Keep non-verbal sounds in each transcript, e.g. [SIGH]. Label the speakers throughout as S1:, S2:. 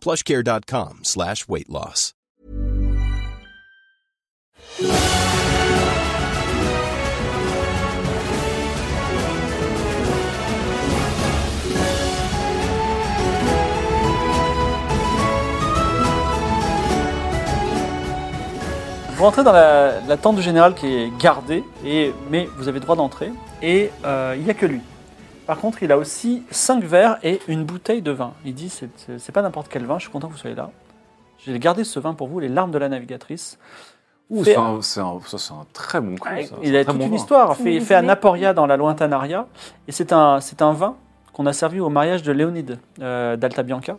S1: plushcare.com slash weight loss.
S2: Vous rentrez dans la, la tente du général qui est gardée, et, mais vous avez droit d'entrer, et euh, il n'y a que lui. Par contre, il a aussi 5 verres et une bouteille de vin. Il dit c'est- c'est c'est pas n'importe quel vin, je suis content que vous soyez là. J'ai gardé ce vin pour vous, les larmes de la navigatrice.
S3: Ouh,
S2: Fait-
S3: c'est un, c'est un- ça, c'est un très bon coup. ça. C'est
S2: Il
S3: un
S2: a
S3: très
S2: toute
S3: bon
S2: une
S3: vin.
S2: histoire.
S4: Si
S2: Fait,
S4: vous
S2: fait à
S4: voulez.
S2: Naporia dans la lointaine Aria. Et c'est un, c'est un vin qu'on a servi au mariage de Léonide euh, d'Alta Bianca.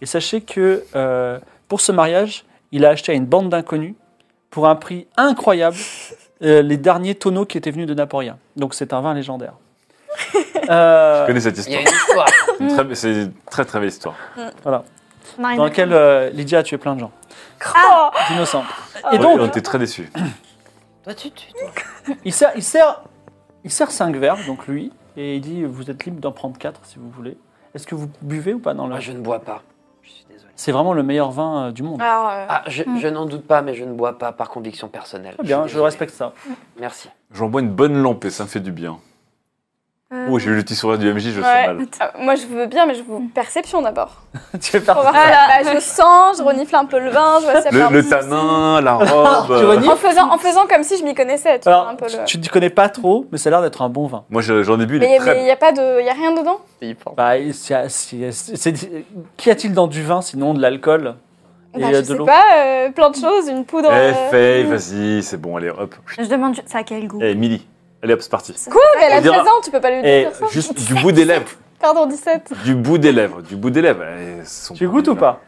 S2: Et sachez que euh, pour ce mariage, il a acheté à une bande d'inconnus pour un prix incroyable euh, les derniers tonneaux qui étaient venus de Naporia. Donc c'est un vin
S4: [LAUGHS]
S2: légendaire. Euh,
S3: Je connais cette
S5: Il y a
S3: histoire.
S5: une histoire.
S3: C'est une [LAUGHS] très- C'est une très très belle histoire.
S4: Marine
S2: dans
S4: Le
S2: lequel
S4: Pen.
S2: euh, Lydia a tué plein de gens,
S4: Ah
S2: d'innocents.
S4: Ah.
S2: Et
S3: Ouais, on
S2: donc,
S3: était très déçus.
S5: Toi, Bah, tu, tu,
S2: il sert, il sert, il sert cinq verres, donc lui, et il dit vous êtes libre d'en prendre quatre si vous voulez. Est-ce que vous buvez ou pas dans le
S5: Moi, je ne bois pas. Je suis désolé.
S2: C'est vraiment le meilleur vin euh, du monde.
S4: Alors, euh,
S5: Ah, je,
S6: Hmm.
S5: je n'en doute pas, mais je ne bois pas par conviction personnelle.
S2: Très bien,
S5: suis
S2: je
S5: désolé.
S2: respecte ça.
S5: Merci.
S3: J'en bois une bonne lampée, ça me fait du bien.
S4: euh,
S3: Oh, j'ai eu le petit sourire du MJ, je
S6: Ouais.
S3: sens mal.
S6: Ah, Moi, je veux bien, mais je veux perception d'abord.
S2: [LAUGHS] tu es
S6: Pour
S2: parti.
S6: voir, bah, je sens, je renifle un peu le vin, je vois si y a
S3: Le,
S6: plein
S3: le
S6: de-
S3: tanin, la robe.
S2: Tu renifles
S6: En faisant, en faisant comme si je m'y connaissais, tu vois,
S2: Alors,
S6: un peu
S2: tu-
S6: le...
S2: tu ne connais pas trop, mais ça a l'air d'être un bon vin.
S3: Moi, je- j'en ai bu, il
S6: Mais
S3: est
S6: il n'y
S3: très.
S6: a, pas de... y a rien dedans
S2: Bah, il- c'est- c'est- c'est- Qu'y a-t-il dans du vin sinon de l'alcool et
S6: Bah,
S2: euh,
S6: Je
S2: de
S6: sais
S2: l'eau
S6: pas, euh, plein de choses, une
S3: Eh,
S6: poudre... euh,
S3: Faye, vas-y, c'est bon, allez, hop.
S4: Je demande, ça a quel goût
S3: Eh, Emily, allez, hop, c'est parti.
S6: Quoi Oh, Mais elle
S3: On
S6: a
S3: dira-
S6: 13 ans, tu peux pas lui
S3: Et
S6: dire ça
S3: juste du bout des lèvres,
S6: Pardon, 17.
S3: du bout des lèvres, du bout des lèvres. Eh, son
S2: Tu goûtes ou
S3: produit, là.
S2: pas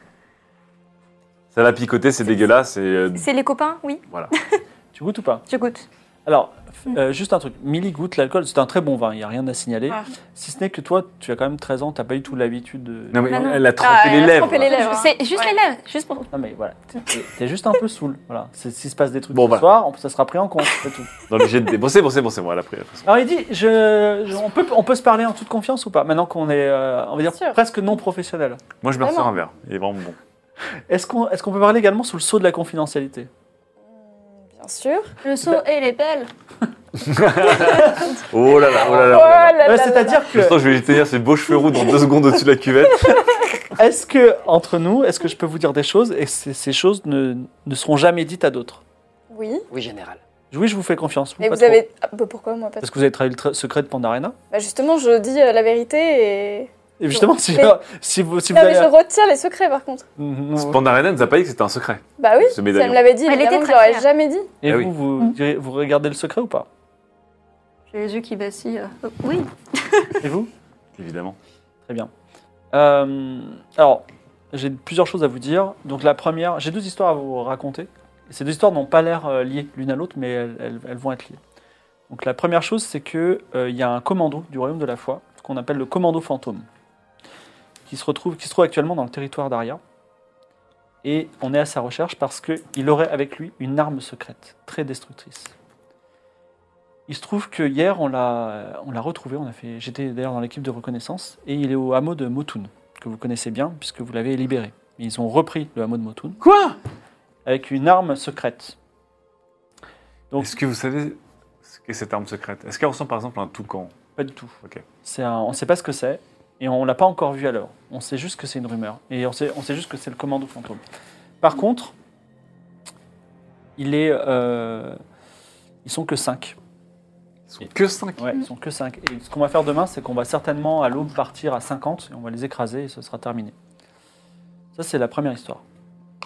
S3: Ça l'a picoté, c'est dégueulasse. Et, euh,
S4: C'est les copains Oui,
S3: voilà.
S2: Tu goûtes ou pas
S4: je goûte.
S2: Alors,
S6: Mm.
S2: f- euh, juste un truc. Milly goûte l'alcool, c'est un très bon vin, il n'y a rien à signaler.
S4: Ah.
S2: Si ce n'est que toi, tu as quand même 13 ans, tu n'as pas du tout l'habitude de.
S3: Non, mais
S4: Manon.
S3: elle a trempé
S6: Ah, elle
S3: les
S6: a
S3: lèvres.
S6: trempé les lèvres. hein.
S4: C'est juste
S6: Ouais.
S4: les lèvres, juste pour.
S2: Non, Ah, mais voilà, t'es- t'es t'es juste un peu saoul. Voilà. C'est- S'il se passe des trucs
S3: Bon,
S2: ce
S3: voilà.
S2: soir, on- ça sera pris en compte, c'est tout.
S3: Dans le jet de dés. Bon, c'est bon, c'est bon, c'est bon, elle a pris. elle a pris son-
S2: Alors il dit, je, je- on, peut, on peut se parler en toute confiance ou pas Maintenant qu'on est, euh, on va dire,
S6: Bien sûr.
S2: presque non professionnel.
S3: Moi, je me
S6: Vraiment.
S3: ressors un verre. Il est vraiment bon.
S2: Est-ce qu'on est qu'on peut parler également sous le sceau de la confidentialité
S6: Bien sûr.
S4: Le seau
S3: Bah-
S4: et les pelles.
S3: Oh là là, oh là là. Oh
S6: Oh
S3: là là.
S6: là là
S2: Euh,
S6: là là.
S2: C'est-à-dire
S3: Je
S2: que,
S3: [LAUGHS] sens que je vais lui tenir ses beaux cheveux roux dans deux secondes au-dessus de la cuvette.
S6: [LAUGHS]
S2: est-ce que, entre nous, est-ce que je peux vous dire des choses et ces, ces choses ne, ne seront jamais dites à d'autres
S6: Oui.
S5: Oui, général.
S2: Oui, je vous fais confiance. vous,
S6: Et
S2: pas
S6: vous
S2: trop.
S6: avez... ah, bah, pourquoi moi pas
S2: Parce que vous avez trahi le tra- secret de Pandarena.
S6: Bah justement, je dis euh, la vérité et...
S2: Et justement, si,
S6: Mais-
S2: si vous, si vous
S6: Non, mais
S2: allez...
S6: je retiens les secrets, par contre.
S2: Mhm.
S3: Pandarena nous a pas dit que c'était un secret.
S6: Bah oui,
S3: Ce
S6: si elle
S3: médaillon.
S6: me l'avait dit,
S4: Elle
S6: évidemment
S4: était
S6: que je
S4: très
S6: l'aurais
S4: fière.
S6: jamais dit.
S2: Et
S3: Ah
S2: vous,
S3: oui.
S2: vous,
S6: Mmh.
S2: direz- vous regardez le secret ou pas
S4: J'ai les yeux qui vacillent. Euh, Oui.
S2: Et vous
S3: Évidemment.
S2: Très bien. Euh, alors, j'ai plusieurs choses à vous dire. Donc la première, j'ai deux histoires à vous raconter. Ces deux histoires n'ont pas l'air euh, liées l'une à l'autre, mais elles, elles- elles vont être liées. Donc la première chose, c'est que euh, il y a un commando du royaume de la foi qu'on appelle le commando fantôme, qui se retrouve, qui se trouve actuellement dans le territoire d'Aria. Et on est à sa recherche parce qu'il aurait avec lui une arme secrète, très destructrice. Il se trouve que hier, on l'a, on l'a retrouvé. On a fait, j'étais d'ailleurs dans l'équipe de reconnaissance et il est au hameau de Motun, que vous connaissez bien puisque vous l'avez libéré. Ils ont repris le hameau de Motun
S3: Quoi
S2: avec une arme secrète. Donc-
S3: Est-ce que vous savez ce qu'est cette arme secrète Est-ce qu'elle ressemble par exemple à un toucan
S2: Pas du tout.
S3: Ok.
S2: C'est un- on ne sait pas ce que c'est et on l'a pas encore vu à l'heure. On sait juste que c'est une rumeur et on sait, on sait juste que c'est le commando fantôme. Par contre, il est, euh, ils sont que 5.
S3: Ils sont que 5.
S2: Ouais, ils sont que 5. Et ce qu'on va faire demain, c'est qu'on va certainement à l'aube partir à 50 et on va les écraser et ce sera terminé. Ça, c'est la première histoire.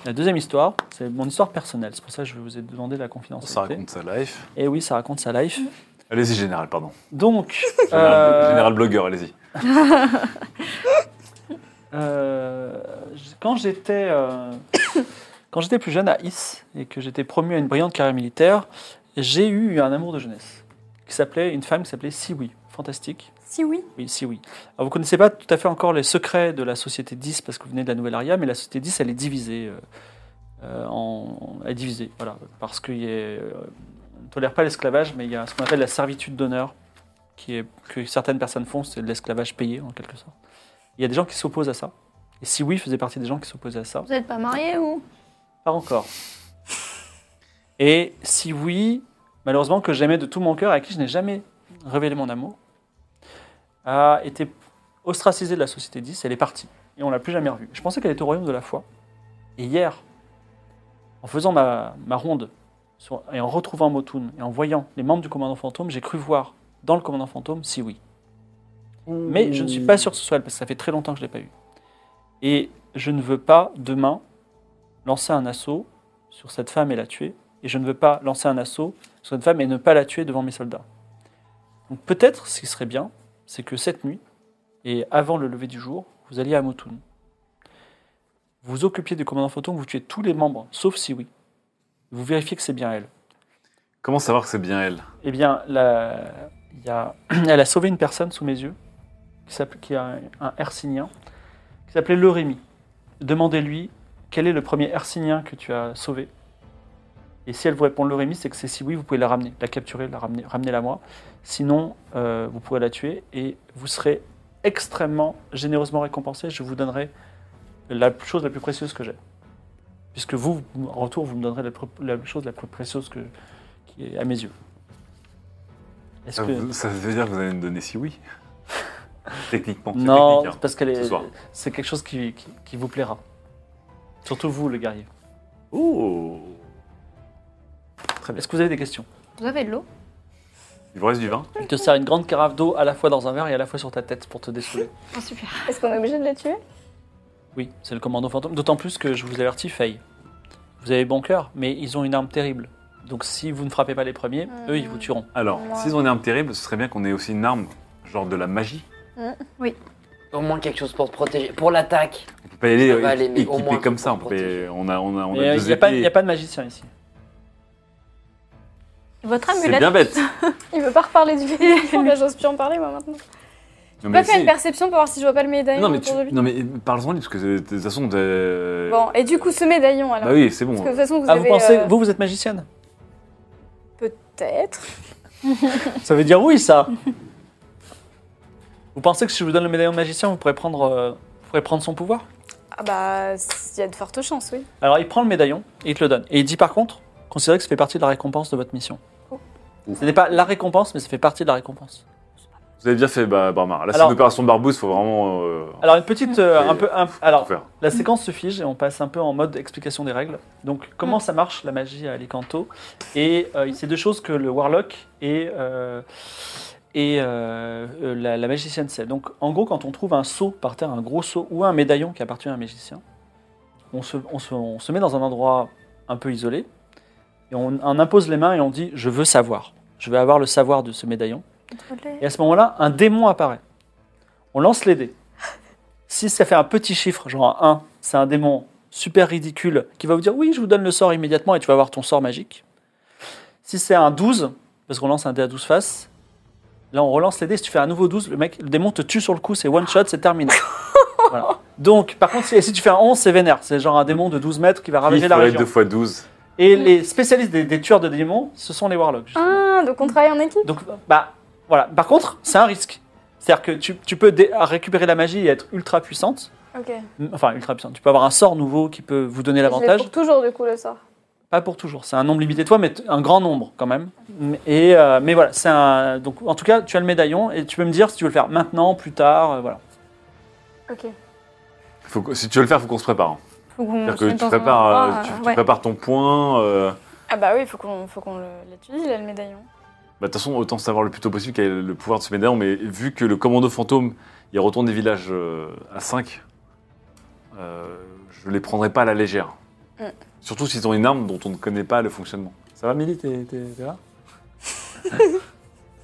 S2: La deuxième histoire, c'est mon histoire personnelle. C'est pour ça que je vous ai demandé la
S3: Ça
S2: confidentialité.
S3: raconte sa life.
S2: Et oui, ça raconte sa life.
S3: Allez-y, général, pardon. [LAUGHS]
S2: Donc,
S3: Général,
S2: euh,
S3: général blogueur, allez-y.
S2: euh, [COUGHS] quand j'étais euh, Quand j'étais plus jeune à Is et que j'étais promu à une brillante carrière militaire, j'ai eu un amour de jeunesse qui s'appelait une femme qui s'appelait Siwi. Fantastique.
S4: Si oui.
S2: Oui, Siwi. Alors vous connaissez pas tout à fait encore les secrets de la société 10 parce que vous venez de la nouvelle aria, mais la société 10 elle est divisée euh, euh, en elle est divisée, voilà, parce qu'on ne euh, tolère pas l'esclavage, mais il y a ce qu'on appelle la servitude d'honneur qui est que certaines personnes font, c'est de l'esclavage payé en quelque sorte. Il y a des gens qui s'opposent à ça. Et Siwi faisait partie des gens qui s'opposaient à ça.
S4: Vous n'êtes pas mariés ou
S2: Pas encore. Et si oui, malheureusement que j'aimais de tout mon cœur, à qui je n'ai jamais révélé mon amour, a été ostracisée de la société 10, elle est partie. Et on l'a plus jamais revue. Je pensais qu'elle était au royaume de la foi. Et hier, en faisant ma, ma ronde sur- et en retrouvant Motun et en voyant les membres du commandant fantôme, j'ai cru voir dans le commandant fantôme si oui. Mais je ne suis pas sûr que ce soit elle, parce que ça fait très longtemps que je ne l'ai pas eu. Et je ne veux pas, demain, lancer un assaut sur cette femme et la tuer. Et je ne veux pas lancer un assaut sur cette femme et ne pas la tuer devant mes soldats. Donc peut-être, ce qui serait bien, c'est que cette nuit, et avant le lever du jour, vous alliez à Motun. Vous vous occupiez du commandant fantôme, vous tuez tous les membres, sauf si oui. Vous vérifiez que c'est bien elle.
S3: Comment savoir que c'est bien elle
S2: Eh bien, la- il y a- [CLEARS THROAT] elle a sauvé une personne sous mes yeux, qui, s'appelle- qui est un, un Hercynien, qui s'appelait Le Rémy. Demandez-lui quel est le premier Hercynien que tu as sauvé. Et si elle vous répond Le Rémy, c'est que c'est si oui, vous pouvez la ramener, la capturer, la ramener, ramenez-la à moi. Sinon, euh, vous pourrez la tuer et vous serez extrêmement généreusement récompensé. Je vous donnerai la chose la plus précieuse que j'ai. Puisque vous, en retour, vous me donnerez la, pr- la chose la plus précieuse que, qui est à mes yeux. Est-ce
S3: ça, vous- ça veut dire que vous allez me donner
S2: [LAUGHS]
S3: si oui Techniquement. c'est
S2: Non,
S3: technique, hein.
S2: c'est parce qu'elle
S3: ce
S2: est.
S3: soir.
S2: C'est quelque chose qui, qui, qui vous plaira. Surtout vous, le guerrier.
S3: Oh Très bien.
S2: Est-ce que vous avez des questions
S4: Vous avez de l'eau
S3: Il vous reste du vin
S2: Il te sert une grande carafe d'eau à la fois dans un verre et à la fois sur ta tête pour te
S3: [LAUGHS]
S2: dessouler.
S4: Ah, Super.
S6: Est-ce qu'on est obligé de la tuer
S2: Oui, c'est le commandant fantôme. D'autant plus que je vous avertis, Faye. Vous avez bon cœur, mais ils ont une arme terrible. Donc si vous ne frappez pas les premiers,
S6: Mhm.
S2: eux, ils vous tueront.
S3: Alors,
S6: Ouais.
S3: si on a une arme terrible, ce serait bien qu'on ait aussi une arme, genre de la magie.
S5: Au moins quelque chose pour te protéger. Pour l'attaque.
S3: On peut pas y aller,
S5: Ça va
S3: euh,
S5: aller, mais au
S3: équipé
S5: moins,
S3: comme
S5: faut
S3: ça. On, peut pas y
S5: protéger.
S3: aller. on a, on a, on a
S2: Mais, euh, Il
S3: deux
S2: n'y a, pas- il
S3: épées.
S2: y a pas de magicien ici.
S4: Votre
S3: C'est
S4: amulette.
S3: bien bête.
S6: Il veut pas reparler
S4: [LAUGHS]
S6: du véhicule, là, j'ose plus en parler, moi, maintenant.
S3: Non,
S6: Je peux
S3: mais
S6: faire
S3: si.
S6: une perception pour voir si je vois pas le médaillon
S3: Non, mais, tu-
S6: autour de lui.
S3: non, mais parle-en lui, parce que de toute façon. de-
S6: Bon, et du coup, ce médaillon, alors
S3: Bah oui, c'est bon.
S6: Parce que de toute façon, vous
S2: ah,
S6: avez...
S2: vous pensez,
S6: euh,
S2: vous, vous êtes magicienne
S6: Peut-être.
S2: Ça veut dire oui,
S6: [LAUGHS]
S2: ça Vous pensez que si je vous donne le médaillon de magicien, vous pourrez prendre, euh, vous pourrez prendre son pouvoir
S6: Ah bah, il y a de fortes chances, oui.
S2: Alors il prend le médaillon et il te le donne. Et il dit par contre, considérez que ça fait partie de la récompense de votre mission.
S6: Oh.
S2: Ce n'est pas la récompense, mais ça fait partie de la récompense.
S3: Vous avez bien fait, bah, Barmar. Là, c'est
S2: Alors-
S3: une opération de barbouze, faut vraiment. euh,
S2: Alors une petite, euh,
S3: Et-
S2: un peu, un-
S3: tout
S2: alors
S3: faire.
S2: la séquence se fige et on passe un peu en mode explication des règles. Donc comment ça marche la magie à Alicanto Et euh, c'est deux choses que le warlock et euh, et euh, euh, la, la magicienne sait. Donc en gros, quand on trouve un seau par terre, un gros seau ou un médaillon qui appartient à un magicien, on se, on se- on se met dans un endroit un peu isolé et on, on impose les mains et on dit je veux savoir, je veux avoir le savoir de ce médaillon. Et à ce moment-là, un démon apparaît. On lance les dés. Si ça fait un petit chiffre, genre un 1, c'est un démon super ridicule qui va vous dire oui, je vous donne le sort immédiatement et tu vas avoir ton sort magique. Si c'est un 12, parce qu'on lance un dé à 12 faces, là on relance les dés, si tu fais un nouveau 12, le, mec, le démon te tue sur le coup, c'est one shot, c'est terminé. Voilà. Donc par contre, si, si tu fais un 11, c'est vénère, c'est genre un démon de 12 mètres qui va
S3: Il
S2: ravager la
S3: faudrait
S2: région.
S3: 2 x 12.
S2: Et les spécialistes des, des tueurs de démons, ce sont les warlocks. justement.
S6: Ah, donc on travaille en équipe
S2: Donc, bah, voilà. Par contre, c'est un risque. C'est-à-dire que tu, tu peux dé- récupérer la magie et être ultra puissante.
S6: Ok.
S2: Enfin, ultra puissante. Tu peux avoir un sort nouveau qui peut vous donner
S6: Je l'ai
S2: l'avantage.
S6: pour toujours, du coup, le sort.
S2: Pas pour toujours. C'est un nombre limité. Toi, mais t- un grand nombre quand même. Mais- Et, euh, mais voilà, c'est un. Donc, en tout cas, tu as le médaillon et tu peux me dire si tu veux le faire maintenant, plus tard. euh, voilà.
S6: Ok.
S3: Faut que- si tu veux le faire, faut qu'on se prépare. hein.
S4: Faut qu'on
S3: C'est-à-dire
S4: se
S3: que
S4: mette
S3: tu
S4: dans un
S3: prépares, euh,
S4: endroit,
S3: tu,
S4: euh,
S3: tu
S4: ouais.
S3: prépares ton point. euh,
S6: Ah bah oui, faut qu'on faut qu'on le- l'étudie, là, le médaillon.
S3: Bah, de toute façon, autant savoir le plus tôt possible quel est le pouvoir de ce médaillon, mais vu que le commando fantôme, il retourne des villages euh, à 5, je les prendrai pas à la légère.
S6: Mm.
S3: Surtout s'ils ont une arme dont on ne connaît pas le fonctionnement. Ça va, Milly T'es t'es- t'es là
S5: Je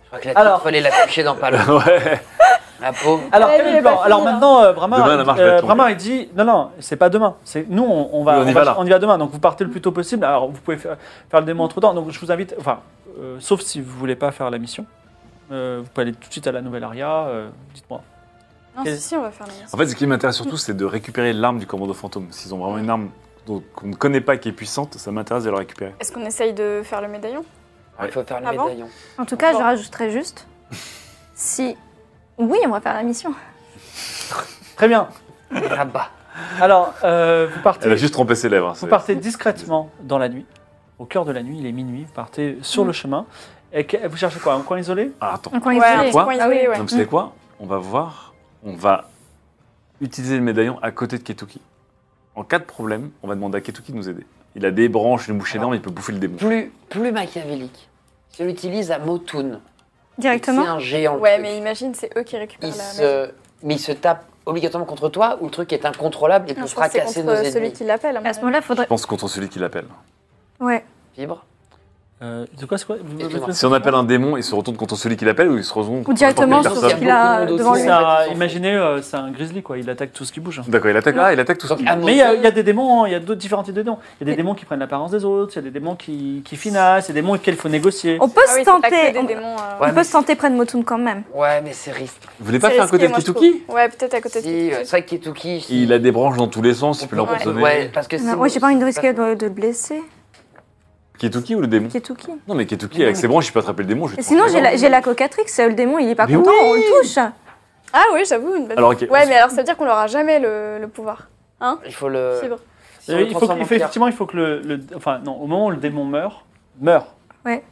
S5: crois que la Alors...
S2: Alors. [LAUGHS]
S5: fallait la coucher dans pas
S3: [LAUGHS]
S5: longtemps.
S3: Ouais
S5: La pauvre.
S2: Alors,
S6: La vie est
S2: alors,
S6: pas
S2: alors
S6: finie, là.
S2: maintenant, euh, Bramar,
S3: Demain, la marche va être
S2: euh,
S3: longue.
S2: Bramar, il dit non, non, c'est pas demain. C'est nous, on, on va,
S3: Oui, on y va là.
S2: va demain. Donc vous partez le plus tôt possible. Alors vous pouvez faire, faire le démon entre temps. Donc je vous invite, enfin, euh, sauf si vous voulez pas faire la mission, euh, vous pouvez aller tout de suite à la nouvelle aria. euh, Dites-moi.
S6: Non,
S2: Quel-
S6: si, si, on va faire la mission.
S3: En fait, ce qui m'intéresse surtout, c'est de récupérer l'arme du commando fantôme. S'ils ont vraiment une arme dont- qu'on ne connaît pas et qui est puissante, ça m'intéresse de la récupérer.
S6: Est-ce qu'on essaye de faire le médaillon
S2: Ah
S5: Il faut faire le
S6: Avant
S5: médaillon.
S4: En tout cas,
S6: Bon.
S4: je rajouterais juste si. Oui, on va faire la mission.
S2: Très bien.
S5: Là-bas.
S2: Alors euh, vous partez.
S3: Elle a juste trompé ses lèvres. hein,
S2: Vous
S3: c'est-
S2: partez discrètement dans la nuit, au cœur de la nuit, il est minuit, vous partez sur le chemin. Et que- vous cherchez quoi Un coin isolé
S3: Ah, attends.
S4: Donc on y
S6: Ouais,
S4: va.
S6: un petit
S3: Quoi
S6: coin
S4: Ah oui.
S6: isolé, ouais.
S3: Donc, c'est quoi On va voir, on va utiliser le médaillon à côté de Ketuki. En cas de problème, on va demander à Ketuki de nous aider. Il a des branches, une bouche énorme, il peut bouffer le démon.
S5: Plus, plus machiavélique. Je l'utilise à Motoun. C'est
S4: Directement.
S5: un géant. le
S6: Ouais,
S5: truc.
S6: mais imagine, c'est eux qui récupèrent
S5: il
S6: la
S5: se... Mais il se tape obligatoirement contre toi ou le truc est incontrôlable et
S6: Non,
S5: peut
S6: je crois que c'est
S5: fracasser nos
S6: contre euh,
S5: ennemis.
S6: celui qui l'appelle. mon
S4: À ce
S6: avis.
S4: moment-là,
S3: Je
S4: faudrait.
S3: pense contre celui qui l'appelle.
S4: Ouais.
S3: Ah
S5: Fibre.
S2: Euh, De quoi c'est quoi Vous-
S5: Excuse-moi.
S2: vous-
S3: Si on appelle un démon, il se retourne contre celui qui l'appelle ou il se retourne
S4: Ou
S3: contre
S4: directement
S3: n'importe
S4: sur
S3: quelle
S4: ce
S3: personne
S4: qu'il a
S5: Il y a beaucoup de monde
S4: devant
S5: autour.
S4: lui.
S2: C'est
S5: en fait,
S2: un-
S5: ils sont
S2: imaginez, euh, c'est un grizzly quoi, il attaque tout ce qui bouge.
S3: D'accord, il attaque. Ah, il attaque tout ce
S5: Donc,
S3: qu'il
S5: à Motoun,
S2: Mais il y a, il y a des démons, hein, il y a d'autres différents types de démons. Il y a des démons qui prennent l'apparence des autres, il y a des démons qui, qui finassent, il y a des démons avec lesquels il faut négocier.
S4: On peut
S6: Ah
S4: se
S6: oui, c'est pas que
S4: tenter.
S6: des
S4: on-
S6: démons, euh,
S5: Ouais,
S4: On peut se tenter près de Motun quand même.
S5: Ouais, mais c'est risque.
S3: Vous voulez
S6: c'est
S3: pas faire un
S6: risqué,
S3: côté de
S6: moi, je
S3: Ketuki
S6: trouve. Ouais, peut-être à côté de
S5: Si, euh,
S6: Kituki.
S5: c'est vrai que Kituki. si-
S3: Il a des branches dans tous les sens, il peut
S5: Ouais.
S3: l'empoisonner.
S5: Ouais, parce que
S4: Non,
S5: si-
S4: Moi, j'ai pas envie de risquer de, de le blesser.
S3: Ketuki ou le démon
S4: Kituki.
S3: Non, mais Ketuki, avec ses branches, il peut attraper le démon. Je vais
S4: Et
S3: te
S4: sinon,
S3: prendre
S4: j'ai
S3: les
S4: la, j'ai la cocatrix. Le démon, il est pas
S3: Mais
S4: content. On le touche.
S6: Ah oui, j'avoue, une bonne.
S3: Alors, ok.
S6: Ouais, mais alors ça veut dire qu'on n'aura jamais le, le pouvoir.
S5: Il faut le.
S6: Fibre.
S5: si on
S2: Euh,
S5: le
S2: il faut,
S5: transforme
S2: que- il
S5: en
S2: faut-
S5: pierre.
S2: effectivement, il faut que le, le- enfin non, au moment où le démon meurt, meurt,
S4: Ouais.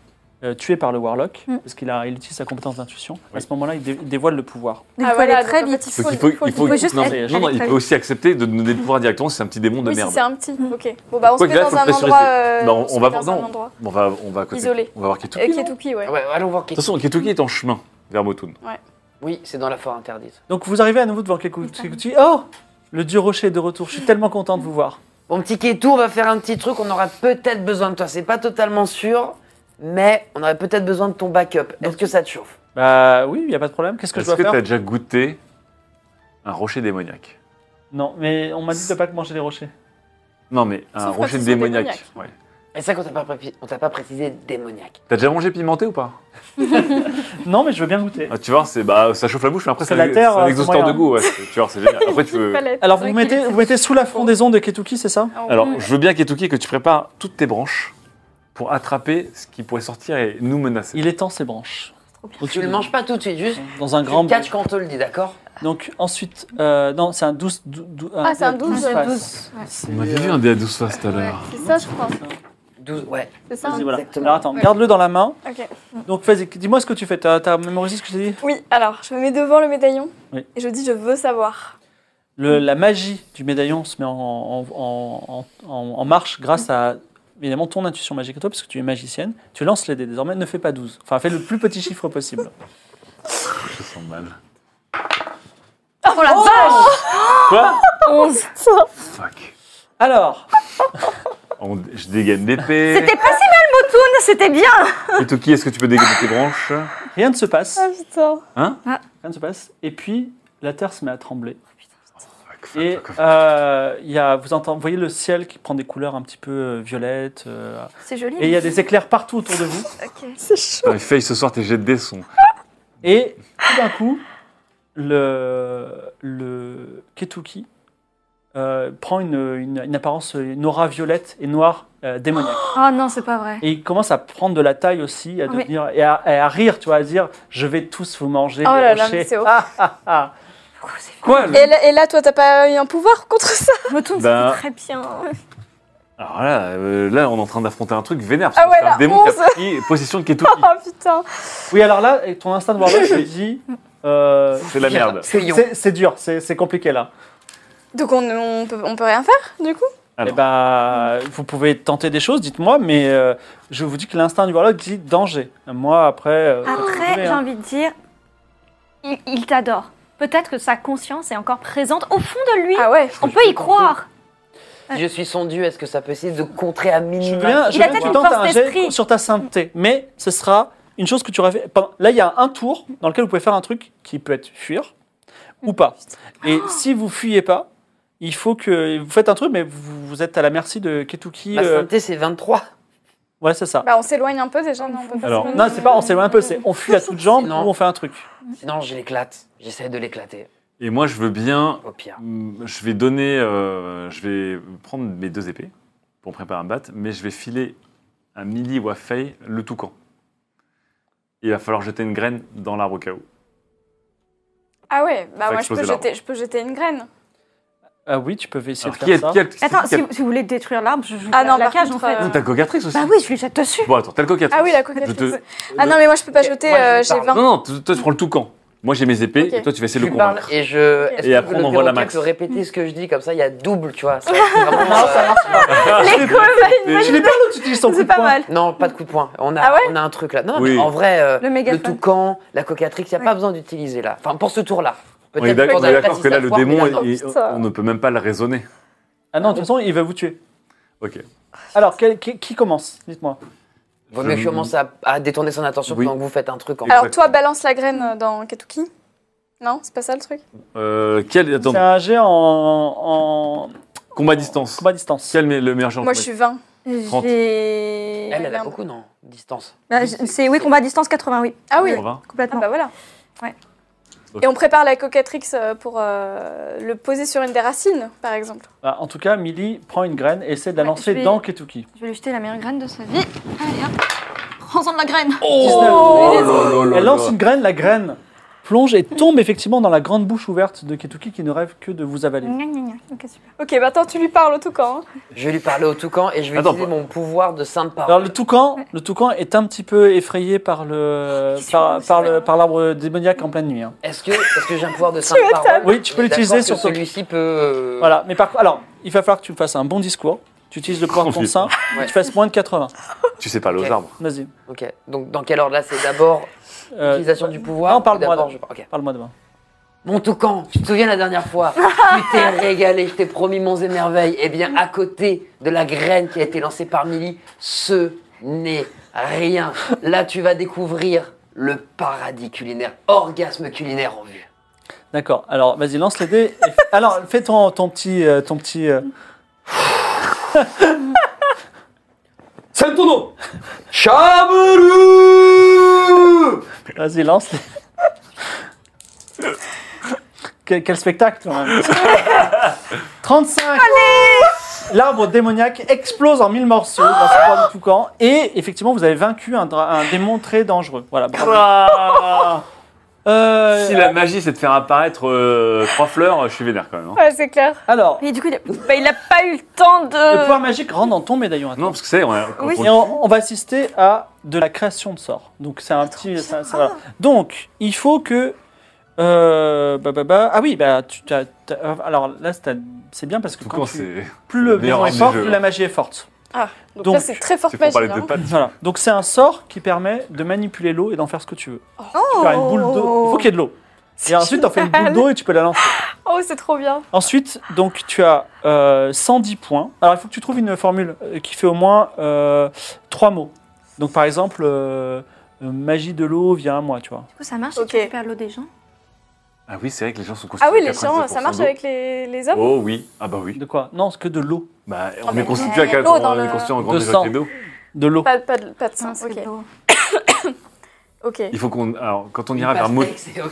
S2: euh, tué par le warlock,
S4: Mm.
S2: parce qu'il a, il utilise sa compétence d'intuition. À
S3: Oui.
S2: ce moment-là, il, dé- il dévoile le pouvoir.
S4: Il
S6: Ah,
S4: faut
S6: voilà,
S4: aller très
S6: donc, en
S4: vite.
S6: fait,
S3: Il faut, il faut, il faut,
S4: faut juste
S3: non,
S4: être-
S3: non, non, il peut aussi accepter de nous donner le pouvoir directement si c'est un petit démon de
S6: Oui,
S3: merde.
S6: si c'est un petit.
S4: Mmh.
S6: Ok. Bon, bah, on
S3: Quoi
S6: se
S3: que
S6: met
S3: là,
S6: dans
S3: faut le
S6: un
S3: pressurer.
S6: endroit. euh,
S3: Non,
S6: se
S3: on va-
S6: met dans un
S3: non.
S6: endroit.
S3: On va, on va à côté.
S6: Isolé.
S3: On va voir Ketuki.
S6: Et
S3: non
S6: Ketuki, ouais.
S5: Ouais, allons voir
S3: De toute
S5: Kituki.
S3: façon, Ketuki est en chemin vers Motun.
S5: Oui, c'est dans la forêt interdite.
S2: Donc vous arrivez à nouveau devant Kekuchi. Oh, le dieu rocher est de retour. Je suis tellement content de vous voir.
S5: Bon, petit Ketou, on va faire un petit truc. On aura peut-être besoin de toi. C'est pas totalement sûr, mais on aurait peut-être besoin de ton backup. Est-ce que ça te chauffe
S2: Bah oui, il n'y a pas de problème. Qu'est-ce que je
S3: Est-ce
S2: dois
S3: que
S2: faire
S3: t'as déjà goûté un rocher démoniaque
S2: Non, mais on m'a dit de pas manger les rochers.
S3: Non, mais un
S6: Sauf quand
S3: rocher
S6: ils sont
S3: démoniaque. Ouais.
S5: Et ça qu'on t'a pas, précis- on t'a pas précisé démoniaque.
S3: T'as déjà mangé pimenté ou pas
S2: Non, mais je veux bien goûter.
S3: Ah, Tu vois, c'est bah ça chauffe la bouche, mais après
S2: C'est
S3: ça
S2: la terre, hein,
S3: c'est un
S2: c'est
S3: exhausteur de
S2: moyen. [LAUGHS]
S3: goût. ouais, c'est- tu vois, c'est génial. Après, tu peux.
S6: Palette.
S2: Alors vous vous
S6: Ok.
S2: mettez, vous mettez sous la frondaison de Ketuki, c'est ça
S6: Ah, on-
S3: Alors, je veux bien Ketuki que tu prépares toutes tes branches pour attraper ce qui pourrait sortir et nous menacer.
S2: Il étend ses branches. Donc,
S5: Tu le manges pas tout de suite, juste.
S2: dans un
S5: tu
S2: grand
S5: le catches quand on te le dit, d'accord
S2: Donc ensuite, euh, non, c'est un 12. dou- dou- euh,
S6: Ah, c'est un 12,
S2: face.
S6: ouais,
S2: C'est,
S3: On avait
S2: euh,
S3: vu un dé à 12 faces tout à
S6: Ouais,
S3: l'heure.
S6: c'est ça, je crois.
S5: 12, ouais.
S6: C'est ça.
S2: vas-y,
S6: hein.
S2: voilà.
S5: Exactement.
S2: Alors attends,
S6: Ouais.
S2: garde-le dans la main.
S6: Ok.
S2: Donc vas-y, dis-moi ce que tu fais. T'as, t'as mémorisé ce que je t'ai dit
S6: Oui, alors, je me mets devant le médaillon
S2: Oui.
S6: et je dis je veux savoir.
S2: Le- La magie du médaillon se met en, en- en- en- en marche grâce à évidemment ton intuition magique à toi, parce que tu es magicienne. Tu lances les dés désormais, ne fais pas 12. Enfin, fais le plus petit chiffre possible.
S3: Je sens mal.
S4: Oh la vache
S3: Quoi
S4: 11.
S3: Fuck.
S2: Alors,
S3: On- je dégaine l'épée.
S4: C'était pas si mal, Motoun, Oh c'était bien.
S3: Ketuki, est-ce que tu peux dégainer tes branches
S2: rien ne se passe.
S6: Ah,
S2: Hein?
S6: putain. Ah.
S2: Rien ne se passe. Et puis, la terre se met à trembler.
S3: Fuck, fuck,
S2: Et
S3: fuck, fuck.
S2: euh, il y a, vous, entendez, vous voyez le ciel qui prend des couleurs un petit peu euh, violettes. euh,
S4: C'est joli.
S2: et il y a des éclairs partout autour de vous.
S4: Ok.
S6: C'est chaud.
S3: Putain, mais Faye, ce soir, tes jets de dés sont.
S2: Et tout d'un coup, le, le Ketuki euh, prend une, une- une apparence, une aura violette et noire euh, démoniaque.
S4: Oh non, c'est pas vrai.
S2: Et il commence à prendre de la taille aussi, à
S4: Oh, mais-
S2: devenir, et, à, et à rire, tu vois, à dire Je vais tous vous manger.
S6: Oh
S2: les
S6: là là,
S2: rochers.
S6: mais c'est horrible.
S2: Ah, ah, ah.
S4: Pourquoi Oh, c'est fait
S3: Quoi
S6: Et là, et là, toi, t'as pas eu un pouvoir contre ça
S4: Motoun,
S3: Ben-
S4: c'était très bien.
S3: Alors là, euh, là, on est en train d'affronter un truc vénère. Parce
S6: Ah
S3: que
S6: ouais,
S3: c'est un
S6: là,
S3: démon qui a
S6: 11.
S3: pris possession de
S6: [LAUGHS]
S3: Ketuki.
S6: Oh putain.
S2: Oui, alors là, et ton instinct de warlock te dit euh,
S3: C'est la merde.
S5: Fuyons.
S2: C'est c'est dur, c'est c'est compliqué là.
S6: Donc on, on, peut, on peut rien faire, du coup
S3: Alors.
S2: Eh ben, vous pouvez tenter des choses, dites-moi, mais euh, je vous dis que l'instinct du warlock dit danger. Moi, après. euh, vous pouvez,
S3: Ah,
S4: Après, j'ai
S2: hein.
S4: envie de dire, il, il t'adore. Peut-être que sa conscience est encore présente au fond de lui.
S6: Ah ouais.
S4: On peut y croire.
S5: Si je suis son dieu, est-ce que ça peut essayer de contrer à
S2: Je veux
S5: minima
S2: bien, je
S4: Il a
S2: veux bien que
S4: peut-être
S2: tu
S4: une
S2: tentes
S4: force
S2: un jet
S4: d'esprit.
S2: sur ta sainteté, mais ce sera une chose que tu auras fait. pendant- Là, il y a un tour dans lequel vous pouvez faire un truc qui peut être fuir, ou pas.
S4: Ah.
S2: Et si vous fuyez pas, il faut que vous faites un truc, mais vous, vous êtes à la merci de Ketuki.
S5: Ma
S2: euh,
S5: santé, c'est 23.
S2: Ouais, c'est ça.
S6: Bah, on s'éloigne un peu déjà. Non, on peut pas
S3: Alors,
S6: s'éloigner.
S2: Non, c'est pas on s'éloigne un peu, c'est on
S4: [LAUGHS]
S2: fuit à toutes jambes
S5: Sinon-
S2: ou on fait un truc.
S5: Sinon, je l'éclate. J'essaie de l'éclater,
S3: Et moi, je veux bien.
S5: au pire.
S3: mm, Je vais donner. euh, je vais prendre mes deux épées pour préparer un bat, mais je vais filer à Millie Wafei le toucan. Il va falloir jeter une graine dans l'arbre au cas où.
S6: Ah ouais, bah
S3: Faut
S6: moi je
S3: exploser
S6: peux,
S3: l'arbre.
S6: jeter, je peux jeter une graine.
S2: Ah oui, tu peux essayer de
S3: Alors, qui
S2: faire
S3: est.
S2: ça.
S3: Qui est
S4: Attends,
S3: qui
S4: si,
S3: est-
S4: vous- si vous voulez détruire l'arbre, je joue
S6: Ah non,
S4: la
S6: par
S4: cage
S6: contre,
S4: en fait.
S6: euh,
S3: T'as le cocatrice aussi
S4: Bah oui, je lui jette dessus.
S3: Bon, attends, t'as le cocatrice.
S6: Ah oui, la
S3: Je
S6: coquette.
S3: te-
S6: Ah non, mais moi je peux pas
S5: Ok,
S6: jeter,
S5: moi, je
S6: euh,
S5: lui
S6: j'ai
S5: parle.
S6: 20.
S3: Non, non, toi, toi, tu prends le toucan. Moi, j'ai mes épées,
S6: Ok.
S3: et toi, tu vas
S5: Je
S3: essayer de
S5: lui
S3: le
S5: parle
S3: convaincre.
S5: et je.
S6: Et
S5: Est-ce que
S3: après,
S5: le
S3: on envoie la
S5: perroquet
S3: max.
S5: peut répéter ce que je dis comme ça, il y a double, tu vois. Ça, c'est vraiment, euh,
S3: Ah,
S4: Les coups,
S2: Tu les perds ou tu utilises ton coup
S4: c'est
S2: de
S4: pas
S2: poing
S4: mal.
S5: Non, pas de coup de poing. On a,
S6: Ah ouais
S5: on a un truc là. Non,
S3: Oui.
S5: mais en vrai, euh,
S4: Le
S5: le,
S4: mégaphone.
S5: toucan, la cocatrix, il n'y a pas besoin d'utiliser là. Enfin, pour ce tour-là.
S3: On est d'ac-
S5: qu'on
S3: on est
S5: a
S3: d'accord
S5: précisé
S3: que là,
S5: la hein.
S3: le
S5: fois, mais
S3: démon,
S5: là, non.
S3: il- il-
S6: putain.
S3: on ne peut même pas le raisonner.
S2: Ah non, de toute façon, il va vous tuer.
S3: Ok.
S2: Alors, quel- qui, qui commence Dites-moi.
S5: Vaut mieux que
S3: Je-
S5: je commence à, à détourner son attention
S3: Oui.
S5: pendant que vous faites un truc. En...
S3: Ah.
S6: Alors
S3: Exactement.
S6: toi, balance la graine euh, dans Ketuki. Non, c'est pas ça le truc
S3: Euh, quel, attends,
S2: C'est un jet en, en
S3: combat à distance.
S2: combat à distance.
S3: Quel est le meilleur genre
S6: Moi
S3: de
S6: je
S3: combat
S6: suis 20.
S3: Trente.
S4: J'ai.
S5: Elle, elle a
S6: Merde.
S5: beaucoup, non Distance.
S4: Bah, j- c'est oui, combat à distance 80, oui.
S6: Ah oui,
S3: On va.
S6: ah,
S4: Complètement.
S6: bah voilà.
S4: Ouais.
S6: Et on prépare la cocatrix euh, pour euh, le poser sur une des racines, par exemple.
S2: Bah, en tout cas, Millie prend une graine et essaie de la
S3: Ah,
S4: Ouais,
S2: lancer
S4: je vais-
S2: dans Ketuki.
S4: Je vais lui jeter la meilleure graine de sa vie. Allez hop. Prends-en de la graine.
S6: Oh.
S2: 19.
S3: Oh là là
S2: Elle lance
S3: là.
S2: une graine, la graine plonge et tombe effectivement dans la grande bouche ouverte de Ketuki qui ne rêve que de vous avaler.
S4: Gna, gna, gna. Ok, super.
S6: Ok, bah attends, tu lui parles au toucan. hein.
S5: Je vais lui parler au toucan et je vais
S3: Attends,
S5: utiliser
S3: pas-
S5: mon pouvoir de sainte
S2: Alors
S5: parole.
S2: le toucan, le toucan est un petit peu effrayé par le
S4: Qu'est-ce
S2: par,
S4: que c'est
S2: par le par l'arbre démoniaque en pleine nuit. hein.
S5: Est-ce que, est que j'ai un pouvoir de sainte parole
S2: Oui, tu peux
S5: On est
S2: l'utiliser
S5: d'accord
S2: sur
S5: que
S2: ton-
S5: Celui-ci peut. euh,
S2: Voilà, mais par alors il va falloir que tu me fasses un bon discours. Tu utilises le pouvoir de ton sein,
S5: Ouais.
S2: tu fasses moins de 80.
S3: Tu sais pas, aux
S5: Ok.
S3: arbres.
S2: Vas-y.
S5: Ok. Donc, dans quelle ordre là C'est d'abord
S2: [LAUGHS] Euh,
S5: l'utilisation du pouvoir
S2: non, parle-moi
S5: ou d'abord
S2: d'abord.
S5: je- ok.
S2: Parle-moi demain.
S5: Mon toucan, tu te souviens la
S2: [LAUGHS]
S5: dernière fois Tu t'es régalé, je t'ai promis monts et merveilles. Eh bien, à côté de la graine qui a été lancée par Milly, ce n'est rien. Là, tu vas découvrir le paradis culinaire, orgasme culinaire en vue.
S2: D'accord. Alors vas-y, lance les dés. [LAUGHS] et- Alors fais ton ton petit euh, ton petit. euh,
S5: Chameroux
S2: Vas-y, lance les. [LAUGHS] quel, quel spectacle quand même. 35 L'arbre démoniaque explose en mille morceaux dans ce poids de toucan et effectivement vous avez vaincu un, dra- un démon très dangereux. Voilà. bravo. Euh,
S3: Si la magie, c'est de faire apparaître euh, trois fleurs, je suis vénère quand même. hein.
S6: Ouais, c'est clair.
S2: Alors,
S4: Et euh, du coup, il a, bah, il a pas eu le temps
S2: le pouvoir
S4: de.
S2: magique rentre dans ton médaillon. à toi.
S3: Non, parce que c'est. On a-
S4: Oui.
S3: on-
S2: Et on, on va assister à de la création de sorts. Donc c'est un petit. c'est- c'est- voilà. Donc il faut que. euh, bah, bah, bah, ah oui, bah, tu, t'as- t'as- euh, alors là c'est- c'est bien parce que
S3: Tout
S2: quand
S3: quand
S2: tu-
S3: c'est.
S2: plus le
S3: le meilleur
S2: démon est
S3: homme du
S2: fort,
S3: jeu. hein.
S2: plus la magie est forte.
S6: Donc,
S2: Donc,
S6: là, c'est très fort
S3: Tu
S6: magie.
S3: prends les
S6: hein.
S3: deux pattes.
S2: Voilà. Donc c'est un sort qui permet de manipuler l'eau et d'en faire ce que tu veux.
S6: hein.
S2: Tu as une boule d'eau. Il faut qu'il y ait de l'eau. Et ensuite, t'en fais une boule d'eau et tu peux la lancer.
S6: Oh, c'est trop bien.
S2: Ensuite, donc tu as euh, 110 points. Alors il faut que tu trouves une formule euh, qui fait au moins euh, trois mots. Donc par exemple, euh, euh, magie de l'eau via un mois, tu vois.
S4: Du coup, ça marche
S6: Ok.
S4: si tu récupères l'eau des gens.
S3: Ah oui, c'est vrai que les gens sont constitués.
S6: Ah oui, les
S3: 99%
S6: gens, ça marche
S3: d'eau.
S6: avec les, les hommes
S3: Oh oui, ah bah oui.
S2: De quoi Non, c'est que de l'eau.
S3: Bah,
S6: Ah,
S3: on est
S6: mais
S3: constitué à
S6: il y a de
S3: 4
S6: l'eau dans
S3: on est
S6: le-
S3: constitué en grande
S2: De
S3: majorité
S2: sang.
S3: d'eau.
S2: De l'eau.
S6: pas, pas, de, pas de
S4: Non,
S6: sang.
S4: c'est que
S6: Ok.
S4: de l'eau.
S6: ok.
S3: Il faut qu'on. Alors, quand on ira vers Mo-
S5: Pastèque, c'est ok.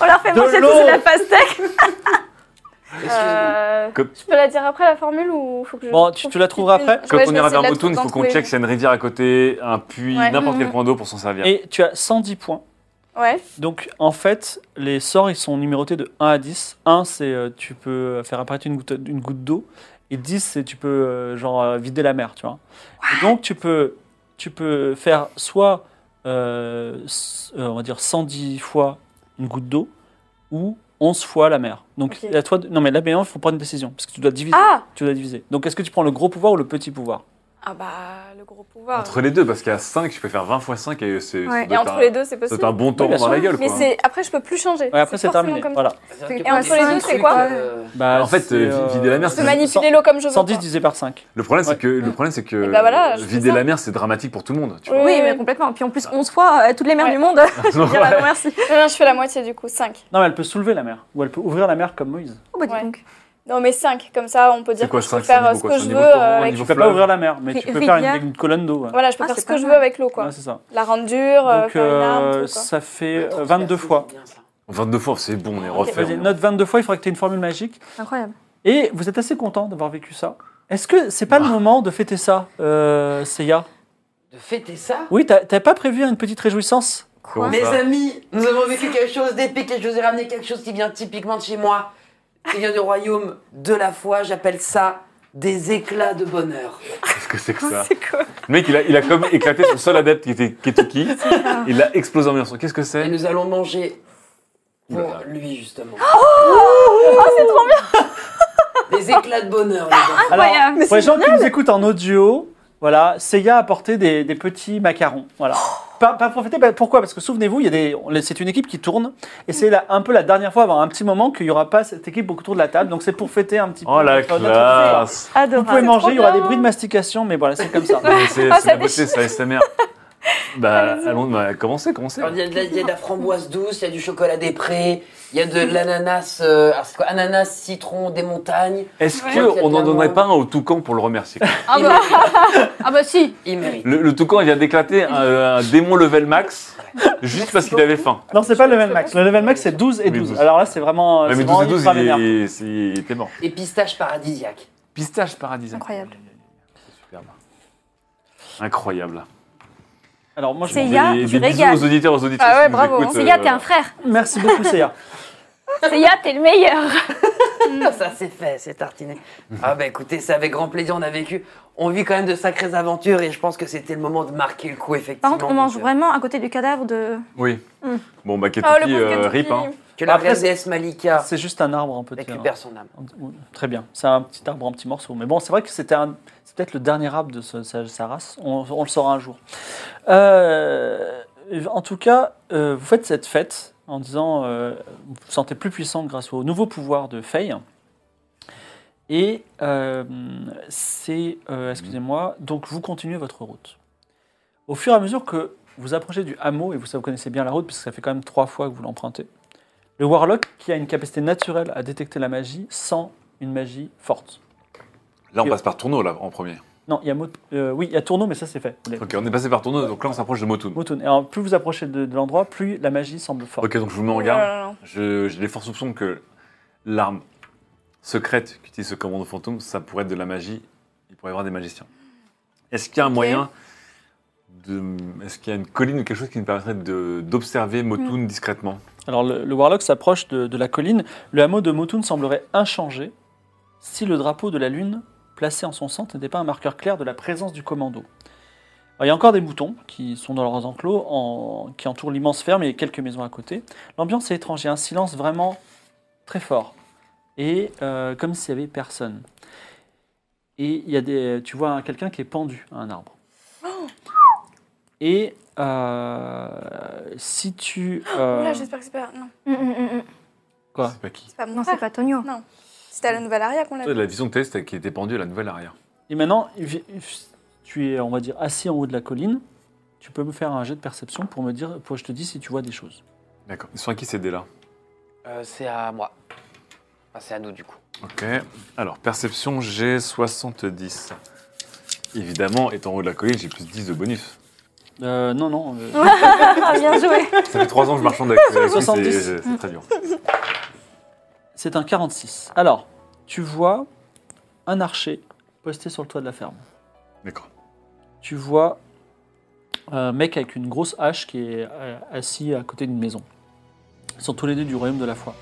S4: On leur fait
S2: De
S4: manger
S2: l'eau.
S4: tous la pastèque.
S6: [LAUGHS]
S5: Excuse-moi.
S6: Euh,
S3: Comme-
S6: Tu peux la dire après la formule ou faut que je.
S2: Bon, tu- tu la trouveras après
S3: Quand
S6: Ouais, je
S3: on
S6: vais
S3: ira vers
S6: essayer de la
S3: Motown, il
S6: trouver,
S3: faut
S6: d'en
S3: qu'on
S6: trouver
S3: check s'il y a une rivière à côté, un puits,
S6: Ouais. Mm.
S3: n'importe quel
S4: Mhm.
S3: coin d'eau pour s'en servir.
S2: Et tu as 110 points.
S6: une. Ouais.
S2: Donc en fait, les sorts ils sont numérotés de 1 à 10. 1 c'est euh, tu peux faire apparaître une goutte, une goutte d'eau et 10 c'est tu peux euh, genre euh, vider la mer, tu vois. Et donc tu peux tu peux faire soit euh, s- euh, on va dire 110 fois une goutte d'eau ou 11 fois la mer. Donc
S6: Ok.
S2: à toi de- non mais là maintenant il faut prendre une décision parce que tu dois diviser,
S6: Ah
S2: tu dois diviser. Donc est-ce que tu prends le gros pouvoir ou le petit pouvoir
S6: Ah bah, le gros pouvoir.
S3: Entre les deux, parce qu'à 5, je peux faire 20 fois 5 et c'est.
S4: Ouais,
S3: ça doit
S6: Et
S3: être
S6: entre
S3: un-
S6: les deux, c'est
S3: ça doit
S6: possible.
S3: être un bon temps
S2: bien
S3: dans
S2: sûr.
S3: la gueule,
S6: Mais
S3: quoi.
S6: c'est après, je peux plus changer.
S2: Ouais, après, c'est
S6: forcément
S2: terminé.
S6: comme ça.
S2: Voilà.
S6: Et entre euh, les deux, c'est quoi
S2: Bah,
S3: En fait,
S2: c'est,
S3: euh, vider la mer,
S6: Je peux
S3: c'est-
S6: manipuler l'eau comme je veux.
S2: 110
S6: quoi.
S2: divisé par 5.
S3: Le problème,
S2: Ouais.
S3: c'est que, le problème, c'est que
S6: Et bah voilà, je fais
S3: vider
S6: ça.
S3: la mer, c'est dramatique pour tout le monde. Tu vois.
S6: Oui,
S4: Oui,
S6: oui,
S4: mais
S6: oui.
S4: complètement. Puis en plus, 11 fois, euh, toutes les mères
S6: Ouais.
S4: du monde,
S6: [LAUGHS]
S4: je veux dire,
S3: [LAUGHS]
S4: bah, non merci.
S6: Non, non, je fais la moitié du coup, 5.
S2: Non, mais elle peut soulever la mer. Ou elle peut ouvrir la mer comme Moïse.
S4: Oh, bah, dis
S6: Ouais.
S4: donc.
S6: Non, mais 5, comme ça, on peut dire
S3: C'est quoi
S6: que je peux
S3: 5
S6: faire euh, ce que je veux. euh, avec-
S2: Tu peux pas ouvrir la mer, mais tu
S4: Ri-
S2: peux faire une,
S4: rivière.
S2: une colonne d'eau. ouais.
S6: Voilà, je peux
S4: Ah,
S6: faire
S4: c'est
S6: ce
S4: pas
S6: que je
S4: mal.
S6: veux avec l'eau, quoi.
S2: Ouais, c'est ça.
S6: La rendre dure, euh,
S2: Donc,
S6: faire une arme,
S2: euh,
S6: tout, quoi.
S2: ça fait euh, 22 fois.
S3: la 22 fois, c'est bon, on est refait.
S2: Vas-y,
S3: on-
S2: note 22 fois, il faudra que tu aies une formule magique.
S4: Incroyable.
S2: Et vous êtes assez content d'avoir vécu ça. Est-ce que c'est pas le moment de fêter ça, euh, Seiya
S5: De fêter ça
S2: Oui, t'as t'as pas prévu une petite réjouissance
S4: Hein
S3: Comment
S5: Mes
S3: ça
S5: amis, nous avons vécu quelque chose d'épique et je vous ai ramené quelque chose qui vient typiquement de chez moi. Qui vient du royaume de la foi, j'appelle ça des éclats de bonheur.
S3: Qu'est-ce que
S6: [LAUGHS]
S3: c'est que ça
S4: C'est quoi
S3: Le mec, il a, il a comme éclaté son seul adepte qui était
S6: [LAUGHS]
S3: Ketuki. Il l'a explosé en mille Qu'est-ce que
S5: Et
S3: c'est
S5: nous allons manger pour
S3: Oula.
S5: lui justement. [LAUGHS] Des éclats de bonheur, les enfants.
S4: Incroyable. Mais
S2: pour les gens qui nous écoutent en audio, voilà, Seiya a apporté des, des petits macarons. Voilà. Pas, pas profiter, bah, pourquoi Parce que souvenez-vous, il y a des- on- c'est une équipe qui tourne, et c'est la- un peu la dernière fois avant un petit moment qu'il n'y aura pas cette équipe autour de la table, donc c'est pour fêter un petit peu.
S3: Oh la
S2: notre- notre-
S3: classe
S2: Vous
S4: Adorable.
S2: pouvez manger, il y aura
S4: trop
S2: des bruits de mastication, mais voilà, c'est comme ça.
S3: Mais C'est
S4: Ah,
S3: c'est la
S4: ça
S3: beauté, c'est ASMR.
S6: [LAUGHS]
S3: Bah, allons, bah, commencez, commencez.
S5: Alors, Il y, a de la, il y a de la framboise douce, il y a du chocolat des prés, il y a de l'ananas, euh, alors c'est quoi, ananas, citron des montagnes.
S3: Est-ce
S5: Ouais.
S3: qu'on n'en donnerait pas un au toucan pour le remercier
S4: Ah
S5: Il
S4: bah,
S5: mérite,
S4: ah bah si.
S5: il mérite.
S3: Le, le toucan, il vient d'éclater hein, un, un démon level max juste parce qu'il avait faim.
S2: Non, c'est pas le level max. Le level max, c'est 12 et
S3: Oui,
S2: 12.
S3: 12.
S2: Alors là, c'est vraiment. euh,
S3: Ouais,
S2: c'est
S3: mais
S2: vraiment
S3: 12 et 12,
S2: par les
S3: il,
S2: nerfs.
S3: est- c'est- il était mort.
S5: Et pistache paradisiaque.
S3: Pistache paradisiaque.
S4: Incroyable.
S3: C'est superbe. Incroyable.
S2: Alors moi, je
S4: C'est
S3: Des-
S4: Yann,
S3: des
S4: tu
S3: bisous
S4: régales.
S3: aux auditeurs, aux auditrices.
S6: Ah ouais,
S3: qui nous
S6: bravo,
S3: écoutent,
S4: Seiya,
S3: euh,
S4: t'es un frère.
S2: Merci beaucoup, Seiya.
S4: Seiya, t'es le meilleur.
S5: Ah, Ça c'est fait, c'est tartiné. Ah bah écoutez, c'est avec grand plaisir, on a vécu, on vit quand même de sacrées aventures et je pense que c'était le moment de marquer le coup effectivement.
S4: Par contre, on mange
S5: Donc, euh,
S4: vraiment à côté du cadavre de.
S3: Oui.
S4: Mm.
S3: Bon, bah, Ketuki,
S6: Ah, le pauvre
S3: euh,
S6: Kentucky.
S3: rip. Hein.
S5: Que la
S2: Après,
S5: reine
S2: c'est-
S5: déesse Malika
S2: C'est juste un arbre un peu. tiens.
S5: récupère son âme.
S2: Très bien. C'est un petit arbre en petits morceaux. Mais bon, c'est vrai que c'était un- c'est peut-être le dernier arbre de ce- sa, sa race. On, on le saura un jour. Euh, en tout cas, euh, vous faites cette fête en disant euh, vous vous sentez plus puissant grâce au nouveau pouvoir de Faye. Et euh, c'est, euh, excusez-moi, donc vous continuez votre route. Au fur et à mesure que vous approchez du hameau, et vous, ça, vous connaissez bien la route, parce que ça fait quand même trois fois que vous l'empruntez, le Warlock, qui a une capacité naturelle à détecter la magie, sent une magie forte.
S3: Là, on passe par Tourneau, là, en premier.
S2: Non, il y a Mot- euh, oui, il y a Tourneau, mais ça c'est fait. Vous l'avez.
S3: Ok, on est passé par Tourneau, donc là, on s'approche de Motun.
S2: Motun. Et alors, plus vous approchez de, de l'endroit, plus la magie semble forte.
S3: Ok, donc je vous mets en
S6: Oh là
S3: garde.
S6: là là.
S3: Je- J'ai les forts soupçons que l'arme secrète qu'utilise ce commando fantôme, ça pourrait être de la magie. Il pourrait y avoir des magiciens. Est-ce qu'il y a un moyen de. Est-ce qu'il y a une colline ou quelque chose qui nous permettrait de- d'observer Motun discrètement
S2: Alors le, le Warlock s'approche de, de la colline. Le hameau de Motun semblerait inchangé si le drapeau de la lune placé en son centre n'était pas un marqueur clair de la présence du commando. Alors, il y a encore des moutons qui sont dans leurs enclos, en- qui entourent l'immense ferme et quelques maisons à côté. L'ambiance est étrange, il y a un silence vraiment très fort. Et euh, comme s'il n'y avait personne. Et il y a des, tu vois hein, quelqu'un qui est pendu à un arbre. Et euh, si tu... euh,
S6: Oula, j'espère que c'est pas. Non,
S4: Hum, hum, hum, hum.
S2: Quoi
S3: C'est pas qui
S6: c'est pas mon
S4: Non, c'est
S6: mm, frère.
S4: pas
S6: [LAUGHS]
S4: Tonio.
S6: C'était à la nouvelle aria qu'on l'a
S3: Toi,
S6: vu.
S3: La vision que t'as, c'était qui était pendue à la nouvelle arrière.
S2: Et maintenant, vi- tu es, on va dire, assis en haut de la colline. Tu peux me faire un jet de perception pour me dire, pour que je te dis si tu vois des choses.
S3: D'accord. Ils sont à qui ces dés-là
S5: Euh, c'est à moi. Enfin, c'est à nous du coup.
S3: Ok. Alors, perception, j'ai 70. Évidemment, étant en haut de la colline, j'ai plus 10 de bonus.
S2: Euh, non, non. euh,
S4: Ah, bien joué.
S3: Ça fait 3 ans que je marchande avec avec lui,
S2: 70.
S3: c'est- C'est très dur.
S2: C'est un 46. Alors, tu vois un archer posté sur le toit de la ferme.
S3: D'accord.
S2: Tu vois un mec avec une grosse hache qui est euh, assis à côté d'une maison. Ils sont tous les deux du royaume de la foi.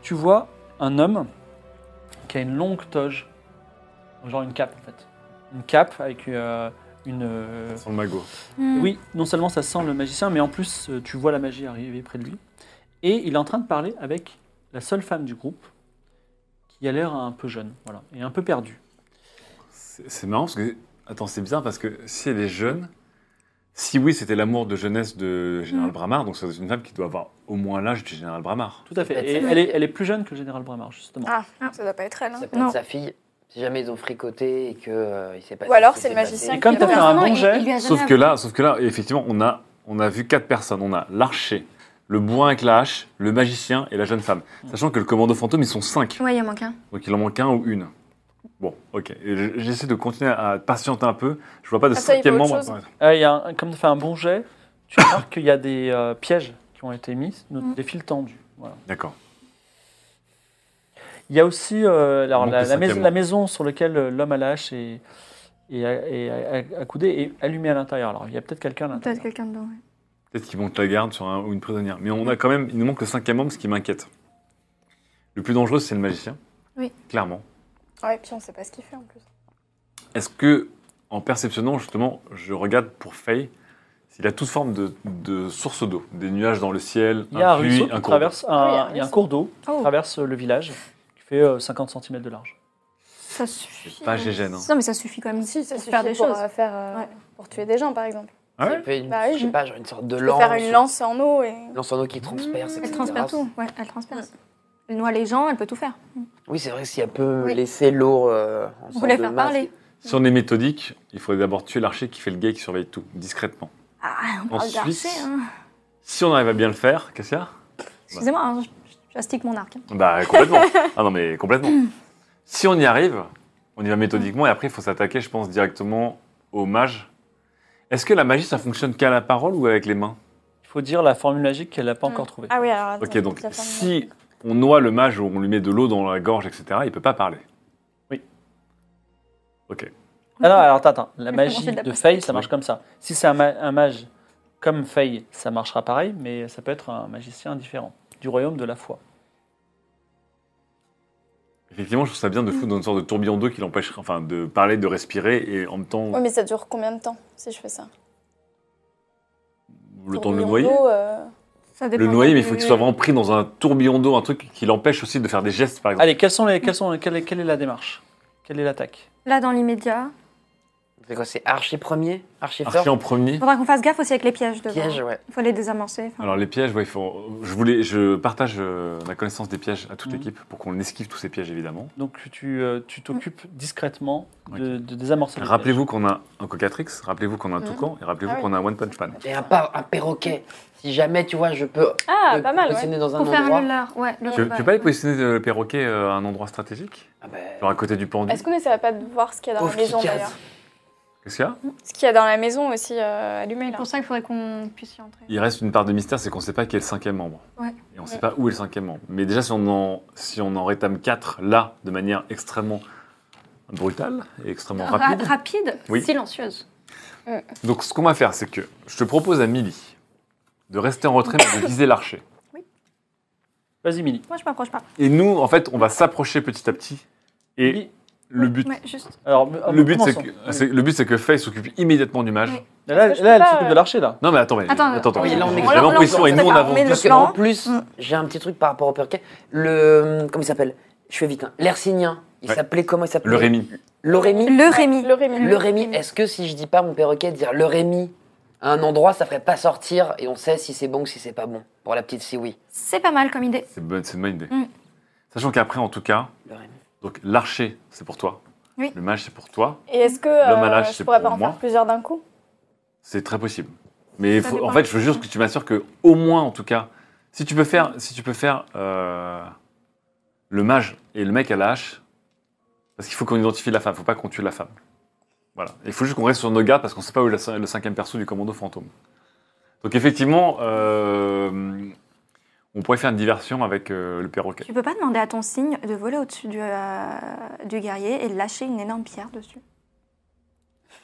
S2: Tu vois un homme qui a une longue toge, genre une cape en fait. Une cape avec euh, une. euh,
S3: Sans le magot.
S6: Mm.
S4: Hum.
S2: Oui, non seulement ça sent le magicien, mais en plus euh, tu vois la magie arriver près de lui. Et il est en train de parler avec la seule femme du groupe, qui a l'air un peu jeune, voilà, et un peu perdue.
S3: C'est c'est marrant parce que Attends, c'est bizarre parce que si elle est jeune, si oui, c'était l'amour de jeunesse de Général
S6: Mm.
S3: Bramard, donc c'est une femme qui doit avoir au moins l'âge du Général Bramard.
S2: Tout à fait.
S5: Peut-être
S2: Et
S5: ça.
S2: elle est, elle est plus jeune que le général Bramard, justement.
S6: Ah, ça doit pas être elle. hein.
S5: Ça peut
S4: Non.
S5: être sa fille, si jamais ils ont fricoté et que euh, il s'est passé.
S6: Ou alors,
S5: ce qui
S6: c'est le
S5: s'est
S6: magicien
S5: passé.
S2: Et comme t'as fait un
S4: Heureusement,
S2: bon
S4: il-
S2: jet,
S4: il lui a jamais
S3: Sauf que là,
S4: avoué.
S3: sauf que là, effectivement, on a, on a vu quatre personnes. On a l'archer, le bourrin avec la hache, le magicien et la jeune femme. Sachant que le commando fantôme, ils sont cinq.
S4: Ouais, il en manque un.
S3: Donc il en manque un ou une. Bon, ok. Et je- J'essaie de continuer à patienter un peu. Je vois pas de
S6: Ah, ça, il
S3: cinquième
S6: veut autre
S3: membre.
S6: chose.
S3: apparaître.
S2: Euh, il y a un- comme tu fais un bon jet, tu remarques qu'il y a des euh, pièges qui ont été mis, no-
S6: Mm.
S2: des fils tendus. Voilà.
S3: D'accord.
S2: Il y a aussi euh, alors,
S3: Il manque
S2: la,
S3: le
S2: la maison,
S3: cinquième.
S2: la maison sur laquelle euh, l'homme à la hache est, est, est- est accoudé et allumée à l'intérieur. Alors il y a peut-être quelqu'un à l'intérieur.
S4: Peut-être quelqu'un dedans. ouais.
S3: Peut-être qu'ils montent la garde sur un ou une prisonnière. Mais on a quand même, il nous manque le cinquième membre, ce qui m'inquiète. Le plus dangereux, c'est le magicien.
S4: Oui.
S3: Clairement.
S6: Ouais, puis on sait pas ce qu'il fait en plus.
S3: Est-ce que, en perceptionnant, justement, je regarde pour Faye s'il a toute forme de, de source d'eau, des nuages dans le ciel,
S2: Il y a un
S3: puits,
S2: ruisseau qui
S3: un cours d'eau.
S2: traverse un,
S6: Oui, il y a un
S2: il y a un
S6: ruisseau.
S2: cours d'eau qui
S4: Oh.
S2: traverse euh, le village qui fait euh, 50 cm de large.
S4: Ça suffit.
S3: C'est pas GGN. hein.
S4: Non, mais ça suffit quand même
S6: Si, ça
S4: pour
S6: suffit
S4: faire des
S6: pour,
S4: choses.
S6: euh, faire, euh,
S4: Ouais.
S6: pour tuer des gens, par exemple.
S3: Ah ouais
S5: Ça peut être une-
S6: Bah oui,
S5: je sais pas, genre une sorte de
S6: Tu peux
S5: lance.
S6: faire une lance en eau et...
S5: une lance en eau qui transperce.
S4: Elle
S5: etc.
S4: transperce tout. Ouais, elle transperce. Elle noie les gens, elle peut tout faire.
S5: Oui, c'est vrai, que si elle peut
S4: Oui.
S5: laisser l'eau. euh, en
S4: On
S5: sorte
S4: voulait
S5: de
S4: faire
S5: masque.
S4: parler.
S3: Si on est méthodique, il faut d'abord tuer l'archer qui fait le gars et qui surveille tout, discrètement.
S4: Ah, on
S3: En
S4: parle
S3: Suisse.
S4: d'archer. Hein.
S3: Si on arrive à bien le faire, Cassia
S4: Excusez-moi, hein, je- j'astique mon arc. hein.
S3: Bah complètement. ah non mais complètement. Si on y arrive, on y va méthodiquement et après il faut s'attaquer, je pense, directement au mage. Est-ce que la magie ça fonctionne qu'à la parole ou avec les mains
S2: Il faut dire la formule magique qu'elle n'a pas encore trouvée.
S6: Ah oui, alors... attends,
S3: Ok donc
S6: la forme
S3: si on noie le mage ou on lui met de l'eau dans la gorge etc, il peut pas parler.
S2: Oui.
S3: Ok.
S2: Ah non, alors attends, attends. La
S6: [LAUGHS]
S4: Elle
S2: magie
S4: fait manger de la
S2: de
S4: pastèque.
S2: Faye, ça marche comme ça. Si c'est un, ma- un mage comme Faye, ça marchera pareil, mais ça peut être un magicien différent, du royaume de la foi.
S3: Effectivement, je trouve ça bien de foutre dans une sorte de tourbillon d'eau qui l'empêche, enfin, de parler, de respirer et en même temps
S6: Ouais, mais ça dure combien de temps, si je fais ça
S3: le temps de le
S6: Tourbillon
S3: noyer.
S6: d'eau, euh,
S4: Ça
S3: Le
S4: dépend
S3: noyer, mais il
S4: du-
S3: faut qu'il soit vraiment pris dans un tourbillon d'eau, un truc qui l'empêche aussi de faire des gestes, par exemple.
S2: Allez, quelles sont les, quelles sont, quelle, est, quelle est la démarche Quelle est l'attaque
S4: Là, dans l'immédiat.
S5: C'est quoi C'est archi premier Archi fort
S3: Archie en premier.
S4: Faudra qu'on fasse gaffe aussi avec les pièges devant.
S5: Piège, ouais.
S4: Il faut les désamorcer. enfin.
S3: Alors les pièges, ouais, il faut... je, voulais, je partage euh, la connaissance des pièges à toute
S4: Mmh.
S2: Mhm.
S3: l'équipe pour qu'on esquive tous ces pièges évidemment.
S2: Donc tu euh, tu t'occupes discrètement de, de désamorcer les
S3: Rappelez-vous qu'on a un Cocatrix, rappelez-vous qu'on a un
S4: Mmh.
S3: toucan et rappelez-vous
S6: Ah oui.
S3: qu'on a un One Punch Man.
S5: Et un, par- un perroquet. Si jamais, tu vois, je peux
S6: Ah,
S5: le
S6: pas mal, ouais.
S5: positionner dans un
S4: Pour faire
S5: endroit.
S4: le leurre. Ouais, le
S3: Tu veux, tu veux pas les positionner euh, le perroquet euh, à un endroit stratégique
S5: Ah ben,
S3: Genre à côté du pendu
S6: Est-ce qu'on essaierait pas de voir ce qu'il y a dans
S5: pauvre
S6: la maison,
S5: Kikaz.
S6: d'ailleurs
S3: Qu'est-ce qu'il y a
S4: Mmh.
S6: Ce qu'il y a dans la maison aussi, euh, allumé,
S4: C'est
S6: là.
S4: pour ça qu'il faudrait qu'on puisse y entrer.
S3: Il reste une part de mystère, c'est qu'on sait pas qui est le cinquième membre.
S4: Ouais.
S3: Et on sait pas où est le cinquième membre. Mais déjà, si on en, si on en rétame quatre là, de manière extrêmement brutale et extrêmement
S4: Ra-
S3: rapide,
S4: rapide,
S3: Oui.
S4: silencieuse.
S3: Donc ce qu'on va faire, c'est que je te propose à Milly de rester en retrait mais de viser l'archer.
S2: Vas-y, Mini.
S4: Moi, je m'approche pas.
S3: Et nous, en fait, on va s'approcher petit à petit. Et
S2: Millie.
S3: le but,
S4: Ouais, juste.
S2: Alors, euh,
S3: le but, c'est
S2: Oh, commençons.
S3: que, ah, c'est- le but, c'est que Faye s'occupe immédiatement du mage.
S4: Oui.
S2: Mais Là,
S6: Parce que je
S2: là,
S6: peux
S2: elle
S6: pas,
S2: s'occupe
S6: euh,
S2: de l'archer, là.
S3: Non, mais attends, mais,
S4: Attends,
S3: attends,
S5: oui, là, on
S3: j'ai
S5: est-
S3: vraiment
S5: on est en
S3: position et nous, on
S4: position, d'accord,
S3: avance.
S4: mais le-
S5: Parce
S3: dessus.
S5: que,
S4: plan.
S5: en plus,
S4: Mm.
S5: j'ai un petit truc par rapport au perroquet. Le. euh, Comment il s'appelle Je fais vite. Hein. L'Ersinien. Il
S3: Ouais.
S5: s'appelait comment il s'appelait
S3: Le Rémi.
S5: Le Rémi.
S4: Le Rémi.
S6: Le Rémi.
S5: Le Rémi. Est-ce que si je dis pas mon perroquet, de dire le Rémi à un endroit, ça ferait pas sortir et on sait si c'est bon ou si c'est pas bon Pour la petite, si oui.
S4: C'est pas mal comme idée.
S3: C'est bonne- c'est une bonne idée.
S4: Mm.
S3: Sachant qu'après, en tout cas,
S5: Le Rémi.
S3: donc l'archer, c'est pour toi.
S4: Oui.
S3: Le mage, c'est pour toi.
S6: Et est-ce que
S3: L'homme à
S6: euh,
S3: l'âge,
S6: je
S3: c'est
S6: pourrais
S3: pour
S6: pas en
S3: moi.
S6: faire plusieurs d'un coup
S3: C'est très possible. Mais il
S4: Ça
S3: faut-
S4: dépend.
S3: en fait, je veux juste que tu m'assures que, au moins, en tout cas, si tu peux faire, si tu peux faire euh, le mage et le mec à la hache, parce qu'il faut qu'on identifie la femme, il faut pas qu'on tue la femme. Voilà. Il faut juste qu'on reste sur nos gardes parce qu'on sait pas où est la- le cinquième perso du commando fantôme. Donc, effectivement, euh, on pourrait faire une diversion avec euh, le perroquet.
S4: Tu peux pas demander à ton signe de voler au-dessus du, euh, du guerrier et de lâcher une énorme pierre dessus.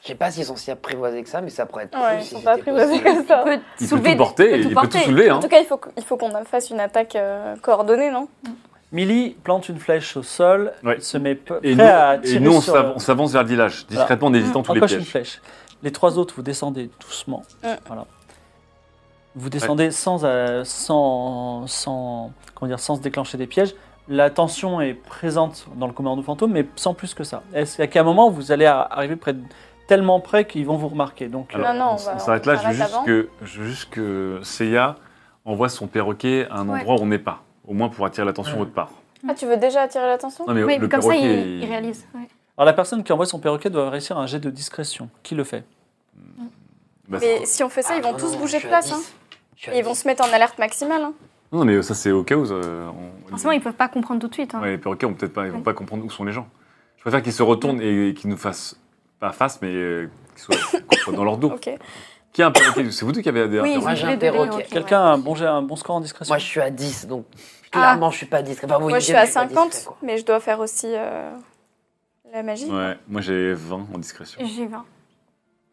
S5: Je sais pas s'ils sont si apprivoisés que ça, mais ça pourrait être. cool
S6: Ouais, ils
S5: si
S6: sont pas
S5: c'était
S6: apprivoisés
S5: possible.
S6: comme ça.
S4: peut
S3: Il peut tout porter, il peut tout soulever.
S6: En
S3: Hein.
S6: tout cas, il faut qu- il faut qu'on fasse une attaque euh, coordonnée, non
S2: Millie plante une flèche au sol,
S3: Ouais.
S2: se met p- prêt
S3: Et nous,
S2: à
S3: et
S2: tirer
S3: nous, on
S2: sur... Mmh.
S3: s'av- on s'avance vers le village, discrètement en évitant tous les
S2: Encoche une
S3: pièges.
S2: flèche. Les trois autres, vous descendez doucement.
S6: Ouais.
S2: Voilà. Vous descendez sans, euh, sans, sans, comment dire, sans se déclencher des pièges. La tension est présente dans le commando fantôme, mais sans plus que ça. Est-ce qu'à un moment, vous allez a- arriver près de- tellement près qu'ils vont vous remarquer. Donc, euh,
S3: Alors,
S6: Non, non,
S3: on
S6: on
S3: s-
S6: va-
S3: on s'arrête là.
S6: on
S3: Je veux
S6: s'arrête
S3: juste
S6: avant.
S3: que, je veux juste que Seiya envoie son perroquet à un
S4: Ouais.
S3: endroit où on n'est pas. Au moins pour attirer l'attention de
S5: Ouais.
S3: votre part.
S6: Ah, tu veux déjà attirer l'attention
S3: Non, mais
S4: Oui,
S3: le
S4: comme ça,
S3: perroquet,
S4: il, il réalise. ouais.
S2: Alors la personne qui envoie son perroquet doit réussir un jet de discrétion. Qui le fait
S3: bah, c'est-
S6: Mais si on fait ça, ils vont
S5: Ah,
S6: tous
S5: non,
S6: bouger
S5: je suis
S6: de
S5: à
S6: place. hein.
S5: 10. Je suis à
S6: Et ils vont
S5: 10.
S6: se mettre en alerte maximale. hein.
S3: Non, mais euh, ça, c'est au cas où. ça, on-
S4: Forcément, ils peuvent pas comprendre tout de suite. hein.
S3: Ouais, les perroquets, on peut peut-être pas, ils vont
S4: Ouais.
S3: pas comprendre où sont les gens. Je préfère qu'ils se retournent et qu'ils nous fassent pas face, mais euh, qu'ils soient, qu'on soit dans leur dos.
S6: Ok.
S3: Qui a un perroquet C'est vous deux qui avez des
S4: Oui,
S5: Moi, j'ai
S4: les
S5: un
S4: deux, les deux,
S5: perroquet.
S4: ok,
S2: Quelqu'un
S4: ouais.
S2: a un bon, jet- un bon score en discrétion
S5: Moi, je suis à 10, donc clairement, je suis pas discret. Enfin, vous
S6: Ah. Moi, je
S5: disiez,
S6: suis à
S5: pas discret,
S6: 50,
S5: quoi.
S6: mais je dois faire aussi euh, la magie.
S3: Ouais, moi j'ai 20 en discrétion.
S4: J'ai 20.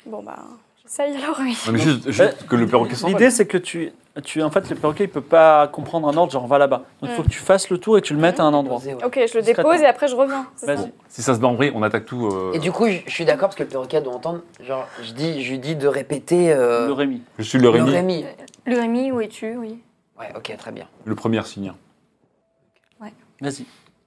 S6: Bon, bah, j'essaye alors.
S3: Non, mais juste, juste
S5: Euh,
S3: que le perroquet s'en
S2: L'idée, c'est que tu, tu, en fait, le perroquet, il peut pas comprendre un ordre, genre va là-bas. Donc il faut
S6: Mm.
S2: que tu fasses le tour et que tu le mettes à un endroit.
S5: Posé, ouais.
S6: Ok, je le
S2: Discrètement.
S6: dépose et après je reviens. c'est ça
S2: Vas-y.
S3: Si ça se bat en vrille, on attaque tout. euh,
S5: Et du coup, je je suis d'accord parce que le perroquet doit entendre. Genre, je dis, je lui dis de répéter. euh,
S2: Le Rémi.
S3: je suis le
S5: le
S3: Rémi,
S5: Rémi.
S4: Le Rémi, où es-tu Oui.
S5: Ouais, ok, très bien.
S3: le premier signe.
S2: Vas-y.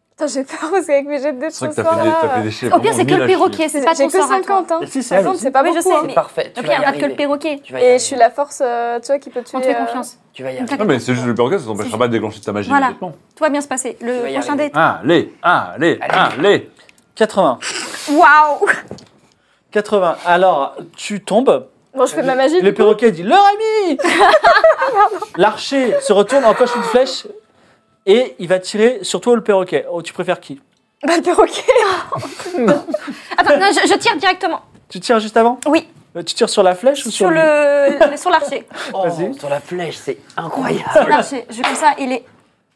S6: Putain, j'ai peur parce qu'avec mes jets de dés de
S3: C'est vrai
S6: ce
S3: que t'as fait,
S6: soir
S3: des- t'as fait
S6: là. euh,
S3: des chiffres
S4: Au pire,
S3: vraiment
S4: c'est que
S3: nuls
S4: le
S3: à chier.
S4: perroquet, c'est pas
S6: J'ai
S4: ton
S6: que
S4: sort à toi.
S6: 50, hein.
S2: Si, c'est
S6: Par
S2: elle
S6: contre,
S2: aussi.
S6: c'est pas
S4: Oui, je
S6: beaucoup.
S4: sais,
S6: hein.
S5: C'est parfait.
S4: Au
S5: Tu vas
S4: pire,
S5: y
S4: il regarde que le
S5: arriver.
S4: perroquet.
S5: Tu vas y
S6: Et
S5: arriver.
S6: je suis la force, euh, tu vois, qui peut tuer.
S4: On te fait
S6: euh,
S4: confiance.
S5: Tu vas y
S4: On
S5: arriver.
S4: t'a-
S3: Non, mais c'est juste le perroquet, ça t'empêchera pas de déclencher ta magie
S4: Voilà.
S3: immédiatement.
S4: Tout va bien se passer.
S5: Tu vas
S4: Le
S5: y
S4: prochain
S5: arriver.
S4: date.
S3: Allez, allez,
S5: Allez.
S3: allez
S2: 80.
S4: Waouh
S2: 80. Alors, tu tombes.
S6: Bon, je fais ma magie.
S2: Le
S6: du coup.
S2: perroquet dit Le Rémi [LAUGHS] L'archer se retourne, encoche une flèche et il va tirer sur toi ou le perroquet. Oh, tu préfères qui
S6: Bah, le perroquet.
S4: Attends, non, je, je tire directement.
S2: Tu tires juste avant
S4: Oui,
S2: Euh, Tu tires sur la flèche ou sur,
S4: sur
S2: lui
S4: le sur l'archer.
S5: Oh,
S2: Vas-y.
S5: sur la flèche, c'est incroyable.
S4: Sur l'archer. Je comme ça, il est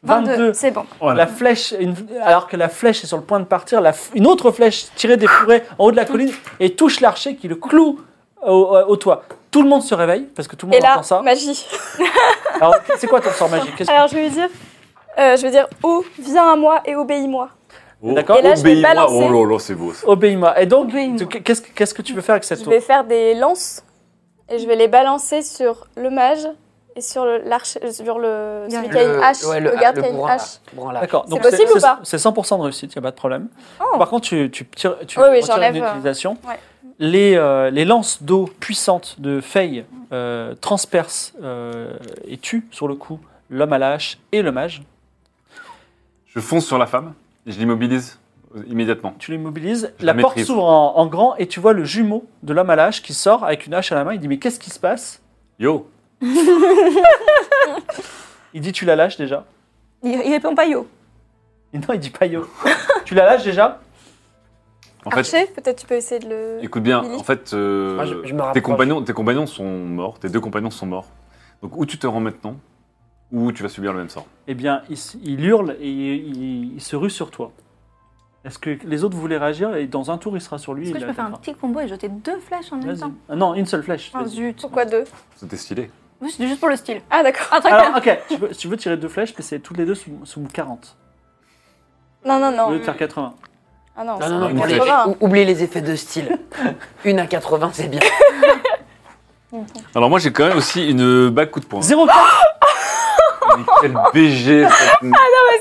S4: 22.
S2: 22.
S4: C'est bon.
S2: Oh, La flèche, une- alors que la flèche est sur le point de partir, la f- une autre flèche tirée des fourrés en haut de la colline et touche l'archer qui le cloue au, au toit. Tout le monde se réveille parce que tout le
S6: Et
S2: monde
S6: là,
S2: entend ça.
S6: magie.
S2: Alors, c'est quoi ton sort magique
S6: [LAUGHS]
S2: Qu'est-ce que-
S6: Alors, je vais lui dire. euh, je vais dire, oh, viens à moi et obéis-moi.
S3: Oh,
S2: D'accord.
S6: Et là, je vais
S3: obéis-moi.
S6: balancer.
S3: Oh là là, c'est beau ça.
S2: Obéis-moi. Et donc,
S4: Obéis-moi.
S2: tu- qu'est-ce que- qu'est-ce que tu veux faire avec cette
S6: Je
S2: tour
S6: vais faire des lances et je vais les balancer sur le mage et sur le- l'archer, euh, sur le celui
S4: Le-
S6: qui a une hache,
S5: ouais,
S6: le, garde qui a une
S5: bourrin, là.
S6: hache.
S5: Branlard.
S2: D'accord. donc
S6: possible ou
S2: c'est-
S6: pas
S2: C'est 100% de réussite, il n'y a pas de problème.
S6: Oh.
S2: Par contre, tu, tu, tires- tu
S6: Oui, oui,
S2: retires
S6: j'enlève,
S2: une
S6: euh,
S2: utilisation.
S6: ouais.
S2: Les, euh, les lances d'eau puissantes de Fey euh, transpercent euh, et tuent sur le coup l'homme à la hache et le mage.
S3: Je fonce sur la femme et je l'immobilise immédiatement.
S2: Tu l'immobilises,
S3: Je
S2: la
S3: la
S2: porte
S3: maîtrise.
S2: s'ouvre en, en grand et tu vois le jumeau de l'homme à la hache qui sort avec une hache à la main. Il dit Mais qu'est-ce qui se passe
S3: Yo
S2: Il dit Tu la lâches déjà
S4: Il, il répond pas yo.
S2: Et Non, il dit pas
S6: [LAUGHS]
S2: yo. tu la lâches déjà
S3: En fait,
S6: Archer, peut-être tu peux essayer de le.
S3: écoute bien,
S6: Billy
S3: en fait, euh,
S5: Moi, je- je me
S3: tes,
S5: rapproche.
S3: compagnons, tes compagnons sont morts, tes deux compagnons sont morts. Donc, ou tu te rends maintenant, ou tu vas subir le même sort.
S2: Eh bien, il, s- il hurle et il, il- il se rue sur toi. Est-ce que les autres voulaient réagir Et dans un tour, il sera sur lui.
S4: Est-ce que
S2: il
S4: je peux faire un
S2: attaquera.
S4: petit combo et jeter deux flèches en même
S2: Vas-y.
S4: temps
S2: Ah Non, une seule flèche.
S4: Oh zut.
S6: Pourquoi deux
S3: C'était stylé.
S4: Oui, C'était juste pour le style.
S6: Ah d'accord.
S4: Un truc
S2: Alors, ok, tu veux, tu veux tirer deux flèches, mais c'est toutes les deux sous, sous
S4: [LAUGHS]
S2: 40.
S6: [LAUGHS] Non non
S2: Au lieu
S6: non.
S2: de faire 80.
S6: Ah non.
S5: Non, non, non,
S3: Une
S5: pour les-
S3: flèche.
S5: ou- oubliez les effets de style. [LAUGHS] Une à 80, c'est bien.
S3: Alors, moi, j'ai quand même aussi une bague coup de
S2: [LAUGHS]
S3: poing.
S2: 04
S3: Mais quel BG cette-
S6: mais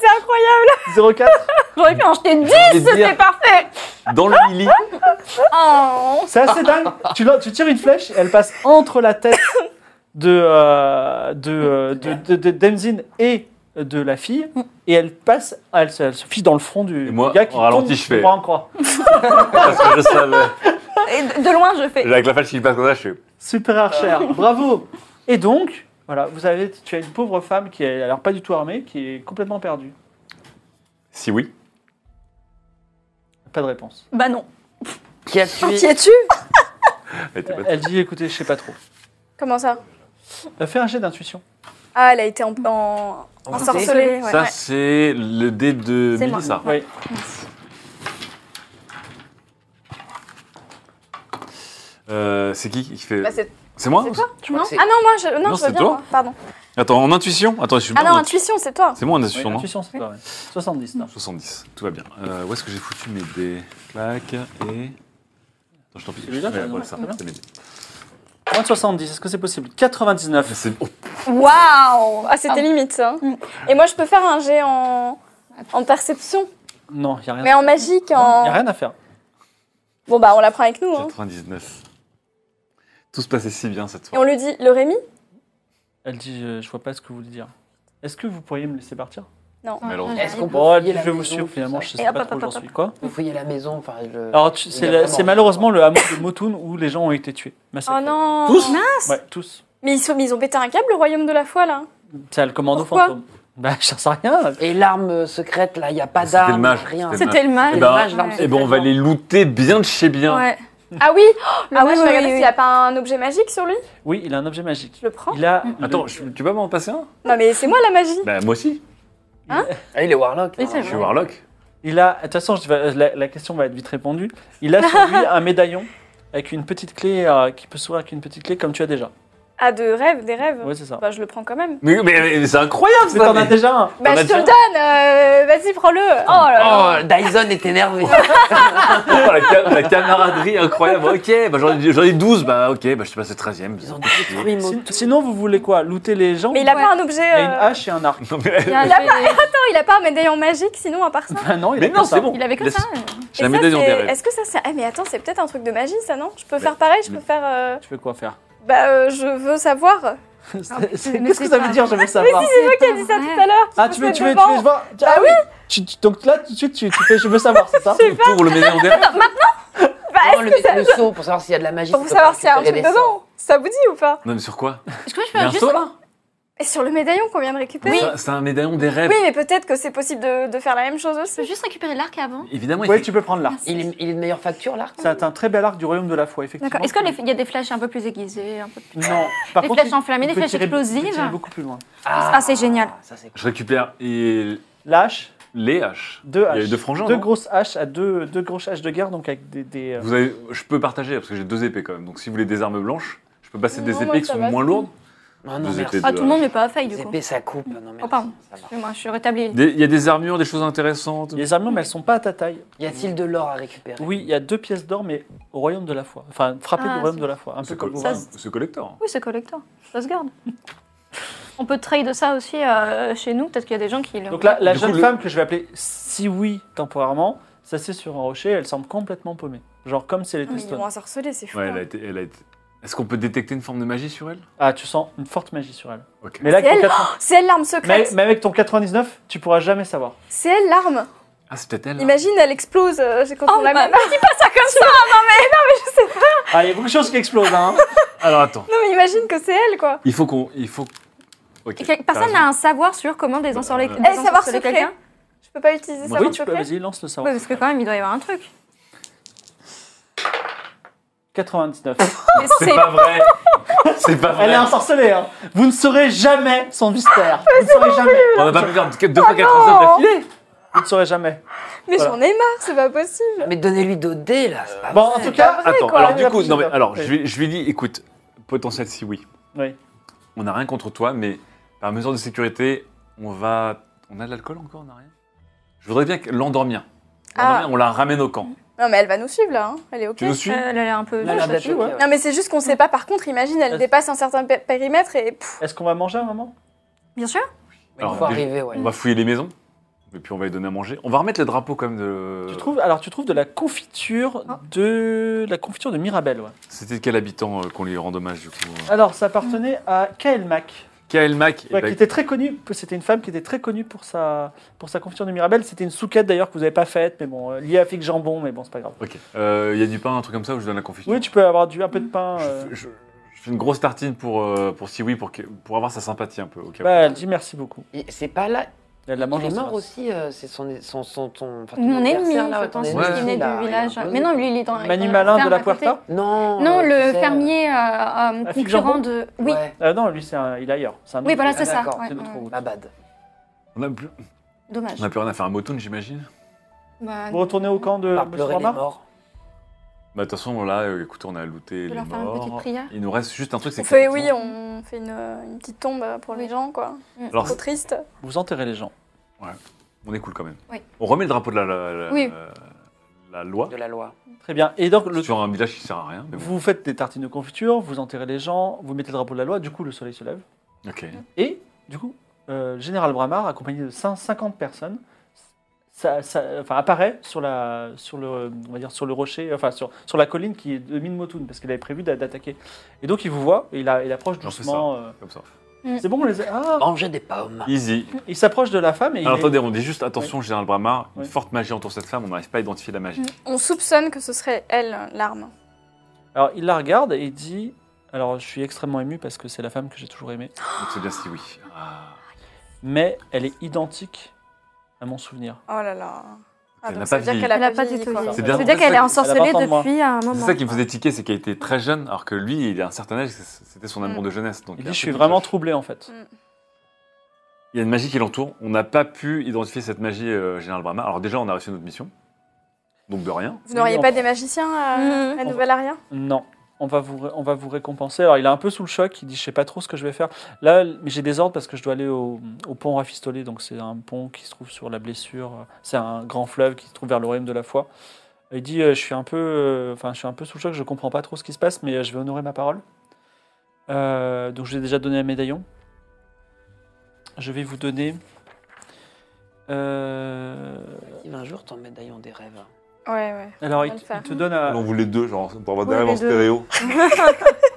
S6: c'est incroyable.
S2: 04
S4: J'aurais pu en jeter 10,
S3: Je vais
S4: c'était
S3: dire,
S4: parfait
S3: Dans le mili,
S4: Oh
S2: C'est assez dingue. Tu, lan- tu tires une flèche, elle passe entre la tête de, euh, de, euh, de, de- de Demzin et de la fille, et elle passe, elle, se- elle se fiche dans le front du,
S3: Et moi,
S2: du gars qui
S3: en ralenti,
S2: tombe
S3: je fais.
S2: droit en croix.
S3: parce que je savais.
S4: Et de, de loin, je fais.
S3: Avec la flèche qui passe comme ça, je fais.
S2: Super archer, bravo Et donc, voilà, vous avez, tu as une pauvre femme qui est alors pas du tout armée, qui est complètement perdue.
S3: Si oui.
S2: Pas de réponse.
S4: Bah non.
S5: Qui a tué
S6: Qui es-tu
S3: Elle était
S5: Bah,
S3: bête.
S2: Elle dit, écoutez, je sais pas trop.
S6: Comment ça
S2: Euh, Fais un jet d'intuition.
S6: Ah, elle a été en, en...
S5: Envoûté.
S6: ensorcelée. ouais.
S3: Ça,
S6: Ouais.
S3: c'est le dé de
S4: C'est moi.
S5: Ah.
S3: Mélissa.
S2: Oui.
S3: Euh, c'est qui qui fait.
S6: Bah, c'est
S3: c'est moi
S6: c'est toi
S5: Je crois
S6: non
S5: que c'est-
S6: Ah non moi je non,
S3: Non,
S6: je vois
S3: c'est
S6: bien
S3: toi.
S6: moi. Pardon.
S3: Attends, en intuition Attends, je suis
S6: Ah
S3: bien
S6: non
S3: en-
S6: intuition c'est toi.
S3: C'est moi en
S2: Oui,
S3: intuition, non
S2: intuition, c'est toi, ouais. 70. non.
S3: 70, tout va bien. Euh, où est-ce que j'ai foutu mes dés Clac et. Attends, je t'en prie.
S2: Celui-là,
S3: Ouais,
S2: t'as-
S3: voilà, ça,
S2: non.
S3: c'est mes dés.
S2: Moins de 70, est-ce que c'est possible 99.
S3: Mais c'est- oh,
S4: Waouh
S6: Ah c'était
S4: Ah.
S6: limite ça. hein.
S4: Mm.
S6: Et moi je peux faire un jet en en perception,
S2: Non, il n'y a rien.
S6: mais en magique
S2: Non, y
S6: en.
S2: a rien à faire.
S6: Bon, bah, on la prend avec nous. Hein.
S3: 99. Tout se passait si bien cette
S6: Et on
S3: soirée.
S6: lui dit, le Rémi
S2: Elle dit euh, Je vois pas ce que vous voulez dire. Est-ce que vous pourriez me laisser partir
S6: Non.
S3: Malheureusement.
S5: Est-ce qu'on peut
S2: Bon, elle dit
S5: fouiller
S2: Je
S5: la
S2: vais vous
S5: maison,
S2: suivre
S5: tout
S2: finalement,
S5: ça
S2: je sais
S4: Et hop,
S2: pas
S4: hop,
S2: trop où
S4: hop,
S2: j'en
S4: hop,
S2: suis. Quoi
S5: Vous fouillez la maison, enfin, je...
S2: Alors, tu-
S5: Il y
S2: c'est
S5: a
S2: la-
S5: vraiment-
S2: c'est malheureusement le hameau de Motun où les gens ont été tués.
S6: Oh
S2: massacrés.
S6: non
S5: Tous
S2: Ouais, tous.
S6: mais ils, sont- mais ils ont pété un câble, le royaume de la foi, là.
S2: C'est le commando
S6: Pourquoi
S2: fantôme. Bah, [LAUGHS] j'en sais rien.
S5: Et l'arme secrète, là, il n'y a pas
S3: C'était le
S5: d'arme,
S3: mage,
S5: rien.
S3: c'était
S4: C'était le
S5: C'est
S4: mal.
S5: le
S3: bah,
S5: mage, l'arme
S4: Ah. eh
S3: Eh
S5: secrète.
S3: ben, on va
S5: non.
S3: les looter bien de chez bien.
S4: Ouais.
S2: Mm.
S6: Ah oui Le
S4: Ah
S6: mage,
S4: oui,
S6: je vais
S4: oui,
S6: regarder
S4: oui,
S6: s'il
S4: oui.
S6: n'y a pas un objet magique sur lui.
S2: Oui, il a un objet magique.
S6: Je le prends.
S2: Il a.
S3: Attends,
S2: le-
S3: je- tu peux m'en passer un
S6: Non, mais c'est moi la magie.
S3: Bah, moi aussi.
S5: Ah, il est warlock.
S4: Oui,
S5: hein.
S4: c'est
S3: Je
S4: vrai.
S3: suis Warlock.
S2: Il a, de toute façon, je vais- euh, la, la question va être vite répondue. Il a sur lui un médaillon avec une petite clé euh, qui peut s'ouvrir avec une petite clé comme tu as déjà.
S6: Ah, de rêve, des rêves.
S2: Ouais, c'est ça.
S6: Bah, je le prends quand même.
S3: Mais, mais- mais c'est incroyable
S2: Mais t'en
S3: ça
S2: as
S3: mais-
S2: déjà un.
S6: Bah,
S3: a
S6: je te
S3: déjà-
S6: le donne euh, Vas-y, prends-le Oh là là
S5: Oh, Dyson est énervé.
S3: Oh, la, ca- la camaraderie incroyable. Ok, bah, j'en ai, j'en ai 12. Bah, ok, bah, je suis passé 13 e
S5: Ils ont détruit mon...
S2: Sin- Sinon, vous voulez quoi Looter les gens
S6: Mais il a
S4: Ouais.
S6: pas un objet...
S2: Il a une
S6: euh,
S2: hache et un arc.
S3: [LAUGHS]
S4: Il y a un
S6: Il a
S4: fait-
S6: Non, il a pas un médaillon magique, sinon, à part ça.
S2: Ah non, il a
S3: Mais
S2: pas
S3: non,
S2: ça.
S3: c'est bon.
S4: Il avait que
S3: Laisse-
S4: ça.
S3: J'ai
S6: Et
S3: la
S6: ça,
S3: médaille en
S6: c'est-
S3: derrière.
S6: Est-ce que ça, c'est... Ah, mais attends, c'est peut-être un truc de magie, ça, non Je peux faire pareil, je peux faire... euh,
S2: Tu veux quoi faire
S6: Bah, euh, je veux savoir.
S2: [LAUGHS] C'est-
S4: Ah, mais
S2: c'est-
S4: c'est-
S2: Qu'est-ce que ça
S4: mais
S2: veut
S4: c'est
S2: dire Je veux savoir.
S6: C'est toi qui as dit ça tout à l'heure.
S2: Ah, tu veux,
S6: passes
S2: tu veux, tu
S6: devant.
S2: veux, je vois. Ah oui Tu- tu- Donc là, tout de suite, tu, tu fais, je veux savoir, c'est ça
S3: Pour le
S6: [LAUGHS]
S3: médaillon
S6: Bah,
S5: Non, le, le saut pour savoir s'il y a de la magie.
S6: pour
S5: tu peux
S6: savoir
S5: pas
S6: s'il y a un truc
S5: récupérer des sorts.
S6: dedans. Ça vous dit ou pas
S3: Non, mais sur quoi
S4: Est-ce que je
S3: Il y a
S4: peux
S3: un
S4: juste.
S3: saut là
S6: Et sur le médaillon qu'on vient de récupérer
S3: Ça, C'est un médaillon des rêves.
S6: Oui, mais peut-être que c'est possible de, de faire la même chose
S4: Je peux
S6: aussi.
S4: juste récupérer l'arc avant.
S3: Évidemment, il
S2: Oui,
S3: fait-
S2: tu peux
S4: Ah,
S2: prendre l'arc.
S5: Il est, il est de meilleure facture, l'arc
S2: C'est un très bel arc du royaume de la foi, effectivement.
S4: D'accord. Est-ce qu'il y a des flèches un peu plus aiguisées un peu plus-
S2: Non. Par
S4: Des
S2: contre,
S4: flèches enflammées,
S2: tu
S4: des
S2: peux
S4: flèches
S2: tirer- tu peux
S4: explosives.
S2: tirer beaucoup plus loin.
S4: Ah, c'est génial.
S5: Ça, c'est cool.
S3: je récupère et
S2: L'âche,
S3: les haches.
S2: deux haches.
S3: Il y a eu deux frangins.
S2: Deux
S3: non
S2: grosses haches à deux, deux grosses haches de guerre, donc avec des. des, euh,
S3: Vous avez- Je peux partager parce que j'ai deux épées quand même. Donc si vous voulez des armes blanches, je peux passer
S6: Non,
S3: des
S6: moi,
S3: épées qui
S6: ça
S3: sont
S6: va,
S3: moins
S6: c'est
S3: lourdes.
S5: Non, non,
S3: Vous
S5: merci.
S3: êtes-
S4: Ah, tout le monde n'est pas à faille
S5: Les
S4: du coup.
S5: épées, ça coupe. Non, merci.
S4: Oh, pardon.
S5: ça va.
S4: Excuse-moi, je suis rétablie.
S3: Des- Il y a des armures, des choses intéressantes.
S2: Les armures, mais elles sont pas à ta taille.
S5: Y a-t-il de l'or à récupérer
S2: Oui, il y a deux pièces d'or, mais au royaume de la foi. Enfin, frappées
S4: Ah,
S2: du royaume
S4: c'est-
S2: de la foi. Un peu
S3: C'est
S2: comme
S3: co-
S2: au
S4: ça,
S2: royaume.
S3: c'est collector.
S4: Oui, c'est collector. Ça se garde. [LAUGHS] On peut trade ça aussi euh, chez nous. Peut-être qu'il y a des gens qui le.
S2: Donc là, la
S3: Du
S2: jeune
S3: coup, le-
S2: femme que je vais appeler Siwi temporairement, s'assied sur un rocher, elle semble complètement paumée. Genre comme si elle
S4: Ah,
S2: était
S6: Mais ils
S2: stone.
S6: vont ensorceler, c'est fou.
S3: Ouais,
S6: hein.
S3: elle a été. elle a été- Est-ce qu'on peut détecter une forme de magie sur elle
S2: Ah, tu sens une forte magie sur elle.
S3: Ok.
S2: Mais là, avec
S6: C'est
S2: ton
S6: elle
S2: 80
S6: C'est elle l'arme
S2: mais,
S6: secrète.
S2: mais avec ton 99, tu pourras jamais savoir.
S6: C'est elle l'arme.
S3: Ah, c'est peut-être elle. là.
S6: Imagine, elle explose euh, quand
S4: Oh,
S6: on la
S4: bah,
S6: met. Dis pas ça comme ça
S2: Ah, il y a beaucoup de choses qui explosent, hein.
S3: Alors attends.
S6: Non, mais imagine que c'est elle, quoi.
S3: Il faut qu'on. Il faut. Ok,
S4: Et quel- Personne
S3: t'as
S4: n'a un savoir sur comment des ensorceler
S3: Euh,
S4: des
S6: Eh, savoir
S4: ensorceler
S6: secret.
S4: quelqu'un
S6: Je peux pas utiliser
S3: Bah
S6: ça
S2: oui,
S6: en
S2: tu peux.
S6: secret.
S2: Vas-y, lance le savoir.
S4: Oui, parce que quand même, il doit y avoir un truc.
S2: 99.
S6: Mais
S3: raison. C'est
S6: c'est-
S3: pas vrai. C'est pas
S2: Elle est
S3: vrai. [LAUGHS]
S2: ensorcelée, hein. Vous ne saurez jamais son mystère. Vous ne saurez jamais.
S3: On n'a pas pu faire deux fois 4 heures
S6: non.
S3: d'affilée.
S2: Vous ne saurez jamais.
S6: Mais
S2: Voilà.
S6: j'en ai marre, c'est pas possible.
S5: Mais donnez-lui d'autres dés, là. c'est pas
S2: Bon,
S5: vrai.
S2: en tout cas,
S3: Attends,
S2: Ah, quoi.
S3: alors
S2: Il
S3: du
S2: a
S3: coup,
S2: plus
S3: non mais
S2: de-
S3: alors,
S2: Oui.
S3: je lui, je lui dis, écoute, potentiel si oui,
S2: oui.
S3: on n'a rien contre toi, mais par mesure de sécurité, on va, on a de l'alcool encore, on n'a rien. Je voudrais bien que l'endormir. L'endormir,
S6: Ah.
S3: On la ramène au camp.
S6: Non, mais elle va nous suivre, là. hein. Elle est OK.
S3: Tu nous suis
S4: Euh, elle a l'air un peu.
S2: Elle a l'air d'être
S5: Là-dessus,
S2: ouais.
S5: ouais.
S6: Non, mais c'est juste qu'on sait pas. Par contre, imagine, elle
S2: Est-ce-
S6: dépasse un certain pé- périmètre et... pff,
S2: Est-ce qu'on va manger un moment
S4: Bien sûr.
S5: Il
S3: Alors,
S5: faut
S3: déjà-
S5: arriver, ouais.
S3: On va fouiller les maisons, et puis on va les donner à manger. On va remettre les drapeaux quand même de.
S2: Tu trouves alors tu trouves de la confiture de la confiture de Mirabelle. Ouais.
S3: C'était quel habitant euh, qu'on lui rend hommage du coup euh
S2: Alors ça appartenait à Kael Mack,
S3: Kael eh ben, Mac.
S2: ouais, qui était très connue. C'était une femme qui était très connue pour sa pour sa confiture de Mirabelle. C'était une souquette d'ailleurs que vous n'avez pas faite, mais bon, euh, liée à figue jambon, mais bon c'est pas grave.
S3: Ok. Euh, Il y a du pain, un truc comme ça où je donne la confiture.
S2: Oui, tu peux avoir du un peu de pain. euh.
S3: Je, je- je fais une grosse tartine pour euh, pour Siwi pour que- pour avoir sa sympathie un peu. Ok.
S2: Bah, elle dit merci beaucoup.
S5: Et C'est pas là.
S2: Elle la mange
S5: Il
S2: en
S5: est mort
S2: terrasse.
S5: aussi. euh, c'est son, son, son, ton- enfin, ton
S4: Mon ennemi,
S5: adversaire, là,
S4: je
S5: ouais, ton
S4: pense,
S5: ennemi,
S4: qui venait
S5: là,
S4: du
S5: il a
S4: village.
S5: imposé.
S4: Mais non, lui, il est dans.
S2: Manu
S4: dans la
S2: Malin de
S4: ferme
S2: la
S4: à côté.
S2: Puerta
S5: Non.
S4: Non,
S5: euh, tu
S4: le
S5: sais, euh,
S4: fermier euh, euh,
S2: Figue
S4: concurrent de. Oui.
S5: ouais.
S2: Ah non, lui c'est un- il est ailleurs. C'est un
S4: Oui,
S2: autre-
S4: voilà,
S5: Ah,
S4: c'est ça.
S5: d'accord.
S4: Ouais,
S2: C'est notre
S4: ouais. Bah,
S2: route.
S5: Ma bad.
S3: On a plus,
S4: Dommage.
S3: on a plus rien à faire à Motown, j'imagine.
S4: Bah,
S2: Vous retournez au camp de
S5: Par pleurer les
S2: Boursorama
S5: morts.
S3: Bah de toute façon là, euh, écoutez, on a looté
S4: Je peux
S3: les
S4: leur faire une petite
S3: morts.
S4: prière.
S3: Il nous reste juste un truc, c'est
S6: on fait, oui,
S3: qu'effectivement-
S6: on fait une, euh, une petite tombe pour les
S4: Oui.
S6: gens, quoi.
S3: Alors,
S6: Trop triste.
S2: Vous enterrez les gens.
S3: on est cool quand même.
S4: Oui.
S3: On remet le drapeau de la, la, la-
S4: Oui.
S3: euh, la loi
S5: De la loi.
S2: Très bien. Et donc le
S3: sur un village qui sert à rien. Mais bon.
S2: Vous faites des tartines de confiture, vous enterrez les gens, vous mettez le drapeau de la loi, du coup le soleil se lève.
S3: Ok.
S2: Et du coup, euh, le général Bramar, accompagné de cin- 50 personnes, ça, ça- enfin, apparaît sur, la, sur, le, on va dire, sur le rocher, enfin sur, sur la colline qui domine Motun, parce qu'il avait prévu d'a- d'attaquer. Et donc il vous voit, et il, a- il approche
S3: J'en fais
S2: doucement. euh,
S3: Comme ça.
S2: C'est bon, on les a- ah
S5: Mangez des pommes.
S3: Easy.
S2: Il s'approche de la femme et il
S3: Alors
S2: est-
S3: Ah, attendez, on dit juste attention, Général Bramar, une
S2: Ouais.
S3: forte magie entoure cette femme, on n'arrive pas à identifier la magie.
S6: On soupçonne que ce serait elle, euh, l'arme.
S2: Alors il la regarde et il dit. Alors je suis extrêmement ému parce que c'est la femme que j'ai toujours aimée,
S3: Donc c'est bien si oui. Ah.
S2: mais elle est identique à mon souvenir.
S6: Oh là là. Ah,
S3: Elle
S6: donc
S3: n'a
S6: ça
S3: pas
S6: veut dire
S3: vieilli.
S6: qu'elle a,
S7: Elle a
S6: pas
S7: pas
S6: vieilli,
S7: du tout
S6: quoi.
S7: vieilli.
S3: C'est
S7: Ça
S3: bien.
S7: veut dire qu'elle est ensorcelée
S2: Elle a 20 ans de moins.
S7: depuis un moment.
S3: C'est ça qui me faisait tiquer, c'est qu'elle était très jeune, alors que lui, il a un certain âge, c'est- c'était son amour
S6: Mm.
S3: de jeunesse. Donc
S2: Il
S3: y a un
S2: dit je
S3: truc
S2: suis
S3: qui
S2: vraiment
S3: cloche.
S2: troublé en fait.
S3: Il y a une magie qui l'entoure, on n'a pas pu identifier cette magie, euh, Général Bramar. Alors déjà, on a réussi notre mission, donc de rien.
S6: Vous n'auriez
S2: Oui,
S6: pas
S2: on-
S6: des magiciens à,
S7: Mhm.
S6: à Nouvelle-Aria
S2: Non, on va, vous, ré- on va vous récompenser. Alors, il est un peu sous le choc, il dit, je sais pas trop ce que je vais faire. Là, l- mais j'ai des ordres parce que je dois aller au, au pont rafistolé, donc c'est un pont qui se trouve sur la blessure, c'est un grand fleuve qui se trouve vers le royaume de la foi. Il dit, euh, je suis un peu, euh, enfin, je suis un peu sous le choc, je comprends pas trop ce qui se passe, mais euh, je vais honorer ma parole. Euh, donc, je vous ai déjà donné un médaillon. Je vais vous donner... euh,
S5: Yves, Un jour, ton médaillon des rêves.
S6: Ouais, [LAUGHS] ouais.
S2: alors, il,
S6: va le faire.
S2: il te donne à,
S8: Euh, On voulait deux, genre, pour avoir
S7: Oui,
S8: des rêves
S7: les
S8: en
S7: deux.
S8: stéréo.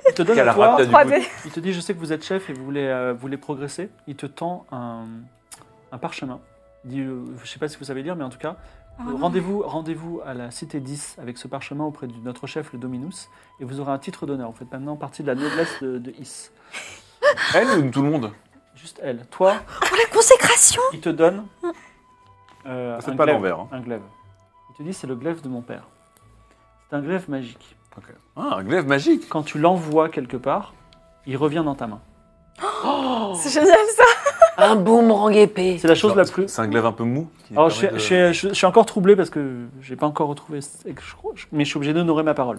S2: il te donne
S8: Quelle
S2: à toi,
S8: rapide, du coup.
S6: 3D.
S2: Il te dit, je sais que vous êtes chef et vous voulez, euh, vous voulez progresser. Il te tend un, un parchemin. Il dit, euh, je ne sais pas si vous savez lire, mais en tout cas, euh, rendez-vous rendez-vous à la cité 10 avec ce parchemin auprès de notre chef, le Dominus, et vous aurez un titre d'honneur. Vous faites maintenant partie de la noblesse de, de Is.
S3: Elle ou tout le monde
S2: Juste elle. Toi,
S7: Oh, la consécration
S2: il te donne euh, [LAUGHS]
S3: C'est
S2: un
S3: pas à
S2: glaive.
S3: l'envers. hein.
S2: Un glaive. Il te dit, c'est le glaive de mon père. C'est un glaive magique.
S3: Ok. Ah, un glaive magique
S2: Quand tu l'envoies quelque part, il revient dans ta main.
S6: C'est génial ça.
S5: Un boomerang épée.
S2: C'est la chose
S3: Genre,
S2: la plus
S3: C'est un glaive un peu mou. qui
S2: Alors, je suis,
S3: permet
S2: je,
S3: de-
S2: suis- je- je suis encore troublé parce que j'ai pas encore retrouvé, ce- je crois- je- mais je suis obligé d'honorer ma parole.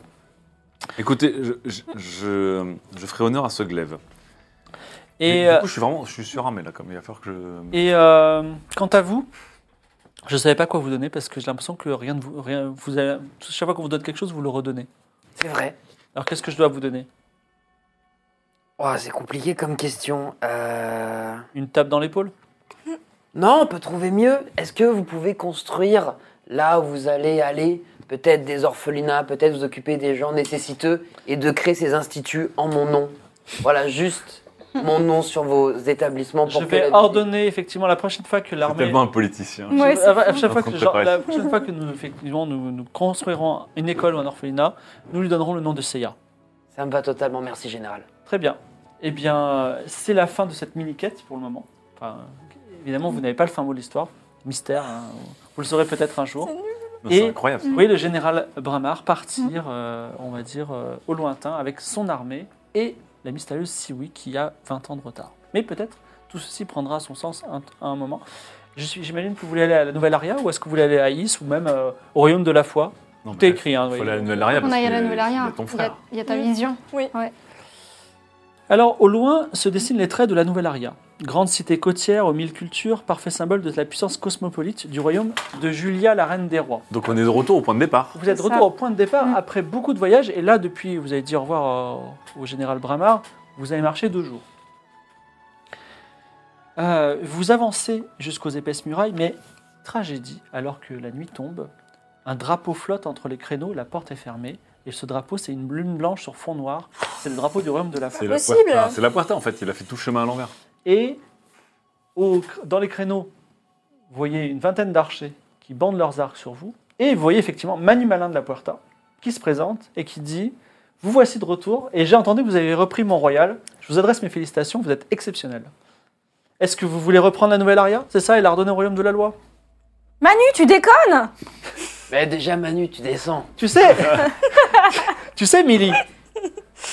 S3: Écoutez, je, je, je, je ferai honneur à ce glaive. Mais
S2: Et,
S3: du
S2: euh,
S3: coup, je suis vraiment, je suis surarmé là, comme il va falloir que je.
S2: et euh, quant à vous, je savais pas quoi vous donner parce que j'ai l'impression que rien de vous, rien, vous avez- chaque fois qu'on vous donne quelque chose, vous le redonnez.
S5: C'est vrai.
S2: Alors qu'est-ce que je dois vous donner
S5: Oh, c'est compliqué comme question. Euh...
S2: Une tape dans l'épaule
S5: Non, on peut trouver mieux. Est-ce que vous pouvez construire là où vous allez aller peut-être des orphelinats, peut-être vous occuper des gens nécessiteux et de créer ces instituts en mon nom Voilà, juste mon nom sur vos établissements pour
S2: Je
S5: que
S2: vais
S5: la-
S2: ordonner effectivement la prochaine fois que
S3: C'est
S2: l'armée.
S3: tellement un politicien.
S2: Je-
S6: Ouais, c'est
S2: à- à chaque fois
S3: On
S2: que,
S3: se
S2: genre,
S3: prépare.
S2: la prochaine fois que nous, effectivement, nous, nous construirons une école ou un orphelinat, nous lui donnerons le nom de Seiya.
S5: Ça me va totalement, merci général.
S2: Très bien. Eh bien, euh, c'est la fin de cette mini-quête pour le moment. Enfin, euh, évidemment, vous n'avez pas le fin mot de l'histoire. Mystère, hein. vous le saurez peut-être un jour.
S3: Non, C'est
S2: Et-
S3: incroyable. ça. Mm.
S2: Vous voyez le général Bramar partir, euh, on va dire, euh, au lointain avec son armée et la mystérieuse Siwi qui a 20 ans de retard. Mais peut-être tout ceci prendra son sens un- à un moment. Je suis- J'imagine que vous voulez aller à la Nouvelle-Aria ou est-ce que vous voulez aller à Is ou même euh, au Royaume de la Foi
S3: Non,
S2: Tout
S3: mais
S2: est écrit. hein, vous
S3: Faut
S2: voyez.
S3: aller à la nouvelle aria.
S7: On a
S3: parce
S7: y a la
S3: que
S7: nouvelle
S3: il y
S7: rien.
S3: a ton
S7: Il y a-
S3: frère.
S7: il y a ta
S6: Oui.
S7: vision.
S6: Oui.
S7: Ouais.
S2: Alors, au loin se dessinent les traits de la Nouvelle-Aria, grande cité côtière aux mille cultures, parfait symbole de la puissance cosmopolite du royaume de Julia, la reine des rois.
S3: Donc on est de retour au point de départ.
S2: Vous êtes
S7: C'est
S2: retour
S7: ça.
S2: au point de départ
S7: Mm.
S2: après beaucoup de voyages, et là, depuis, vous avez dit au revoir euh, au général Bramar, vous avez marché deux jours. Euh, vous avancez jusqu'aux épaisses murailles, mais tragédie, alors que la nuit tombe, un drapeau flotte entre les créneaux, la porte est fermée, et ce drapeau, c'est une lune blanche sur fond noir, c'est le drapeau du royaume de la
S3: C'est la
S6: Possible.
S3: Puerta. C'est la Puerta, en fait. Il a fait tout le chemin à l'envers.
S2: Et au- dans les créneaux, vous voyez une vingtaine d'archers qui bandent leurs arcs sur vous. Et vous voyez effectivement Manu Malin de la Puerta qui se présente et qui dit Vous voici de retour et j'ai entendu que vous avez repris mon royal. Je vous adresse mes félicitations, vous êtes exceptionnel. Est-ce que vous voulez reprendre la nouvelle aria C'est ça et la redonner au royaume de la loi
S7: Manu, tu déconnes
S5: Mais déjà Manu, tu descends.
S2: Tu sais Tu sais, Milly,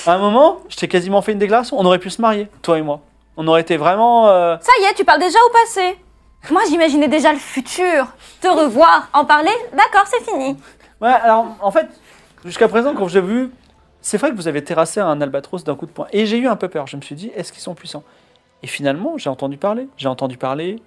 S2: à un moment, je t'ai quasiment fait une déclaration. On aurait pu se marier, toi et moi. On aurait été vraiment. euh,
S7: Ça y est, tu parles déjà au passé.
S4: Moi, j'imaginais déjà le futur. Te revoir, en parler, d'accord, c'est fini.
S2: Ouais, alors en fait, jusqu'à présent, quand j'ai vu, c'est vrai que vous avez terrassé un albatros d'un coup de poing. Et j'ai eu un peu peur. Je me suis dit, est-ce qu'ils sont puissants Et finalement, j'ai entendu parler. J'ai entendu parler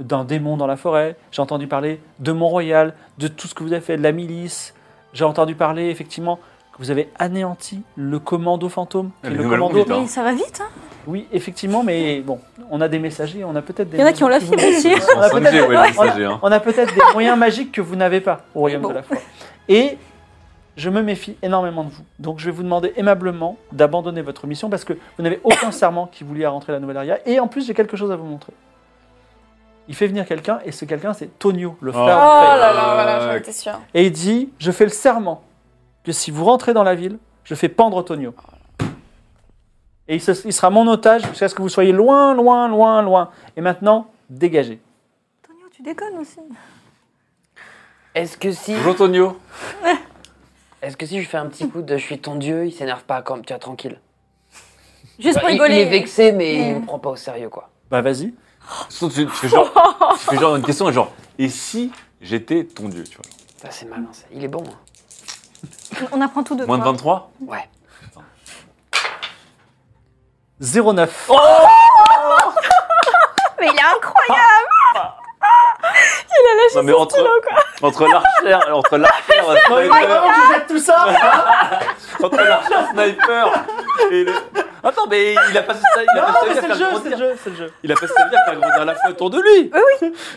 S2: d'un démon dans la forêt. J'ai entendu parler de Mont-Royal, de tout ce que vous avez fait, de la milice. J'ai entendu parler, effectivement, que vous avez anéanti le commando fantôme. qui
S3: Ah,
S2: est
S3: mais
S2: le
S3: nous allons
S2: commando.
S3: vite, hein.
S7: Mais ça va vite, hein
S2: Oui, effectivement, mais bon, on a des messagers, on a peut-être des.
S7: Il y en a qui ont la fibre aussi.
S3: hein. Ils sont
S2: On a
S3: 5G,
S2: peut-être- [LAUGHS]
S3: ouais, les messagers, hein.
S2: On a peut-être des moyens magiques que vous n'avez pas au royaume
S7: bon.
S2: de la foi. Et je me méfie énormément de vous. Donc je vais vous demander aimablement d'abandonner votre mission parce que vous n'avez aucun serment qui vous lie à rentrer à la nouvelle aria. Et en plus, j'ai quelque chose à vous montrer. Il fait venir quelqu'un et ce quelqu'un, c'est Tonio, le frère
S6: Oh
S2: de Faye.
S6: là là, voilà,
S3: Euh,
S6: j'en étais sûre.
S2: Et il dit Je fais le serment que si vous rentrez dans la ville, je fais pendre Tonio. Et il, se- il sera mon otage jusqu'à ce que vous soyez loin, loin, loin, loin. Et maintenant, dégagez.
S7: Antonio, tu déconnes aussi.
S5: Est-ce que si.
S3: Bonjour Tonio.
S5: Est-ce que si je fais un petit coup de je suis ton dieu, il s'énerve pas comme tu as tranquille
S7: Juste pour
S5: Bah, Il-
S7: rigoler.
S5: Il est vexé, mais il
S7: Mm.
S5: me prend pas au sérieux, quoi.
S2: Bah vas-y.
S3: Surtout, Tu, tu fais genre, tu fais genre une question genre et si j'étais ton dieu, tu vois.
S5: Ça, c'est malin, ça. Il est bon. hein.
S7: On apprend tout de
S3: Moins de
S7: toi.
S3: 23
S5: Ouais.
S2: 09.
S7: Mais il est incroyable.
S3: Ah.
S6: [LAUGHS]
S3: Non mais entre entre l'archer entre l'archer
S2: Oh,
S3: sniper,
S2: tout [LAUGHS] ça
S3: entre l'archer sniper et le... Attends mais il a passé ça, il a
S2: Non,
S3: passé
S2: mais
S3: sa
S2: c'est
S3: vie
S2: le jeu,
S3: à faire
S2: c'est le
S3: grandir.
S2: jeu, c'est le jeu.
S3: Il a passé sa vie à faire grandir la foi autour de lui.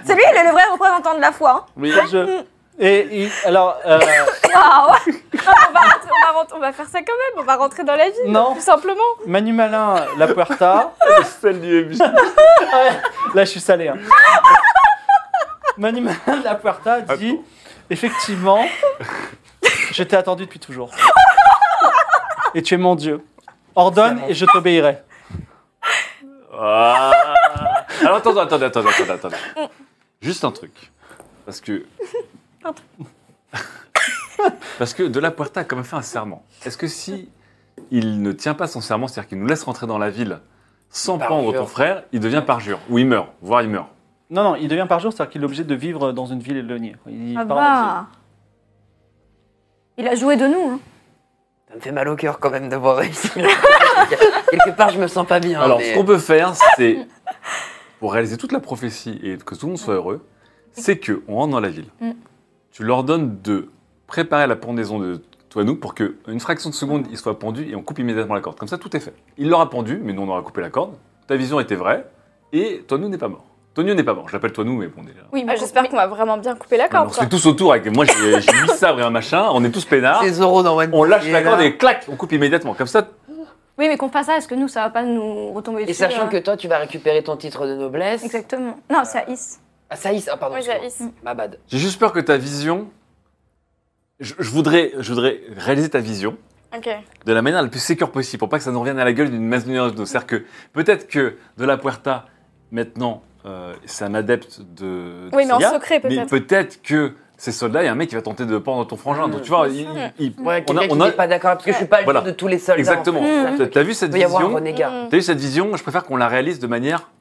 S7: C'est lui, il est le vrai représentant de la foi. Mm.
S3: Oui.
S2: C'est le jeu. Et, il- alors,
S7: [LAUGHS]
S2: euh,
S7: hein. Waouh.
S6: Ah On va, on, va rentrer- on va faire ça quand même, on va rentrer dans la ville,
S2: Non.
S6: tout simplement.
S2: Manu Malin, la
S7: [LAUGHS]
S2: Puerta.
S3: Celle du MJ.
S2: Là, je suis salé. hein. Manu Malin, la Puerta dit Effectivement, je t'ai attendu depuis toujours. Et tu es mon Dieu. Ordonne et je t'obéirai.
S3: Ah. Alors attends, attends, attends, attends, attends. Juste un truc. Parce que.
S7: Un
S3: [LAUGHS] Parce que De La Puerta a quand même fait un serment. Est-ce que si il ne tient pas son serment, c'est-à-dire qu'il nous laisse rentrer dans la ville sans
S5: Par
S3: prendre
S5: jure.
S3: ton frère, il devient par jure. Ou il meurt, voire il meurt.
S2: Non, non, il devient par jour, c'est-à-dire qu'il est obligé de vivre dans une ville éloignée. Il
S7: Ah
S2: part en exil.
S7: bah. Il a joué de nous. hein.
S5: Ça me fait mal au cœur quand même de voir réussir. [LAUGHS] Quelque part, je me sens pas bien.
S3: Alors,
S5: mais-
S3: ce qu'on peut faire, c'est, pour réaliser toute la prophétie et que tout le monde soit heureux, c'est que on rentre dans la ville.
S7: Mm.
S3: Tu leur donnes de préparer la pendaison de toi nous pour que une fraction de seconde ils soient pendus et on coupe immédiatement la corde. Comme ça, tout est fait. Il l'aura pendu, mais nous on aura coupé la corde. Ta vision était vraie et toi nous n'est pas mort. Tonio n'est pas mort. Je l'appelle toi nous, mais bon déjà.
S7: Oui,
S6: Ah, J'espère qu'on va vraiment bien couper la
S3: On
S6: corde.
S3: se fait tous autour avec moi. J'ai j'ai huit sabres et un machin. On est tous peinards.
S5: [LAUGHS] C'est Zoro dans One
S3: On lâche
S5: Piece,
S3: la
S5: il est
S3: corde
S5: là.
S3: et clac, on coupe immédiatement. Comme ça,
S7: Oui, mais qu'on fasse ça, est-ce que nous, ça va pas nous retomber
S5: Et
S7: dessus
S5: sachant
S7: euh,
S5: que toi, tu vas récupérer ton titre de noblesse.
S7: Exactement. Non, c'est à Is.
S5: Ah, ça y est, ah, pardon.
S6: Moi
S5: excuse-moi.
S6: j'haïs.
S5: Ma bad.
S3: j'ai juste peur que ta vision. Je, je voudrais, je voudrais réaliser ta vision.
S6: Ok.
S3: de la manière la plus sécure possible pour pas que ça nous revienne à la gueule d'une masse nuage d'eau. C'est-à-dire que peut-être que De La Puerta, maintenant, euh, c'est un adepte de. de
S6: Oui, mais en
S3: Silla,
S6: secret, peut-être.
S3: Mais peut-être que ces soldats, il y a un mec qui va tenter de pendre ton frangin. Donc tu
S6: Mmh,
S3: vois, il- il- il-
S5: Ouais,
S3: on
S5: quelqu'un
S3: a.
S5: qui
S3: on a-
S5: n'est pas d'accord, parce que je suis pas le
S3: Voilà.
S5: dieu de tous les soldats.
S3: Exactement.
S5: en fait.
S7: Mm. Mm.
S6: Mmh.
S5: C'est ça le
S3: T'as-
S5: truc.
S3: T'as vu cette
S5: Il peut y avoir un
S3: vision
S5: renégat.
S6: Mm.
S3: T'as vu cette vision Je préfère qu'on la réalise de manière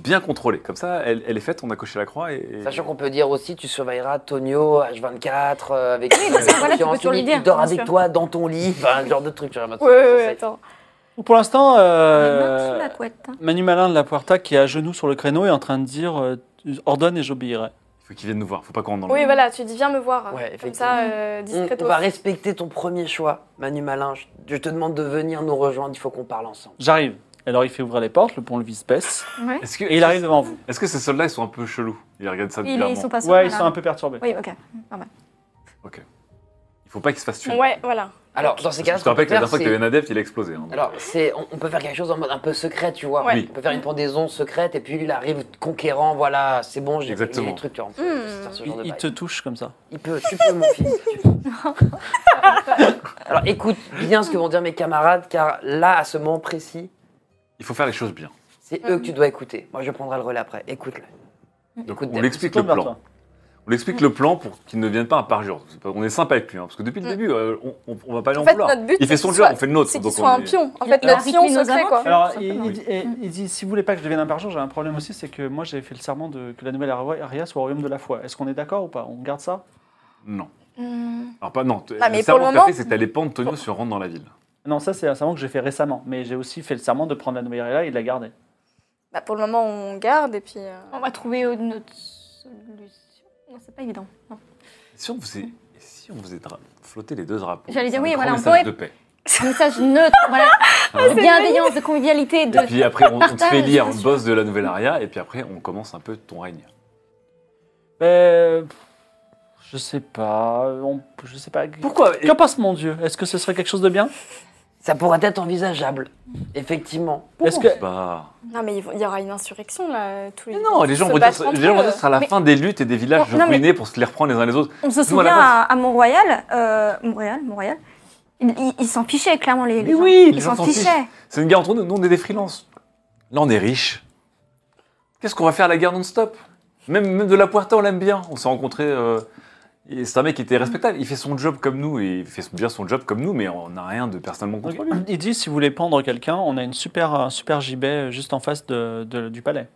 S3: bien contrôlée. Comme ça, elle, elle est faite, on a coché la croix et. et-
S5: Sachant qu'on peut dire aussi, tu surveilleras Tonio, H24, euh, avec
S7: Oui, parce que voilà, tu peux
S5: Ensuite,
S7: toujours lui dire,
S5: Il dort
S7: bien
S5: avec
S7: sûr.
S5: toi dans ton lit, enfin, ce genre de truc. tu vois, maintenant,
S6: Ouais, ouais, ouais,
S5: ça,
S6: attends.
S2: Pour l'instant,
S7: Euh... Sous
S2: euh,
S7: la couette. hein.
S2: Manu Malin de la Puerta qui est à genoux sur le créneau est en train de dire euh, Ordonne et j'obéirai.
S3: Faut qu'il vienne nous voir, faut pas qu'on rentre dans le.
S6: Oui, voilà, tu dis viens me voir.
S5: Ouais,
S6: Comme
S5: effectivement.
S6: ça, euh,
S5: on,
S6: discretos.
S5: on va respecter ton premier choix, Manu Malin. Je, je te demande de venir nous rejoindre, il faut qu'on parle ensemble.
S2: J'arrive. Alors il fait ouvrir les portes, le pont levis se baisse
S7: Ouais.
S3: Est-ce que,
S2: et il arrive devant vous.
S3: est-ce que ces soldats, ils sont un peu chelous Ils regardent ça
S7: Ils, ils
S3: bizarrement.
S7: sont Ah, pas
S2: Ouais, ils
S7: là.
S2: sont un peu perturbés.
S7: Oui, ok.
S3: Il faut pas qu'ils se fassent tuer.
S6: Ouais, voilà.
S5: Alors, dans ces
S3: Parce que
S5: cas-là,
S3: je
S5: ce
S3: te
S5: qu'on peut
S3: rappelle que la dernière
S5: faire,
S3: fois qu'il y
S5: c'est...
S3: avait un adepte, il a explosé. hein.
S5: Alors, c'est, on, on peut faire quelque chose en mode un peu secret, tu vois.
S6: Ouais.
S3: Oui.
S5: On peut faire une pendaison secrète, et puis lui, il arrive conquérant, voilà, c'est bon, j'ai fait
S3: Exactement.
S5: les trucs, tu vois. on peut faire ce
S2: Il,
S5: genre de
S2: il
S5: bail.
S2: te touche comme ça.
S5: Il peut, tu peux, mon fils. tu peux. Alors écoute bien ce que vont dire mes camarades, car là, à ce moment précis,
S3: Il faut faire les choses bien.
S5: c'est eux que tu dois écouter. Moi, je prendrai le relais après. Écoute-le.
S3: Donc
S5: Écoute,
S3: on
S5: Deb,
S3: lui explique le
S2: Tourne vers
S3: plan.
S2: toi.
S3: On lui explique le plan pour qu'il ne vienne pas à parjure. C'est pas- On est sympa avec lui, hein, parce que depuis le début, euh, on, on, on va pas aller en
S6: fait,
S3: vouloir.
S6: notre but,
S3: il fait
S6: c'est
S3: son
S6: qu'il
S3: jeu,
S6: soit-
S3: on fait le nôtre.
S6: C'est qu'ils
S3: donc
S6: soient
S3: on
S6: un
S3: est-
S6: pion. En fait,
S7: Alors,
S6: notre pion
S7: rythme nos
S6: secret, quoi.
S7: aventures.
S2: Alors,
S7: tout
S2: il,
S7: simplement.
S2: il dit, eh, il dit, si vous voulez pas que je devienne un parjure, j'ai un problème aussi, c'est que moi j'ai fait le serment de, que la nouvelle aria soit au royaume de la foi. Est-ce qu'on est d'accord ou pas On garde ça
S3: Non. Alors pas non. t-
S6: Ah, mais
S3: le
S6: pour
S3: serment
S6: le
S3: que t'as
S6: moment-
S3: fait, c'est d'aller pendre Tonio si on rentre dans la ville.
S2: Non, ça c'est un serment que j'ai fait récemment, mais j'ai aussi fait le serment de prendre la nouvelle aria et de la garder.
S6: Bah, pour le moment, on garde et puis. euh,
S7: On va trouver une autre solution. Non, c'est pas évident. Non.
S3: Si on faisait, si on faisait dra- flotter les deux drapeaux.
S7: J'allais dire
S3: c'est
S7: oui,
S3: un
S7: voilà,
S3: grand
S7: on
S3: message
S7: pourrait-
S3: de paix.
S7: Un message neutre. [LAUGHS] voilà. De bienveillance, de convivialité, de.
S3: Et puis après, on, on te fait
S7: Partage,
S3: lire
S7: bien sûr.
S3: boss de la nouvelle aria, et puis après, on commence un peu ton règne.
S2: Mais, pff, je sais pas. on- je sais pas.
S5: Pourquoi
S2: Qu'en pense mon dieu Est-ce que ce serait quelque chose de bien
S5: Ça pourrait être envisageable, effectivement.
S2: Est-ce que
S3: Bah.
S6: Non, mais ils vont- il y aura une insurrection là. Tous les
S3: Mais non, les gens vont dire ça- les gens vont dire que ce sera la
S7: Mais-
S3: fin des luttes et des villages
S7: Non, non, mais-
S3: ruinés pour se les reprendre les uns les autres.
S7: On se
S3: Nous, à la
S7: souvient à, à Mont-Royal, euh, Montréal, Montréal, ils ils- ils s'en fichaient clairement les. les gens.
S3: les
S7: ils
S3: gens
S7: s'en
S3: s'en fichent.
S7: fichaient.
S3: C'est une guerre entre nous, nous on est des freelances. Là on est riches. Qu'est-ce qu'on va faire à la guerre non-stop même, même de la Puerta on l'aime bien. On s'est rencontrés. euh, et c'est un mec qui était respectable. Il fait son job comme nous. et Il fait bien son job comme nous, mais on n'a rien de personnellement contre lui.
S2: il dit si vous voulez pendre quelqu'un, on a une super, un super gibet euh, juste en face de- de- du palais.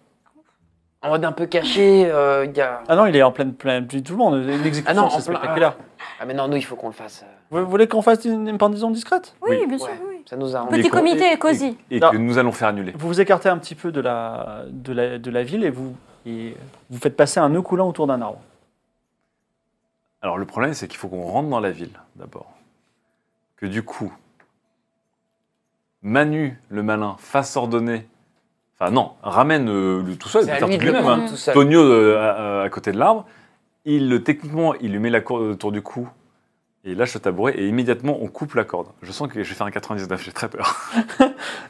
S5: En mode un peu caché, euh, il y a...
S2: Ah non, il est en pleine pleine pluie de tout le monde. Une exécution,
S5: Ah non, en
S2: c'est
S5: plein-
S2: spectaculaire.
S5: Ah mais non, nous, il faut qu'on le fasse. euh,
S2: Vous, vous voulez qu'on fasse une, une pendaison discrète
S7: Oui,
S3: Oui,
S7: bien sûr,
S5: ouais.
S7: oui.
S5: Ça nous arrange.
S7: Petit
S3: Et qu'on-
S7: comité,
S3: et-
S7: cosy.
S3: Et, et
S2: Non.
S3: que nous allons faire annuler.
S2: Vous vous écartez un petit peu de la, de la, de la ville et vous, et vous faites passer un nœud coulant autour d'un arbre.
S3: Alors le problème, c'est qu'il faut qu'on rentre dans la ville d'abord. Que du coup, Manu le malin fasse ordonner. Enfin non, ramène euh, le- tout seul, il
S5: C'est
S3: peut
S5: à
S3: faire
S5: lui
S3: tout
S5: de le
S3: lui-même, hein.
S5: prendre tout seul.
S3: Tonio euh, à, à- à côté de l'arbre. Il le- techniquement, il lui met la corde autour du cou. Et il lâche le tabouret et immédiatement on coupe la corde. Je sens que je vais faire un 99, j'ai très peur.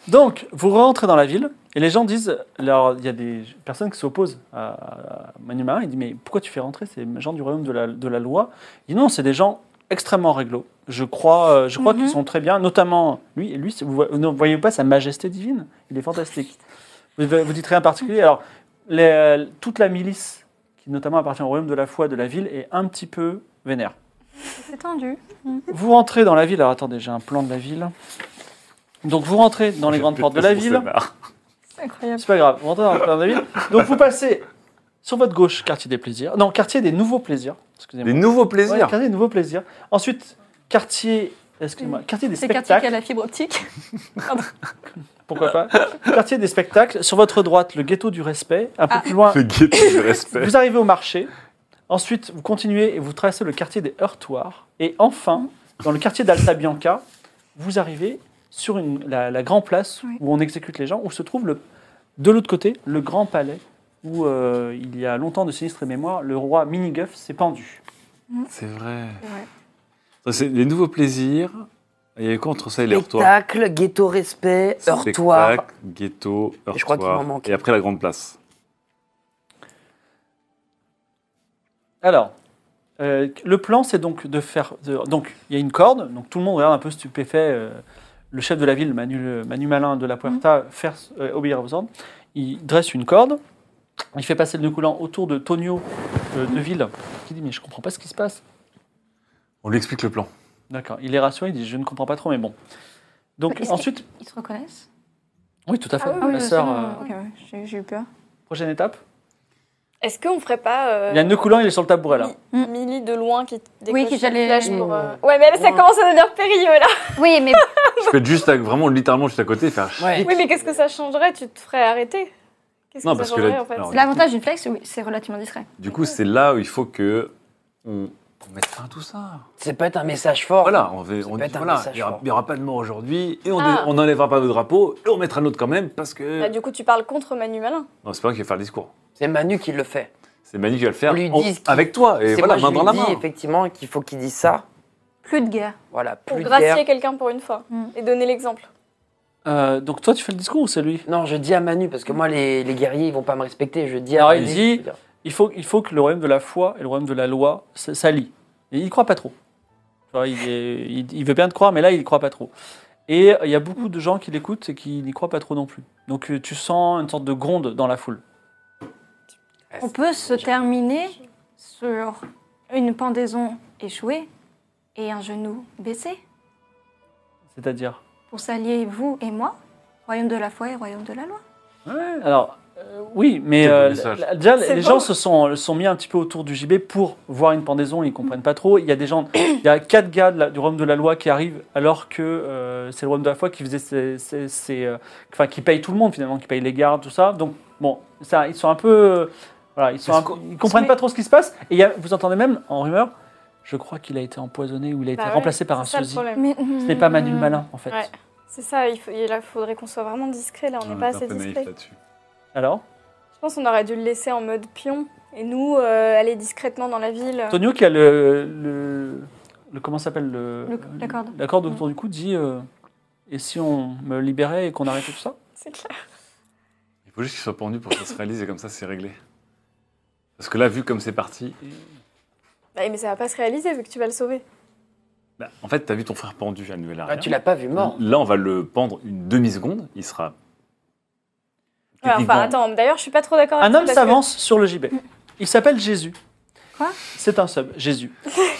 S2: Donc, vous rentrez dans la ville et les gens disent alors, il y a des personnes qui s'opposent à, à Manuma. Ils disent mais pourquoi tu fais rentrer ces gens du royaume de la, de la loi Il dit non, c'est des gens extrêmement réglo. Je crois, euh, je crois
S7: Mhm.
S2: qu'ils sont très bien, notamment lui. Et lui, c'est- vous vo- vous ne voyez pas sa majesté divine Il est fantastique. Vous, vous dites rien en particulier. Alors, les- toute la milice, qui notamment appartient au royaume de la foi de la ville, est un petit peu vénère.
S7: C'est tendu.
S2: Vous rentrez dans la ville. Alors attendez, j'ai un plan de la ville. Donc vous rentrez
S3: [LAUGHS]
S2: dans les
S3: Je-
S2: grandes
S3: je-
S2: portes de la
S3: on se
S2: ville. hein.
S3: marre.
S6: Incroyable.
S2: C'est pas grave, vous rentrez dans le plein de la ville. Donc vous passez sur votre gauche, quartier des plaisirs. Non, quartier des nouveaux plaisirs. Excusez-moi.
S3: Des nouveaux
S2: Ouais,
S3: [LAUGHS] plaisirs.
S2: quartier des nouveaux plaisirs. Ensuite, quartier. Excusez-moi, quartier des
S6: C'est quartier
S2: spectacles.
S6: qui a la fibre optique.
S2: Pourquoi pas Quartier des spectacles. Sur votre droite, le ghetto du respect. Un peu
S6: Ah.
S2: plus loin,
S3: Le guet du respect.
S2: vous arrivez au marché. Ensuite, vous continuez et vous traversez le quartier des Heurtoirs. Et enfin, dans le quartier d'Alta Bianca, vous arrivez sur une- la, la grande place
S7: Oui.
S2: où on exécute les gens, où se trouve le, de l'autre côté le grand palais où, euh, il y a longtemps de sinistre mémoire, le roi Miniguff s'est pendu.
S3: C'est vrai. Ça, c'est les nouveaux plaisirs. Il y avait quoi entre ça et les retours
S5: Spectacle, ghetto respect, heurtoir.
S3: Spectacle, ghetto, heurtoir.
S5: Je crois qu'il m'en manque.
S3: Et après la grande place.
S2: Alors, euh, le plan, c'est donc de faire. de- donc, il y a une corde, donc tout le monde regarde un peu stupéfait euh, le chef de la ville, Manu, le- Manu Malin de la
S6: Mhm.
S2: Puerta, faire, euh, obéir aux ordres. Il dresse une corde, il fait passer le nœud coulant autour de Tonio euh, de Ville, qui dit Mais je comprends pas ce qui se passe.
S3: On lui explique le plan.
S2: D'accord, il est rassuré, il dit Je ne comprends pas trop, mais bon. Donc,
S7: Est-ce que-
S2: ensuite.
S7: Ils se reconnaissent
S2: Oui, tout à fait.
S6: Ah oui, oui,
S2: Ma
S6: oui,
S2: sœur,
S6: c'est bon.
S2: euh,
S6: Ok, ouais, j'ai- j'ai eu peur.
S2: prochaine étape.
S6: Est-ce qu'on ferait pas. euh,
S2: Il y a le nœud coulant, il est sur le tabouret là.
S6: Mi- Millie de loin qui déclenche
S7: Oui, qui
S6: le
S7: j'allais-
S6: flash pour, euh, Ouais, mais elle, ça commence à devenir périlleux là.
S7: Oui, [LAUGHS] mais
S3: Je peux être juste à- vraiment littéralement juste à côté et faire. ch-
S5: Ouais.
S6: Oui, mais qu'est-ce que ça changerait Tu te ferais arrêter Qu'est-ce
S3: Non,
S6: que
S3: parce
S6: ça
S3: que
S6: changerait
S3: là-
S6: en fait
S3: alors-
S7: l'avantage d'une flex, oui, c'est relativement discret.
S3: Du coup, c'est là où il faut que on, on mette fin à tout ça.
S5: Ça peut être un message fort.
S3: Voilà, on, va-
S5: Ça
S3: on
S5: peut
S3: dit,
S5: être un
S3: voilà,
S5: message
S3: il n'y aura,
S5: fort.
S3: il y aura pas de mort aujourd'hui et on
S6: Ah.
S3: on n'enlèvera pas nos drapeaux et on mettra notre quand même parce que.
S6: Bah, du coup, tu parles contre Manu Malin.
S3: Non, c'est pas moi qui vais faire le discours.
S5: C'est Manu qui le fait.
S3: C'est Manu qui va le faire
S5: On lui
S3: en-
S5: dit ce qu'il-
S3: avec toi et
S5: C'est
S3: voilà,
S5: moi,
S3: main
S5: je
S3: dans
S5: lui
S3: la
S5: dis,
S3: main.
S5: effectivement qu'il faut qu'il dise ça.
S7: Plus de guerre.
S5: Voilà,
S6: Pour
S5: plus de guerre.
S6: gracier quelqu'un pour une fois
S7: Mm.
S6: et donner l'exemple.
S2: Euh, donc, toi, tu fais le discours ou c'est lui
S5: Non, je dis à Manu parce que moi les, les guerriers ils vont pas me respecter. Je dis à
S2: Alors, il
S5: Manu.
S2: dit-
S5: je veux dire,
S2: il faut, il faut que le royaume de la foi et le royaume de la loi s- s'allient. Et il y croit pas trop. Tu vois, il, est- il- il veut bien te croire, mais là, il y croit pas trop. Et euh, il y a beaucoup de gens qui l'écoutent et qui n'y croient pas trop non plus. Donc euh, tu sens une sorte de gronde dans la foule.
S7: On peut se terminer sur une pendaison échouée et un genou baissé
S2: C'est-à-dire
S7: pour s'allier, vous et moi, royaume de la foi et royaume de la loi.
S2: Alors, euh, oui, mais
S3: Quel beau
S2: euh,
S3: message.
S2: la- déjà, les
S6: C'est
S2: gens
S6: beau.
S2: se sont, sont mis un petit peu autour du gibet pour voir une pendaison, ils comprennent pas trop. Il y a des gens, il y a quatre gars de la- du royaume de la loi qui arrivent, alors que euh, c'est le royaume de la foi qui faisait ses- ses- ses, euh, enfin, qui paye tout le monde finalement, qui paye les gardes, tout ça. Donc, bon, ça, ils sont un peu, euh, voilà, ils, sont
S3: Est-ce
S2: un- ils comprennent pas trop ce qui se passe. Et il y a- vous entendez même, en rumeur, je crois qu'il a été empoisonné ou il a été
S6: Bah ouais,
S2: remplacé par un
S6: C'est ça le
S2: sosie.
S6: problème.
S7: Euh,
S6: Mmh.
S7: Mais euh,
S2: Ce n'est pas Manu le Malin, en fait.
S6: Ouais. C'est ça, il, faut- il faudrait qu'on soit vraiment discret. Là, on n'est pas assez discret.
S3: là-dessus.
S2: Alors
S6: Je pense qu'on aurait dû le laisser en mode pion et nous euh, aller discrètement dans la ville.
S2: Ah. Tonio qui a le, le, le- comment s'appelle le,
S7: Le- la corde.
S2: la corde autour du cou dit euh, et si on me libérait et qu'on arrêtait tout ça
S6: C'est clair.
S3: Il faut juste qu'il soit pendu pour que ça se réalise et comme ça, c'est réglé. Parce que là, vu comme c'est parti,
S6: Bah, mais ça va pas se réaliser vu que tu vas le sauver.
S3: bah, en fait, t'as vu ton frère pendu à nouvelle
S5: Ah, tu l'as pas vu mort.
S3: Là, on va le pendre une demi-seconde, il sera.
S6: Ouais, enfin,
S3: techniquement-
S6: attends, d'ailleurs, je suis pas trop
S7: Ah,
S6: d'accord avec
S2: Un
S6: ça,
S2: homme
S6: parce
S2: s'avance sur le gibet. Il s'appelle Jésus.
S7: Quoi
S2: C'est un sub,
S7: [LAUGHS]
S2: Jésus.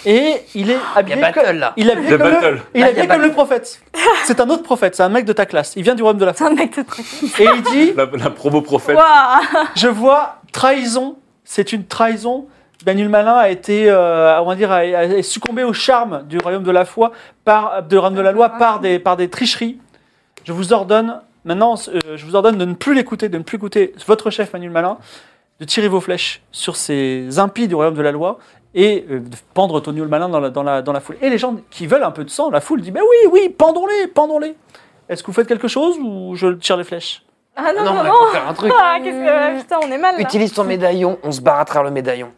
S2: Et il est
S5: Il y a
S2: habillé comme,
S5: battle là.
S2: il est habillé
S3: The
S2: comme le,
S3: battle.
S2: il est
S5: Ah,
S2: habillé
S5: y a
S2: comme le prophète. C'est un autre prophète, c'est un mec de ta classe. Il vient du royaume de
S7: [LAUGHS]
S2: la
S7: C'est
S2: foi.
S7: un mec de [LAUGHS] très-
S2: Et il dit
S3: La, la promo prophète.
S7: Ah,
S4: Waouh
S2: Je vois trahison, c'est une trahison. Daniel Malin a été, euh, on va dire, a, a succombé au charme du royaume de la foi, par, de royaume de la loi, par des, par des tricheries. Je vous ordonne, maintenant, euh, je vous ordonne de ne plus l'écouter, de ne plus écouter votre chef Manuel Malin, de tirer vos flèches sur ces impies du royaume de la loi et euh, de pendre Tonio le Malin dans la, dans, la, dans la foule. Et les gens qui veulent un peu de sang, la foule dit, mais oui, oui, pendons-les, pendons-les. Est-ce que vous faites quelque chose ou je tire les flèches
S6: Ah non, non, non,
S5: mais faut faire un truc.
S6: Ah, qu'est-ce que... Putain, on est mal, là.
S5: Utilise ton médaillon, on se barre à travers le médaillon.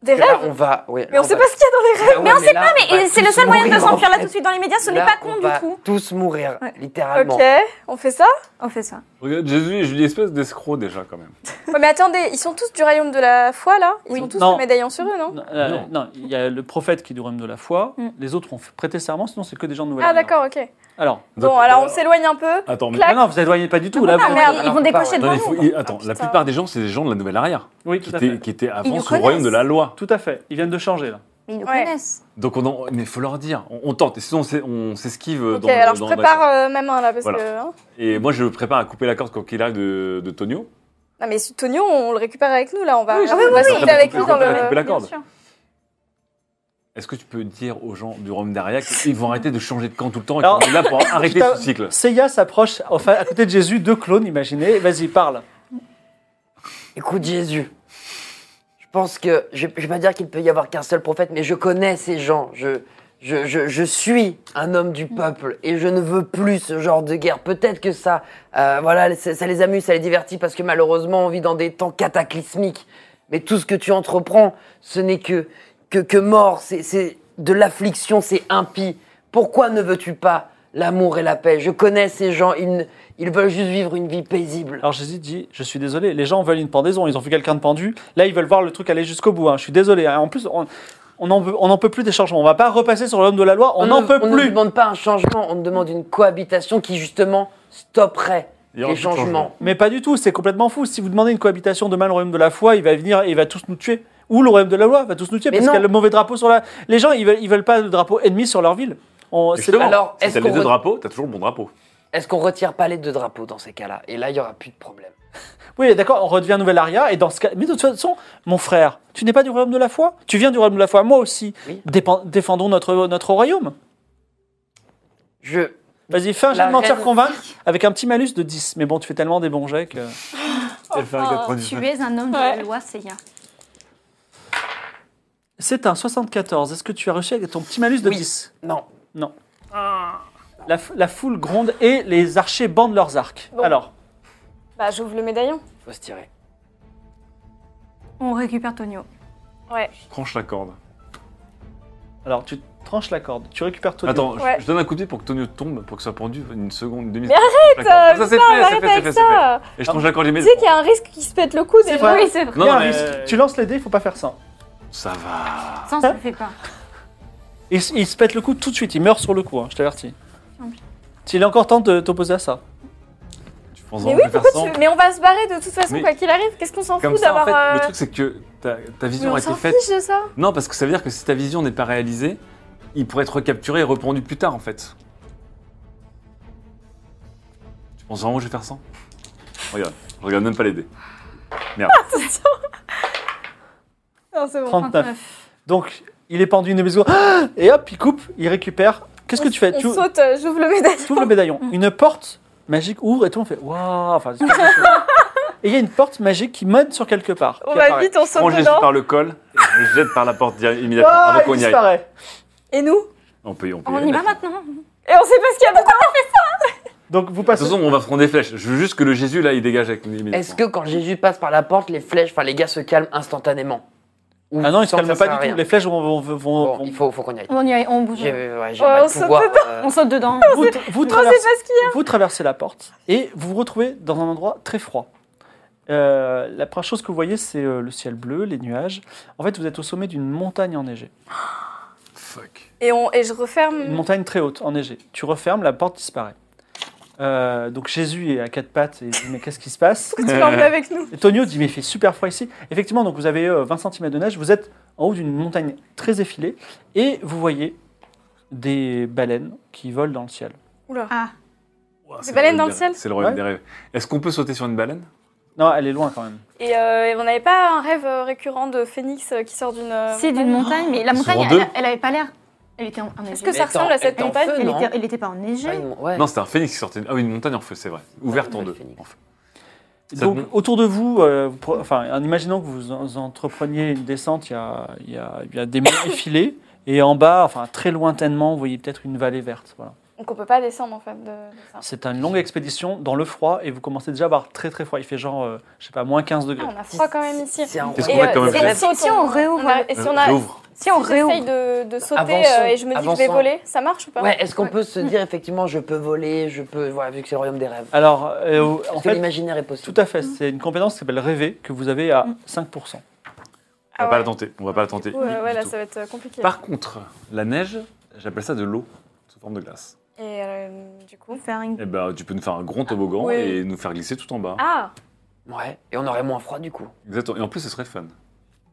S6: Des
S5: Et là,
S6: rêves
S5: on va. ouais,
S6: Mais on sait pas ce qu'il y a dans les rêves.
S5: Ah Mais on sait pas,
S4: Et c'est le seul moyen de s'enfuir là tout de suite dans les médias, ce n'est pas con du tout.
S5: Tous mourir,
S7: Ouais.
S5: littéralement.
S6: Ok, on fait ça
S7: On fait ça.
S3: Regarde, Jésus, et je lui espèce d'escroc déjà quand même.
S6: Ouais, mais attendez, ils sont tous du royaume de la foi, là Ils
S2: Oui.
S6: ont tous
S2: Non.
S6: le médaillon sur eux, non,
S2: Non, euh,
S3: Non.
S2: non, il y a le prophète qui est du royaume de la foi.
S7: Mm.
S2: Les autres ont fait- prêté serment, sinon c'est que des gens de nouvelle
S6: Ah,
S2: Orléans.
S6: d'accord, ok.
S2: Alors,
S6: Bon,
S3: Donc,
S6: alors
S3: euh,
S6: on s'éloigne un peu.
S3: Attends, mais.
S6: Clac.
S2: non, non, vous n'éloignez pas du tout. là,
S4: Ah
S2: vous-
S4: merde, ils
S5: Alors,
S4: vont décrocher
S5: pardon,
S4: devant
S3: Attendez, il
S4: nous.
S3: faut-
S6: non
S3: il- attends, la
S6: Ah, putain.
S3: plupart des gens, c'est des gens de la nouvelle arrière,
S2: Oui,
S3: qui
S2: tout à
S3: étaient,
S2: fait.
S3: qui étaient avant
S7: nous
S3: sous le royaume
S7: connaissent.
S3: de la loi.
S2: Tout à fait. Ils viennent de changer, là.
S7: Mais ils nous
S6: Ouais.
S7: connaissent.
S3: Donc on, en- mais faut leur dire, on, on tente, et sinon on s'est- on s'esquive. euh,
S6: Ok,
S3: dans le-
S6: alors je
S3: dans-
S6: prépare euh, ma main, là, parce
S3: Voilà.
S6: que... hein.
S3: Et moi je prépare à couper la corde quand il arrive de, de Tonio.
S6: Non, mais ce Tonio, on le récupère avec nous, là. On va,
S4: Oui, je-
S7: Ah,
S6: on
S4: oui,
S6: va
S4: oui,
S6: se
S4: oui.
S6: foutre avec lui dans
S3: On va couper
S6: le...
S3: la corde.
S4: Bien sûr.
S3: Est-ce que tu peux dire aux gens du royaume d'Aria qu'ils
S6: [LAUGHS]
S3: vont arrêter de changer de camp tout le temps et
S2: Alors-
S3: qu'on est là pour arrêter
S2: Putain.
S3: ce cycle
S2: Seiya s'approche, enfin, à côté de Jésus, deux clones, imaginez. Vas-y, parle.
S5: Écoute Jésus, je pense que je, je vais pas dire qu'il peut y avoir qu'un seul prophète, mais je connais ces gens. Je, je, je, je suis un homme du peuple et je ne veux plus ce genre de guerre. Peut-être que ça, euh, voilà, ça, ça les amuse, ça les divertit parce que malheureusement on vit dans des temps cataclysmiques. Mais tout ce que tu entreprends, ce n'est que que, que mort, c'est- c'est de l'affliction, c'est impie. Pourquoi ne veux-tu pas l'amour et la paix Je connais ces gens, ils, ne- ils veulent juste vivre une vie paisible.
S2: Alors Jésus dit, je suis désolé, les gens veulent une pendaison, ils ont vu quelqu'un de pendu. Là, ils veulent voir le truc aller jusqu'au bout. hein. Je suis désolé. hein. En plus, on n'en peut, on en peut plus des changements. On va pas repasser sur le royaume de la loi, on n'en
S5: ne-
S2: peut
S5: Euh, on ne
S2: plus.
S5: demande pas un changement, on demande une cohabitation qui justement stopperait
S3: Il y aura
S5: les
S3: plus de changement.
S5: changements.
S2: Mais pas du tout, c'est complètement fou. Si vous demandez une cohabitation demain, le royaume de la foi, il va venir et il va tous nous tuer. Ou le royaume de la loi va tous nous tuer
S5: Mais
S2: parce
S5: non.
S2: qu'il y a le mauvais drapeau sur la. Les gens, ils veulent, ils veulent pas le drapeau ennemi sur leur ville. On- c'est-
S3: Justement,
S5: alors,
S3: si
S5: est-ce
S3: t'as
S5: qu'on
S3: les deux
S5: re-
S3: drapeaux, t'as toujours le bon drapeau.
S5: Est-ce qu'on retire pas les deux drapeaux dans ces cas-là Et là, il y aura plus de problème.
S2: Oui, d'accord, on redevient nouvelle aria. Et dans ce cas, mais de toute façon, mon frère, tu n'es pas du royaume de la foi. Tu viens du royaume de la foi, moi aussi.
S5: Oui.
S2: Dépen- Défendons notre notre royaume.
S5: Je
S2: Vas-y, fais un jeu
S5: La
S2: de mentir
S5: reine-
S2: convaincre avec un petit malus de 10. Mais bon, tu fais tellement des bons jets que.
S6: Oh,
S7: Tu es un homme de la loi, Seiya.
S2: C'est un 74. Est-ce que tu as réussi avec ton petit malus de
S5: Oui.
S2: 10
S5: non.
S2: Non. La, f- la foule gronde et les archers bandent leurs arcs.
S6: Bon.
S2: Alors,
S6: Bah, j'ouvre le médaillon.
S5: Faut se tirer.
S7: On récupère Tonio.
S3: Tranche la corde.
S2: alors tu tranches la corde, tu récupères Tonio.
S3: Attends, je-
S6: Ouais.
S3: je, donne un coup de pied pour que Tonio tombe, pour que ce soit pendu une seconde, une demi
S6: Mais
S3: arrête
S6: Putain,
S3: Ça c'est fait,
S6: putain,
S3: c'est
S6: arrête
S3: fait, c'est
S6: avec
S3: fait, c'est fait.
S6: ça
S3: Et je tranche la corde, j'ai mis.
S6: Tu sais qu'il y a un risque qu'il se pète le coude et
S2: vrai.
S7: Oui, c'est vrai.
S2: Il y a
S3: Non,
S2: un
S3: mais-
S2: risque. Tu lances les dés, il faut pas faire ça.
S3: Oh, Ça va.
S7: Ça, on se le fait pas.
S2: Il, s- il se pète le coup tout de suite, il meurt sur le coup, hein, je t'avertis. S'il est encore temps de t'opposer à ça.
S3: Tu penses
S6: Mais
S3: vraiment que
S6: oui,
S3: je vais faire
S6: pourquoi
S3: ça
S6: tu... Mais on va se barrer de toute façon,
S3: Mais-
S6: quoi qu'il arrive. Qu'est-ce qu'on s'en
S3: Comme
S6: fout
S3: ça, en
S6: d'avoir...
S3: fait, le
S6: euh,
S3: truc c'est que ta, ta
S6: Mais
S3: vision
S6: on
S3: a été
S6: s'en
S3: faite.
S6: fiche de ça
S3: Non, parce que ça veut dire que si ta vision n'est pas réalisée, il pourrait être recapturé et rependu plus tard en fait. Tu penses vraiment que je vais faire ça Regarde, je regarde même pas les dés.
S6: Non, c'est bon.
S2: 39. Donc, il est pendu une demi-seconde. Ah Et hop, il coupe, il récupère. Qu'est-ce que tu fais
S6: On
S2: Tu ou-
S6: saute, Mm. euh, j'ouvre le médaillon.
S2: tu ouvres le médaillon. Une porte magique ouvre et tout, on fait Waouh enfin, c'est quelque
S6: [LAUGHS]
S2: chose. Et il y a une porte magique qui mène sur quelque part.
S6: On
S2: qui
S6: va
S2: apparaît.
S6: vite, on
S3: Je prends
S6: saute
S3: Jésus
S6: dedans. Oh,
S3: par le col et je le jette par la porte dire- immédiatement
S2: Ah,
S3: avant qu'on
S2: il
S3: y aille.
S2: disparaît.
S6: Et nous
S3: On peut y, on peut y
S7: On
S3: aller.
S7: y va maintenant.
S6: Et on sait pas ce qu'il y a dedans
S2: Donc vous
S3: De toute
S2: passez.
S3: façon, on va prendre des flèches. Je veux juste que le Jésus, là, il dégage avec nous.
S5: Est-ce que quand Jésus passe par la porte, les flèchent, enfin les gars se calment instantanément Ou
S2: Ah non, ils se
S5: sans que
S2: calment
S5: ça
S2: pas
S5: sert à
S2: du tout.
S5: rien
S2: Les flèches vont. vont- vont- vont-
S5: Bon, il faut, faut qu'on y aille.
S4: Oh,
S7: On y aille, on bouge.
S5: J'ai ouais, j'ai
S6: Ouais,
S5: pas
S6: on
S5: le
S6: saute
S5: pouvoir. euh,
S7: On saute dedans.
S2: Vous, vous
S6: Non, c'est
S2: traversez,
S6: pas ce qu'il y
S2: vous traversez la porte et vous vous retrouvez dans un endroit très froid. Euh, la première chose que vous voyez, c'est euh, le ciel bleu, les nuages. En fait, vous êtes au sommet d'une montagne enneigée.
S3: Oh, Fuck.
S6: a. Et, on, et je
S2: Une
S6: [LAUGHS] referme.
S2: montagne très haute, enneigée. Tu refermes, la porte disparaît. Euh, donc Jésus est à quatre pattes et il dit Mais qu'est-ce qui se passe
S6: Tu peux emmener avec nous.
S2: Et Tonio dit mais il fait super froid ici. Effectivement, donc vous avez euh, 20 cm de neige, vous êtes en haut d'une montagne très effilée et vous voyez des baleines qui volent dans le ciel.
S6: Oula.
S7: Ah,
S3: Ouah,
S6: Des
S3: c'est
S6: baleines
S3: le
S6: dans le
S3: rêve des
S6: ciel
S3: rêves. C'est le royaume
S2: Ouais.
S3: des rêves. Est-ce qu'on peut sauter sur une baleine
S2: Non, elle est loin quand même.
S6: Et, euh, et on n'avait pas un rêve euh, récurrent de phénix euh, qui sort d'une. euh,
S7: c'est d'une montagne, mais la
S3: Ils
S7: montagne,
S3: sont en
S7: elle,
S3: deux.
S7: elle avait pas l'air. Elle était en, enneigée.
S6: Est-ce que
S5: Mais
S6: ça ressemble à
S5: attends,
S6: cette
S5: elle est en
S6: montagne
S5: feu,
S7: Elle,
S5: non
S7: était, elle était pas enneigée.
S5: Ah, une- ouais.
S3: Non, c'était un phénix qui sortait. Ah oui, une montagne en feu, c'est vrai. Ouverte en
S5: Ouais,
S3: deux.
S5: phénix.
S3: en fait. Ça
S2: Donc
S3: demande-
S2: autour de vous, euh, vous pre- enfin, en imaginant que vous en- entrepreniez une descente, il y a, il y a- il y a des [COUGHS] mers effilées et en bas, enfin très lointainement, vous voyez peut-être une vallée verte. Voilà.
S6: Donc on peut pas descendre en fait de, de ça.
S2: C'est une longue expédition dans le froid et vous commencez déjà à avoir très très froid. Il fait genre, euh, je sais pas, moins 15
S6: Ah,
S2: degrés.
S6: on a froid quand même ici. euh,
S5: C'est un
S3: Qu'est-ce
S5: roi.
S3: qu'on a quand même
S6: si
S3: fait
S6: on saute,
S7: Si on réouvre
S6: on a- Et si on a.
S3: euh, J'ouvre.
S7: Si on
S6: si j'essaye
S7: réouvre,
S6: de, de sauter
S5: Avançons,
S6: euh, et je me dis que je vais
S5: avançons.
S6: voler, ça marche ou pas
S5: Ouais, est-ce qu'on peut se dire effectivement je peux voler, je peux voilà vu que c'est le royaume des rêves.
S2: Alors, euh, en
S5: Est-ce que
S2: fait,
S5: l'imaginaire est
S2: tout
S5: possible
S2: à fait, c'est une compétence qui s'appelle rêver que vous avez à 5%.
S3: On va
S6: Ah
S3: pas
S6: ouais.
S3: la tenter. On va pas la tenter.
S6: Du coup, euh,
S3: du- du
S6: ouais, là
S3: tout.
S6: ça va être euh, compliqué.
S3: Par contre, la neige, j'appelle ça de l'eau sous forme de glace.
S6: Et euh, du
S7: on
S6: coup.
S7: peut faire une
S3: Eh ben, tu peux nous faire un grand toboggan
S6: Oui.
S3: et nous faire glisser tout en bas.
S6: Ah
S5: Ouais, et on aurait moins froid du coup.
S3: Exactement. Et en plus, ce serait fun.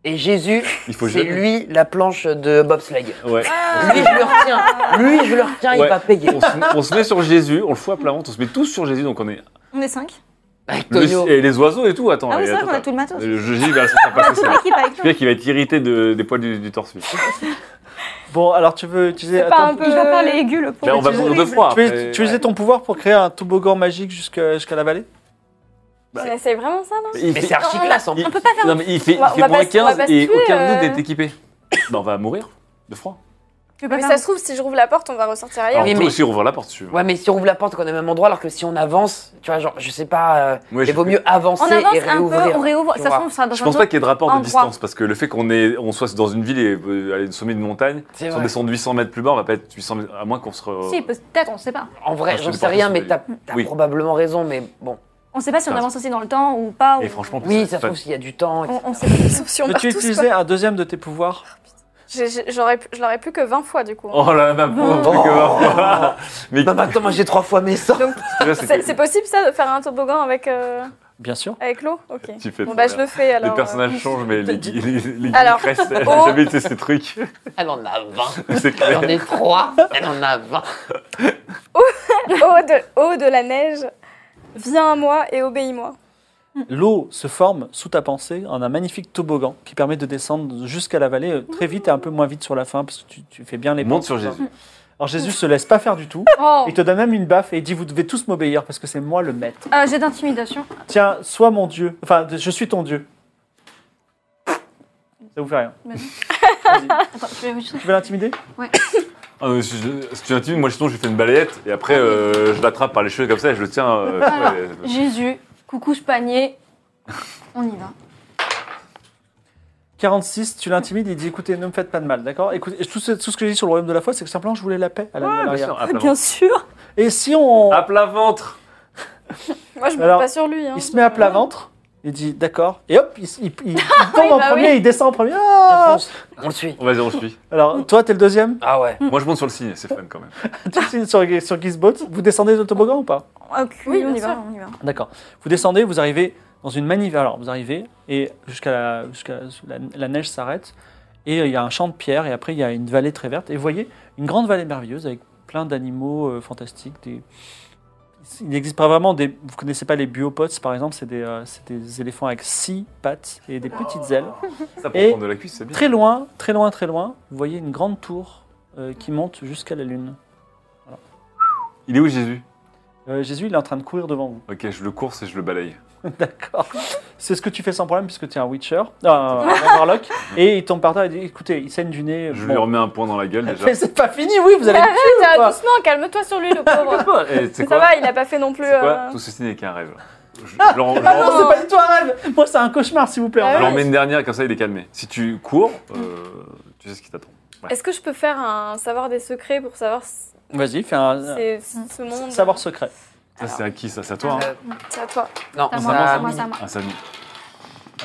S5: Et Jésus,
S3: Il faut
S5: c'est
S3: jamais-
S5: lui la planche de bobsleigh.
S3: Ouais.
S6: Ah,
S7: Ah.
S5: Lui je le retiens, lui je le retiens, il
S3: Ouais.
S5: va payer.
S3: on, se, on se met sur Jésus, on le fout à plat ventre, on se met tous sur Jésus, donc on est.
S7: On est cinq
S5: Avec
S3: Le-
S5: Tonio.
S3: et les oiseaux et tout, attends.
S7: Ah oui,
S3: et
S7: c'est vrai
S3: attends,
S7: qu'on a
S3: attends.
S7: tout le matos.
S3: Le Jésus, il va se faire passer
S7: Toute
S3: ça.
S7: l'équipe avec nous.
S3: Pierre qui va être irrité de- des poils du, du torse. lui.
S2: Bon, alors tu veux utiliser.
S6: C'est pas
S2: attends,
S6: un peu-
S7: Il va pas aller aigu, le
S3: Là,
S7: pauvre.
S3: Ben, on va
S2: tu-
S3: mourir de froid.
S2: Tu veux,
S3: après.
S2: tu veux utiliser ton pouvoir pour créer un toboggan magique jusqu'à jusqu'à la vallée
S3: Bah,
S6: On essaye vraiment ça non
S3: Il
S5: Mais
S3: fait-
S5: c'est archi classe en
S3: il-
S5: plus.
S3: Non, mais il fait,
S6: On va-
S3: il fait
S6: on va
S3: moins
S6: pas se- on va
S3: 15
S6: pas se
S3: et
S6: tuer,
S3: aucun de
S6: euh.
S3: nous n'est équipé. Ben, on va mourir de froid.
S7: Tu veux pas
S6: Mais
S7: faire
S6: ça se trouve, si je rouvre la porte, on va ressortir ailleurs.
S3: Alors,
S5: Oui,
S3: toi
S5: mais-
S3: aussi, on ouvre la porte si tu veux.
S5: Ouais, mais si on ouvre la porte qu'on est au même endroit alors que si on avance, tu vois genre je sais pas euh,
S3: Ouais,
S5: il
S3: je-
S5: vaut mieux avancer
S7: On avance
S5: et
S7: un
S5: réouvrir.
S7: peu, on réouvre.
S5: tu
S7: Ça se
S5: vois.
S7: trouve, on sera dans
S3: Je
S7: un
S3: pense pas
S7: autre-
S3: qu'il y ait de rapport de
S7: endroit.
S3: distance, parce que le fait qu'on est, on soit dans une ville et euh, aller au sommet d'une montagne,
S5: C'est
S3: si on
S5: vrai.
S3: descend de 800 mètres plus bas, on va pas être 800 mètres, à moins qu'on se. re-
S7: Si, peut-être, on sait pas.
S5: En vrai,
S3: Ah, je
S5: j'en
S3: sais
S5: sais
S3: pas,
S5: rien
S3: c'est-
S5: mais t'as t'as
S3: Oui.
S5: probablement raison mais bon.
S7: On sait pas si on
S3: T'as
S7: avance aussi dans le temps ou pas.
S3: Et
S7: ou-
S3: franchement,
S5: Oui, ça se
S3: pas-
S5: trouve s'il y a du temps.
S7: on,
S5: etc.
S7: on sait pas.
S6: Sauf si
S3: [LAUGHS]
S6: on meurt
S2: Peux-tu
S6: tous. quoi.
S2: utiliser un deuxième de tes pouvoirs
S6: J'ai- j'ai- j'aurais pu- Je l'aurais plus que 20 fois du coup.
S3: Oh là là, ma pauvre, que ma- Mais
S5: Bah maintenant moi j'ai trois fois mes sorts.
S3: tu vois,
S6: C'est
S3: c'était-
S6: c'est possible ça de faire un toboggan avec, euh,
S2: Bien sûr.
S6: avec l'eau Ok.
S3: Tu fais
S6: Bon
S3: trop
S6: bah
S3: rire.
S6: je le fais alors.
S3: Les
S6: euh.
S3: personnages changent, mais les, les, les, les
S6: Alors,
S3: Chris, elle
S6: oh.
S3: a jamais été ces trucs. [LAUGHS]
S5: Elle en a 20.
S3: C'est
S5: Elle
S3: clair.
S5: en est 3. Elle en a 20.
S6: Ô de, ô de la neige, viens à moi et obéis-moi.
S2: L'eau se forme sous ta pensée en un magnifique toboggan qui permet de descendre jusqu'à la vallée euh, très vite et un peu moins vite sur la fin parce que tu, tu fais bien les
S3: Monte
S2: pentes,
S3: sur
S2: tout ça.
S3: Jésus.
S2: Alors Jésus se laisse pas faire du tout.
S7: Oh,
S2: Il te donne même une baffe et il dit Vous devez tous m'obéir parce que c'est moi le maître.
S7: euh, j'ai d'intimidation.
S2: Tiens, sois mon Dieu. Enfin, je suis ton Dieu. Ça vous fait rien.
S7: Mais non.
S2: Vas-y.
S7: Attends, je vais juste.
S2: Tu veux l'intimider
S3: Ah, mais si, je- si tu intimides, moi sinon je lui fais une balayette et après euh, je l'attrape par les cheveux comme ça et je le tiens. euh,
S6: Ah.
S7: Voilà.
S3: ouais, euh,
S7: Jésus, coucou, je panier. On y va.
S2: 46, tu l'intimides, il dit écoutez, ne me faites pas de mal, d'accord Écoutez, tout ce, tout ce que j'ai dit sur le royaume de la foi, c'est que simplement je voulais la paix à la
S3: ouais, bien
S2: Maria.
S3: sûr, à plat ventre.
S7: Bien sûr.
S2: Et si on.
S3: À plat ventre.
S6: Moi je me
S2: Alors,
S6: pas sur lui. Hein.
S2: Il se met à plat ventre, il dit d'accord, et hop, il, il-
S6: [LAUGHS]
S2: il- il tombe
S6: Oui,
S2: en
S6: bah
S2: premier, il descend en premier. Ah
S7: Oh.
S5: On s- On le suit.
S3: Vas-y, on suit.
S2: Alors, toi, t'es le deuxième, [LAUGHS]
S5: Ah ouais.
S7: Mm.
S6: Mm.
S3: Moi je monte sur le signe, c'est fun quand même.
S2: tu signes sur, sur Gizbot, vous descendez de toboggan ou pas
S7: oui,
S6: bien
S7: Ah, on y va,
S6: sûr.
S7: on y va.
S2: D'accord. Vous descendez, vous arrivez dans une manivelle. Alors, vous arrivez, et jusqu'à la, jusqu'à la, la neige s'arrête, et euh, il y a un champ de pierre, et après, il y a une vallée très verte. Et vous voyez, une grande vallée merveilleuse avec plein d'animaux euh, fantastiques. Des... Il n'existe pas vraiment des. Vous connaissez pas les biopods, par exemple, c'est des, euh, c'est des éléphants avec six pattes et des petites ailes.
S3: Ça pour
S2: Et-
S3: prendre de la cuisse, c'est bien.
S2: Très loin, très loin, très loin, vous voyez une grande tour euh, qui monte jusqu'à la lune.
S3: Il est où Jésus
S2: Euh, Jésus, il est en train de courir devant vous.
S3: Ok, je le course et je le balaye.
S2: D'accord. C'est ce que tu fais sans problème puisque tu es un Witcher, euh, un Warlock, et il tombe par terre et dit écoutez, il saigne du nez.
S3: Je
S2: bon.
S3: lui remets un point dans la gueule déjà.
S2: Mais c'est pas fini, oui, vous allez
S6: Mais
S2: le tuer ou
S6: arrête,
S2: quoi
S6: euh, doucement, calme-toi sur lui, le pauvre.
S3: Et tu sais
S6: Mais
S3: quoi
S6: [LAUGHS] ça va, il a pas fait non plus.
S3: C'est quoi
S6: euh,
S3: Tout ceci n'est qu'un rêve. Je, je l'en- je l'en-
S2: Ah non, c'est pas du tout un rêve Moi, c'est un cauchemar, s'il vous plaît.
S6: Ah
S3: je
S6: ouais.
S3: l'en mets une dernière, comme ça il est calmé. Si tu cours, euh, tu sais ce qui t'attend.
S6: Est-ce que je peux faire un savoir des secrets pour savoir si
S2: Vas-y, fais un
S6: c'est ce monde
S2: savoir secret.
S3: Ça, c'est à qui ça C'est à toi. hein
S5: Euh,
S6: C'est à toi.
S5: non,
S7: Ça,
S5: ça-
S7: moi, ça, moi, ça, moi.
S3: Ah, ça nous.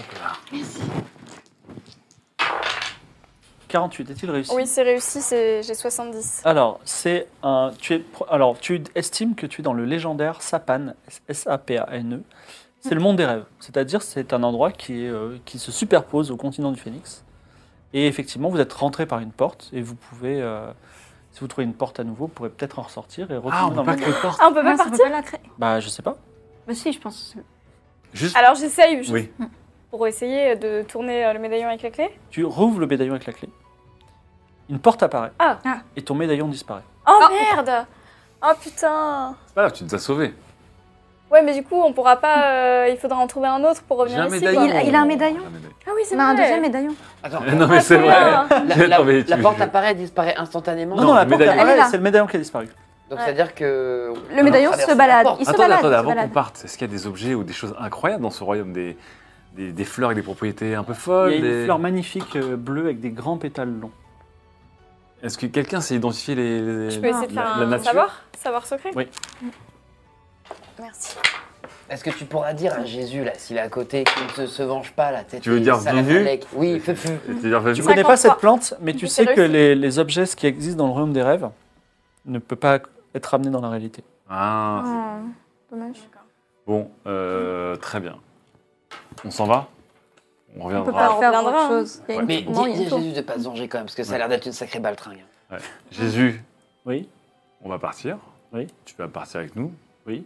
S2: 48, est-il réussi
S6: Oui, c'est réussi, c'est- j'ai 70.
S2: Alors, c'est un. Tu es, pro- alors, tu estimes que tu es dans le légendaire Sapan, S-A-P-A-N-E. E. C'est le monde des rêves, c'est-à-dire c'est un endroit qui, est, euh, qui se superpose au continent du Phénix. Et effectivement, vous êtes rentré par une porte et vous pouvez, euh, si vous trouvez une porte à nouveau, vous pourrez peut-être en ressortir et
S3: Ah,
S2: retourner
S3: on
S2: dans
S3: peut
S2: le
S3: pas
S2: monde.
S3: créer de porte.
S6: Ah, on peut
S7: Non,
S6: pas
S7: ça peut
S6: partir
S7: pas la créer.
S2: Bah, je sais pas.
S7: Bah si, je pense.
S3: Juste.
S6: Alors j'essaye je-
S3: Oui.
S6: pour essayer de tourner euh, le médaillon avec la clé.
S2: Tu rouvres le médaillon avec la clé. Une porte apparaît.
S6: Ah.
S7: Ah.
S2: Et ton médaillon disparaît.
S6: Oh, merde Oh putain
S3: C'est pas grave, tu nous as sauvés.
S6: Ouais, mais du coup, on pourra pas. euh, il faudra en trouver un autre pour
S3: J'ai
S6: revenir
S3: un
S6: ici.
S3: médaillon.
S6: quoi.
S7: Il- il a un médaillon
S3: Un médaillon.
S6: Ah oui, c'est
S7: On a un
S6: vrai. Ah,
S7: deuxième médaillon.
S5: Attends,
S3: [LAUGHS] Non, mais c'est
S6: trop
S3: vrai.
S6: bien.
S5: la, la-
S3: Non, mais tu-
S5: la porte apparaît, disparaît instantanément.
S2: Non, non, la
S3: le
S2: porte
S3: médaillon.
S2: apparaît,
S7: Elle est là.
S2: c'est le médaillon qui a disparu.
S5: Donc
S6: Ouais.
S5: c'est-à-dire que.
S7: Le médaillon
S5: traverse
S7: se
S5: la
S7: balade.
S5: porte.
S7: Il se
S3: Attends,
S7: balade.
S3: attendez,
S7: il se
S3: avant qu'on
S7: balade.
S3: parte, est-ce qu'il y a des objets ou des choses incroyables dans ce royaume des, des, des fleurs avec des propriétés un peu folles
S2: Il y a une
S3: des-
S2: fleur magnifique euh, bleue avec des grands pétales longs.
S3: Est-ce que quelqu'un s'est identifié les, les-
S6: Je peux essayer de
S3: la,
S6: faire
S3: la
S6: un
S3: nature
S6: savoir Savoir secret
S2: Oui.
S6: Merci.
S5: Est-ce que tu pourras dire à Jésus, là, s'il est à côté, qu'il ne se, se venge pas, là
S3: Tu veux dire bienvenue
S5: Venu Oui, [LAUGHS] feu, feu.
S3: C'est-à-dire,
S2: Tu
S3: vas-y.
S2: connais pas
S6: 53.
S2: cette plante, mais tu
S6: Mais
S2: sais
S6: c'est
S2: que
S6: réussi.
S2: les, les objets ce qui existent dans le royaume des rêves ne peuvent pas être ramenés dans la réalité.
S3: Ah,
S6: Dommage.
S3: Bon, euh, très bien. On s'en va On
S7: On peut
S3: reviendra.
S7: pas
S6: on
S7: faire
S6: reviendra,
S7: autre
S6: hein.
S7: chose. Il y a une
S5: Mais dis,
S7: tour- non, il y a
S5: dis
S7: une
S5: à
S7: tour.
S5: Jésus de pas se venger quand même, parce que ça a
S3: Ouais.
S5: l'air d'être une sacrée hein. baltringue.
S3: Jésus,
S2: Oui
S3: on va partir.
S2: Oui.
S3: Tu vas partir avec nous.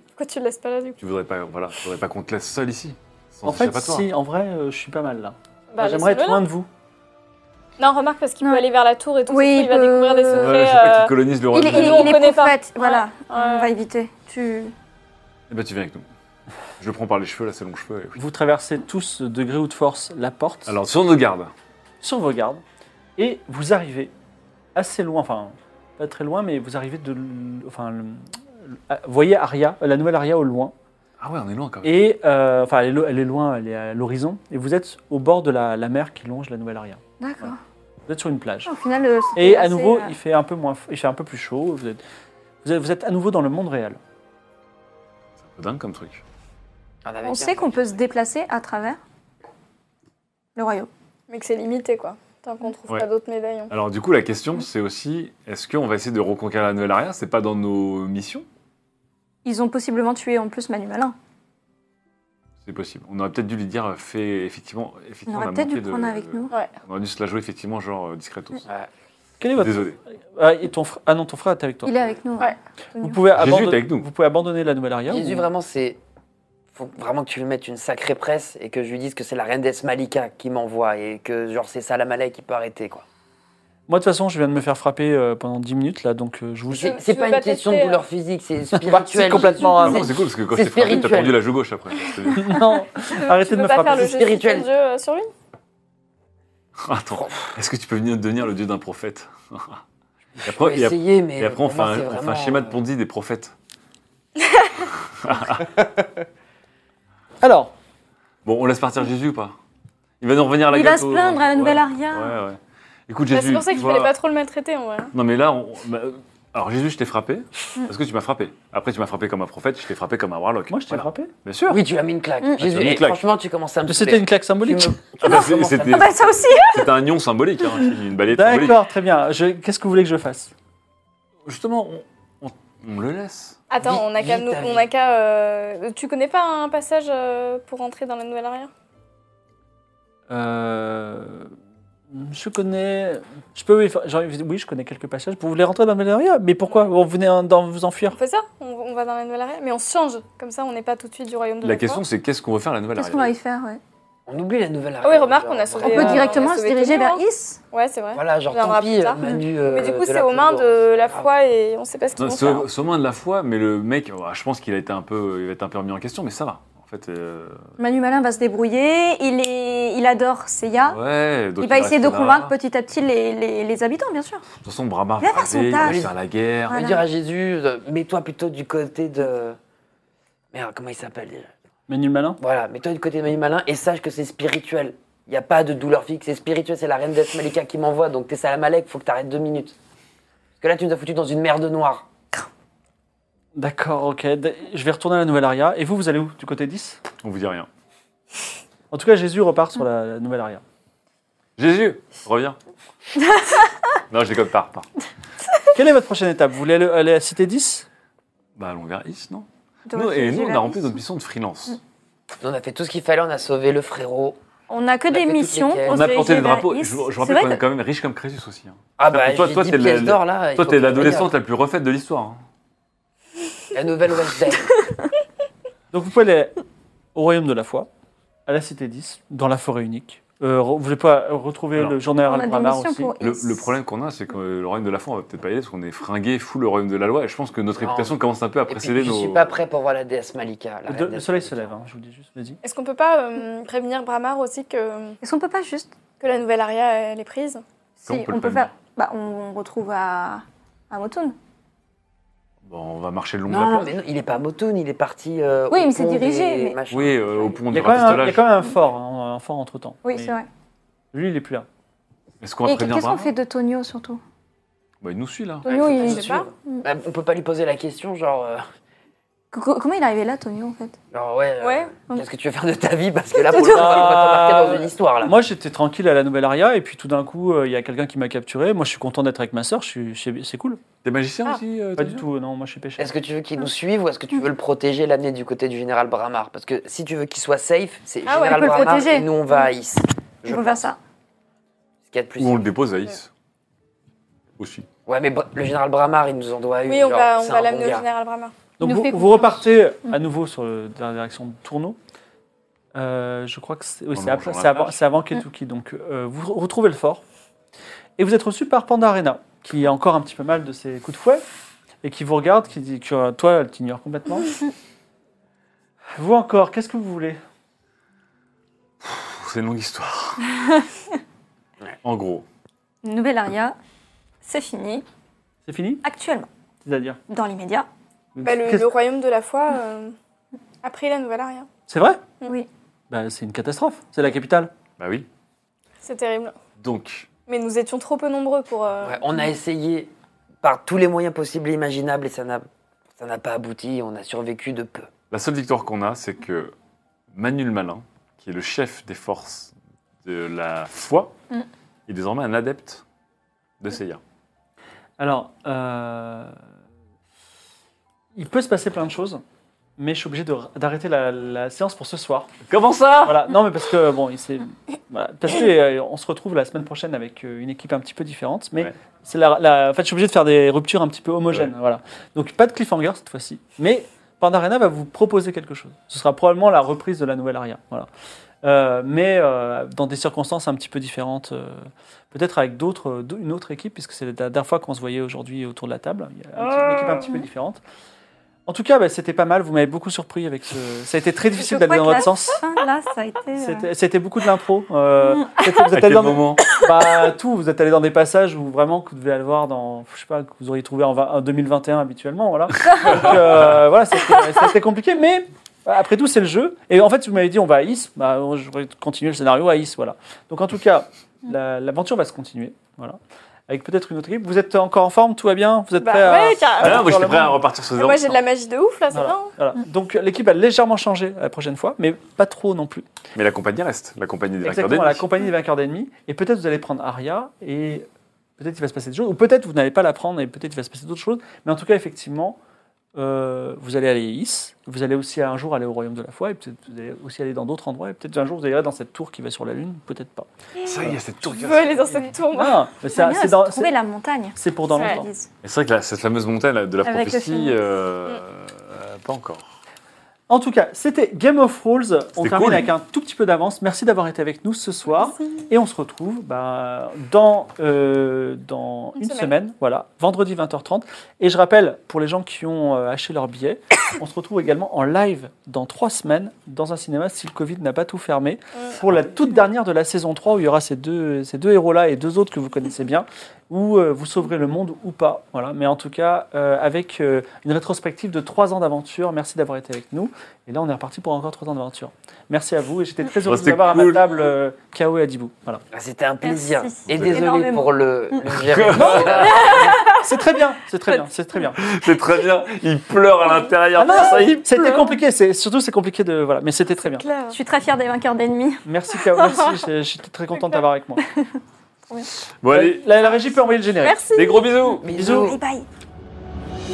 S6: Pourquoi tu le laisses pas là du coup
S3: Tu voudrais pas, voilà, tu voudrais pas qu'on te laisse seul ici. Sans
S2: En fait,
S3: échappatoire.
S2: si, en vrai, euh, je suis pas mal là. Ah,
S3: Ah,
S6: Bah,
S2: J'aimerais
S6: laisse-le
S2: être
S6: là.
S2: loin de vous.
S6: Non, remarque parce qu'il
S7: Non.
S6: peut aller vers la tour et tout.
S7: Oui,
S6: ça, il va
S7: il peut-
S6: découvrir des
S7: Ouais,
S3: Ouais,
S6: secrets.
S3: je sais pas
S6: euh,
S3: qui colonise le
S7: Il
S3: royaume.
S7: est,
S3: des
S7: il est-
S6: Nous, on
S7: il est
S6: connaît pas.
S7: prophète, voilà.
S6: Ouais.
S7: On va éviter. Tu...
S3: Eh ben, tu viens avec nous. Je le prends par les cheveux, là, ses longs cheveux. et-
S2: Vous traversez tous, de gré ou de force, la porte
S3: Alors, sur nos gardes.
S2: sur vos gardes et vous arrivez assez loin, enfin, pas très loin, mais vous arrivez de. l- Enfin, le- le- ah, vous voyez Aria, la nouvelle Aria au loin.
S3: Ah ouais, on est loin quand même.
S2: Et euh, enfin, elle est, lo- elle est loin, elle est à l'horizon. Et vous êtes au bord de la, la mer qui longe la nouvelle Aria.
S7: D'accord.
S2: Vous êtes sur une plage.
S7: Au final, euh, c'était
S2: Et à
S7: assez,
S2: nouveau,
S7: euh,
S2: il fait un peu moins, f- il fait un peu plus chaud. Vous êtes, vous êtes, vous êtes à nouveau dans le monde réel.
S3: C'est un peu dingue comme truc.
S7: On sait qu'on peut se déplacer à travers le royaume.
S6: Mais que c'est limité quoi. Tant qu'on trouve
S3: Ouais.
S6: pas d'autres médaillons.
S3: Alors, du coup, la question, c'est aussi est-ce qu'on va essayer de reconquérir la nouvelle arrière C'est pas dans nos missions
S7: Ils ont possiblement tué en plus Manu Malin.
S3: C'est possible. On aurait peut-être dû lui dire euh, fais effectivement.
S7: On
S3: effectivement
S7: aurait
S3: a
S7: peut-être dû
S3: manqué de-
S7: prendre avec nous.
S6: Ouais.
S3: On aurait dû se la jouer effectivement, genre euh, discretos.
S2: Quel est votre
S3: Désolé.
S2: ah, et ton fr- ah non, ton frère est avec toi.
S7: Il est avec nous.
S6: Ouais.
S2: Vous pouvez
S3: Jésus
S2: abandonner.
S3: est avec nous.
S2: Vous pouvez abandonner la nouvelle Aria.
S5: Jésus,
S2: ou-
S5: vraiment, c'est. Faut vraiment que tu lui mettes une sacrée presse et que je lui dise que c'est la reine des Malika qui m'envoie et que, genre, c'est Salamalek qui peut arrêter, quoi.
S2: Moi, de toute façon, je viens de me faire frapper euh, pendant 10 minutes là, donc euh, je vous suis.
S5: C'est
S6: tu
S5: c'est
S6: veux
S5: pas
S6: pas
S5: une question de
S6: tester,
S5: douleur physique, c'est
S2: c'est
S5: spirituel.
S2: complètement
S3: Ah,
S2: un-
S3: non, c'est cool parce que quand
S5: c'est
S3: t'es frappé, t'as
S5: spirituel.
S3: perdu la joue gauche après. C'était
S2: [LAUGHS]
S3: bien.
S2: Non, arrêtez de
S6: Tu peux
S2: me
S6: pas
S2: frapper.
S6: faire le
S5: C'est
S6: jeu
S5: spirituel.
S6: spirituel Dieu euh, sur lui
S3: Attends, est-ce que tu peux venir devenir le dieu d'un prophète et
S5: Faut
S3: après, et après-
S5: essayer, mais.
S3: et après, on,
S5: pour
S3: fait
S5: moi,
S3: un,
S5: c'est
S3: on fait un
S5: vraiment,
S3: schéma de
S5: euh,
S3: Ponzi des prophètes.
S2: Alors,
S3: Bon, on laisse partir Jésus ou pas Il va nous revenir à la
S7: Il va
S3: gâteau,
S7: se plaindre à la
S3: ouais.
S7: nouvelle Aria.
S3: Ouais, ouais. Écoute,
S6: Bah,
S3: Jésus.
S6: C'est pour ça
S3: tu
S6: qu'il
S3: vois-
S6: fallait pas trop le maltraiter en vrai.
S3: Non, mais là, on- bah, euh, alors Jésus, je t'ai frappé parce que tu m'as frappé. Après, tu m'as frappé comme un prophète, je t'ai frappé comme un warlock.
S2: moi, je t'ai
S3: Voilà.
S2: frappé.
S3: Bien sûr.
S5: Oui, tu as mis une claque.
S7: Mm.
S3: Ah, tu
S5: Jésus,
S3: as mis une
S5: eh,
S3: claque.
S5: franchement, tu commences à me.
S2: C'était une claque
S5: Tu me-
S2: symbolique.
S3: Ah, bah, c'est- c'était
S7: Ah bah ça aussi
S3: c'était un nion symbolique, hein, une balayette symbolique.
S2: D'accord, très bien. Je- Qu'est-ce que vous voulez que je fasse
S3: Justement, on, on- on le laisse.
S6: Attends,
S5: Vite,
S6: on a qu'à.
S5: vite,
S6: nous-
S5: allez.
S6: on a qu'à, euh, Tu connais pas un passage euh, pour entrer dans la nouvelle arrière
S2: Euh, Je connais. Je peux. genre, oui, je connais quelques passages. Vous voulez rentrer dans Malaria Mais pourquoi Vous venez en- dans- vous
S6: On
S2: enfuir
S6: fait ça on, on va dans la nouvelle arrière Mais on se change. Comme ça, on n'est pas tout de suite du royaume de
S3: La
S6: la
S3: question,
S6: foi.
S3: c'est qu'est-ce qu'on veut faire à la nouvelle
S7: Qu'est-ce
S3: arrivée
S7: qu'on va y faire ouais.
S5: On oublie la nouvelle
S6: Ah oui, remarque, on a sauvé,
S7: On
S6: Et,
S7: peut
S6: euh, on
S7: directement
S6: va
S7: se
S6: sauver
S7: diriger
S6: tout le
S7: vers
S6: monde.
S7: Is.
S6: Ouais, c'est vrai.
S5: Voilà, genre,
S6: On verra
S5: tant
S6: plus
S5: pis,
S6: tard.
S5: Manu.
S6: Mais
S5: euh,
S6: du coup,
S5: de
S6: c'est
S5: la
S6: aux mains
S5: Poudre.
S6: de la
S5: Ah,
S6: foi et on sait pas ce qu'ils
S3: Non,
S6: vont
S3: C'est
S6: faire.
S3: au, c'est au moins de la foi, mais le mec, oh, je pense qu'il a été un peu, il va être un peu remis en question, mais ça va. En fait, euh,
S7: Manu Malin va se débrouiller, il, est, il adore Seiya.
S3: ouais,
S7: Ah.
S3: donc
S7: il va essayer
S3: reste
S7: de
S3: là.
S7: convaincre petit à petit les, les- les habitants, bien sûr.
S3: De toute façon, Brahma
S7: Il va
S3: va
S7: faire son
S3: arriver, il va
S7: taf.
S3: faire la guerre.
S7: Voilà.
S5: Je vais dire à Jésus, euh, mets-toi plutôt du côté de. Merde, comment il s'appelle déjà
S2: Mais nul malin.
S5: Voilà, mets-toi du côté de Manu Malin et sache que c'est spirituel. Il n'y a pas de douleur fixe, c'est spirituel, c'est la reine d'Est Malika qui m'envoie, donc t'es Salamalek, faut que t'arrêtes deux minutes. Parce que là, tu nous as foutu dans une merde noire.
S2: D'accord, ok. D- Je vais retourner à la nouvelle aria. Et vous, vous allez où Du côté 10
S3: On vous dit rien.
S2: En tout cas, Jésus repart sur la, la nouvelle aria.
S3: Jésus,
S7: [LAUGHS]
S3: reviens. non, je déconne, pars, pars.
S2: Quelle est votre prochaine étape Vous voulez aller, aller à Cité 10
S3: Bah, allons vers Is, non
S7: Donc,
S3: nous,
S7: j'ai
S3: Et nous, on
S7: la
S3: a rempli
S7: liste.
S3: notre mission de freelance.
S7: Mm.
S5: Nous, on a fait tout ce qu'il fallait, on a sauvé le frérot.
S7: On a que
S5: On a fait
S7: des
S5: toutes les
S7: missions.
S5: quêtes.
S3: On a
S7: se
S3: planté le
S7: dirige vers
S3: drapeau. Je,
S7: Is.
S3: je
S7: C'est
S3: rappelle
S7: vrai
S3: qu'on est
S7: que-
S3: quand même riche comme Crésus aussi. hein.
S5: Ah
S3: bah,
S5: bah,
S3: toi-
S5: toi,
S3: toi, t'es
S5: pièces
S3: le-
S5: d'or là. il
S3: Toi,
S5: faut
S3: t'es
S5: qu'on
S3: l'adolescente la plus refaite de l'histoire. hein.
S5: regarde. La nouvelle West
S3: [LAUGHS]
S5: End.
S2: Donc vous pouvez aller au royaume de la foi, à la Cité 10, dans la forêt unique. Euh, re- vous voulez pas retrouver
S3: Alors,
S2: le général
S7: On a des
S2: Bramar
S7: missions
S2: aussi
S7: pour
S3: Le,
S7: Is.
S3: le problème qu'on a, c'est que euh, le royaume de la foi, on va peut-être pas y aller parce qu'on est fringué, fou le royaume de la loi. Et je pense que notre
S5: Non.
S3: réputation commence un peu à
S5: Et puis,
S3: précéder
S5: je
S3: nos.
S5: suis pas prêt pour voir la déesse Malika. la
S2: Le-
S5: reine
S2: Le
S5: d'Est
S2: soleil se
S5: Malika.
S2: lève, hein, je vous le dis juste, vas-y.
S6: Est-ce qu'on peut pas euh, prévenir Bramar aussi que,
S7: Est-ce qu'on peut pas juste.
S6: que la nouvelle aria elle est prise
S7: Si,
S3: Comment on peut
S7: on
S3: le
S7: peut
S3: palmer
S7: faire. Bah, on retrouve à, à Motown.
S3: Bon, on va marcher le long de la
S5: Non,
S3: plage.
S5: mais non, il est pas à Motown, il est parti. euh,
S7: Oui,
S5: au
S7: mais c'est
S5: pont
S7: dirigé,
S5: des
S7: mais-
S5: machins.
S3: Oui, euh, au pont
S2: Il y,
S3: du
S2: a quand même un, il y a
S3: rapistolage.
S2: quand même un fort, hein, un fort entre temps.
S7: Oui, c'est vrai.
S2: Lui, il est plus là.
S3: Est-ce qu'on va
S7: Et
S3: prévenir
S7: qu'est-ce qu'on
S3: Brahma
S7: fait de Tonio surtout
S3: Bah, Il nous suit là.
S7: Tonio,
S5: Ouais, Ah, faut
S7: il.
S5: le suivre. Bah, on peut pas lui poser la question, genre. euh,
S7: Co- Comment il est arrivé là, Tonio, en fait
S5: genre, ouais. euh,
S6: Ouais.
S5: Qu'est-ce que tu veux faire de ta vie Parce
S7: [LAUGHS]
S5: que là, pour le coup, on va t'embarquer
S3: Ah.
S5: dans une histoire là.
S2: Moi, j'étais tranquille à la nouvelle aria, et puis tout d'un coup, euh, il y a quelqu'un qui m'a capturé. Moi, je suis content d'être avec ma sœur, je suis- je- c'est cool.
S3: T'es magicien
S6: Ah,
S3: aussi euh,
S2: Pas
S3: Tony
S2: du tout, non, moi, je suis pêcheur.
S5: Est-ce que tu veux qu'il nous suive ou est-ce que tu veux le protéger, l'amener du côté du général Bramar Parce que si tu veux qu'il soit safe, c'est
S7: Ah ouais,
S5: général
S7: il peut le
S5: Bramar
S7: protéger.
S5: et nous on va à Is.
S7: On peut faire ça.
S5: Ce qu'il y a de plus.
S3: Ou on le dépose à Is. Aussi.
S5: Ouais, mais Bra- le général Bramar, il nous en doit une.
S6: Oui, on
S5: genre,
S6: va, on
S5: c'est
S6: va
S5: un
S6: l'amener
S5: bon
S6: au
S5: gars.
S6: général Bramar.
S2: Donc,
S7: nous
S2: vous,
S7: fait
S2: vous
S7: confiance. Mm.
S2: repartez euh, à nouveau sur le- dans la direction de Tourneau. Euh, je crois que c'est oui,
S3: On
S2: c'est
S3: en
S2: après-
S3: rejoint
S2: c'est
S3: la
S2: avant,
S3: plage.
S2: c'est avant
S7: Mm.
S2: Ketuki. Donc, euh, vous re- retrouvez le fort. Et vous êtes reçu par Panda Arena, qui a encore un petit peu mal de ses coups de fouet, et qui vous regarde, qui dit que euh, toi, elle t'ignore
S7: [LAUGHS]
S2: complètement. vous encore, qu'est-ce que vous voulez
S3: Pff, C'est une longue histoire. en gros,
S7: Nouvelle aria, c'est fini,
S2: C'est fini
S7: actuellement,
S2: C'est-à-dire
S7: dans l'immédiat.
S6: Bah, le,
S2: Qu'est-ce-
S6: le royaume de la foi euh, a pris la nouvelle aria.
S2: C'est vrai
S7: Oui.
S2: Bah, C'est une catastrophe. C'est la capitale.
S3: bah oui.
S6: C'est terrible.
S3: Donc,
S6: Mais nous étions trop peu nombreux pour. euh,
S5: Ouais,
S7: Mm.
S5: on a essayé par tous les moyens possibles et imaginables et ça n'a ça n'a pas abouti. On a survécu de peu.
S3: la seule victoire qu'on a, c'est que Manu le Malin, qui est le chef des forces de la foi,
S7: Mm.
S3: est désormais un adepte de Seiya.
S2: Alors, euh, il peut se passer plein de choses, mais je suis obligé de- d'arrêter la, la séance pour ce soir.
S3: Comment ça
S2: Voilà. Non, mais parce que bon, il s'est- voilà. parce que euh, on se retrouve la semaine prochaine avec euh, une équipe un petit peu différente, mais
S3: Ouais.
S2: c'est la, la- en fait, je suis obligé de faire des ruptures un petit peu homogènes.
S3: Ouais.
S2: Voilà. Donc pas de cliffhanger cette fois-ci, mais Pandarena va vous proposer quelque chose. Ce sera probablement la reprise de la nouvelle aria. Voilà. Euh, mais euh, dans des circonstances un petit peu différentes, euh, peut-être avec d'autres, euh, d'au- une autre équipe, puisque c'est la dernière fois qu'on se voyait aujourd'hui autour de la table. Il y a un petit- une équipe un petit peu différente. En tout cas, bah, c'était pas mal. Vous m'avez beaucoup surpris avec ce. Ça a été très difficile
S7: Je
S2: d'aller
S7: crois
S2: dans
S7: que la
S2: votre sens.
S7: fin, là, ça a été. euh,
S2: C'était c'était beaucoup de l'impro. euh,
S6: [LAUGHS]
S2: c'était- vous
S3: À
S2: êtes
S3: quel
S2: allé dans
S3: moment
S2: [LAUGHS] bah, tout, vous êtes allé dans des passages où vraiment que vous devez aller voir dans, je sais pas, que vous auriez trouvé en, vingt- en 2021 habituellement,
S6: [LAUGHS]
S2: voilà. Donc euh, voilà, c'était c'était compliqué, mais après tout c'est le jeu. Et en fait, vous m'avez dit on va à Is, bah, je vais continuer le scénario à Is, voilà. Donc en tout cas,
S6: Mm.
S2: la- l'aventure va se continuer, voilà. Avec peut-être une autre équipe. Vous êtes encore en forme, tout va bien, vous êtes
S6: Bah
S2: prêts à-
S6: ouais, carrément.
S3: Ah non, moi j'étais
S2: Parlement.
S3: prêt à repartir sur zéro.
S6: Ah, Moi j'ai de la magie de ouf là, c'est
S2: Voilà,
S6: bien.
S2: voilà. Donc l'équipe a légèrement changé la prochaine fois, mais pas trop non plus.
S3: Mais la compagnie reste, la compagnie des vainqueurs
S2: Exactement, la
S3: d'ennemis.
S2: compagnie des vainqueurs d'ennemis. Et peut-être vous allez prendre Aria et peut-être il va se passer des choses. Ou peut-être vous n'allez pas la prendre et peut-être il va se passer d'autres choses. Mais en tout cas, effectivement, euh, vous allez aller à Is. Vous allez aussi un jour aller au Royaume de la Foi. Et peut-être vous allez aussi aller dans d'autres endroits. Et peut-être un jour vous allez dans cette tour qui va sur la Lune. Peut-être pas.
S3: Ça, il y a cette tour.
S6: Je veux aller dans cette tour, moi.
S2: Ah, mais c'est-
S7: Ah, bien,
S2: c'est
S7: c'est
S2: dans-
S7: trouver
S2: c'est-
S7: la montagne.
S2: c'est pour dans
S6: C'est la
S2: longtemps.
S7: Lise.
S3: Et C'est vrai que la- cette fameuse montagne là, de la
S7: Avec le
S3: prophétie,
S7: film.
S3: euh, euh, pas euh, encore. [LAUGHS]
S2: En tout cas, c'était Game of Rules. On termine
S3: cool.
S2: avec un tout petit peu d'avance. Merci d'avoir été avec nous ce soir. Et on se retrouve bah, dans, euh, dans une,
S6: Une
S2: semaine.
S6: semaine.
S2: voilà, vendredi 20h30. Et je rappelle, pour les gens qui ont euh, acheté leur billet, [COUGHS] on se retrouve également en live dans trois semaines dans un cinéma si le Covid n'a pas tout fermé. Pour la toute dernière de la saison 3, où il y aura ces deux, ces deux héros-là et deux autres que vous connaissez bien, où euh, vous sauverez le monde ou pas. Voilà. Mais en tout cas, euh, avec euh, une rétrospective de trois ans d'aventure. Merci d'avoir été avec nous. Et là, on est reparti pour encore trois ans d'aventure. Merci à vous et j'étais très heureux de vous
S3: Bah, c'était
S2: avoir à ma
S3: cool.
S2: table, euh, Kao et Adibou. Voilà.
S5: Ah, C'était un plaisir.
S7: Merci
S5: Et désolé
S7: énormément.
S5: pour le, le virus.
S7: [LAUGHS]
S2: C'est très bien, c'est très bien, c'est très bien.
S3: C'est très bien. Il pleure à l'intérieur.
S9: bah,
S2: Ah non,
S3: ça, il
S2: C'était compliqué, c'est surtout c'est compliqué de voilà, mais c'était très bien.
S6: Claire.
S4: [LAUGHS]
S7: Je suis très fière des vainqueurs d'ennemis.
S2: Merci Kao,
S3: [LAUGHS]
S2: merci, j'ai- j'étais très contente d'avoir avec moi.
S3: Bon, allez,
S2: La, la régie peut envoyer le générique.
S6: Merci.
S3: des gros bisous.
S5: Bisous.
S6: Bye bye.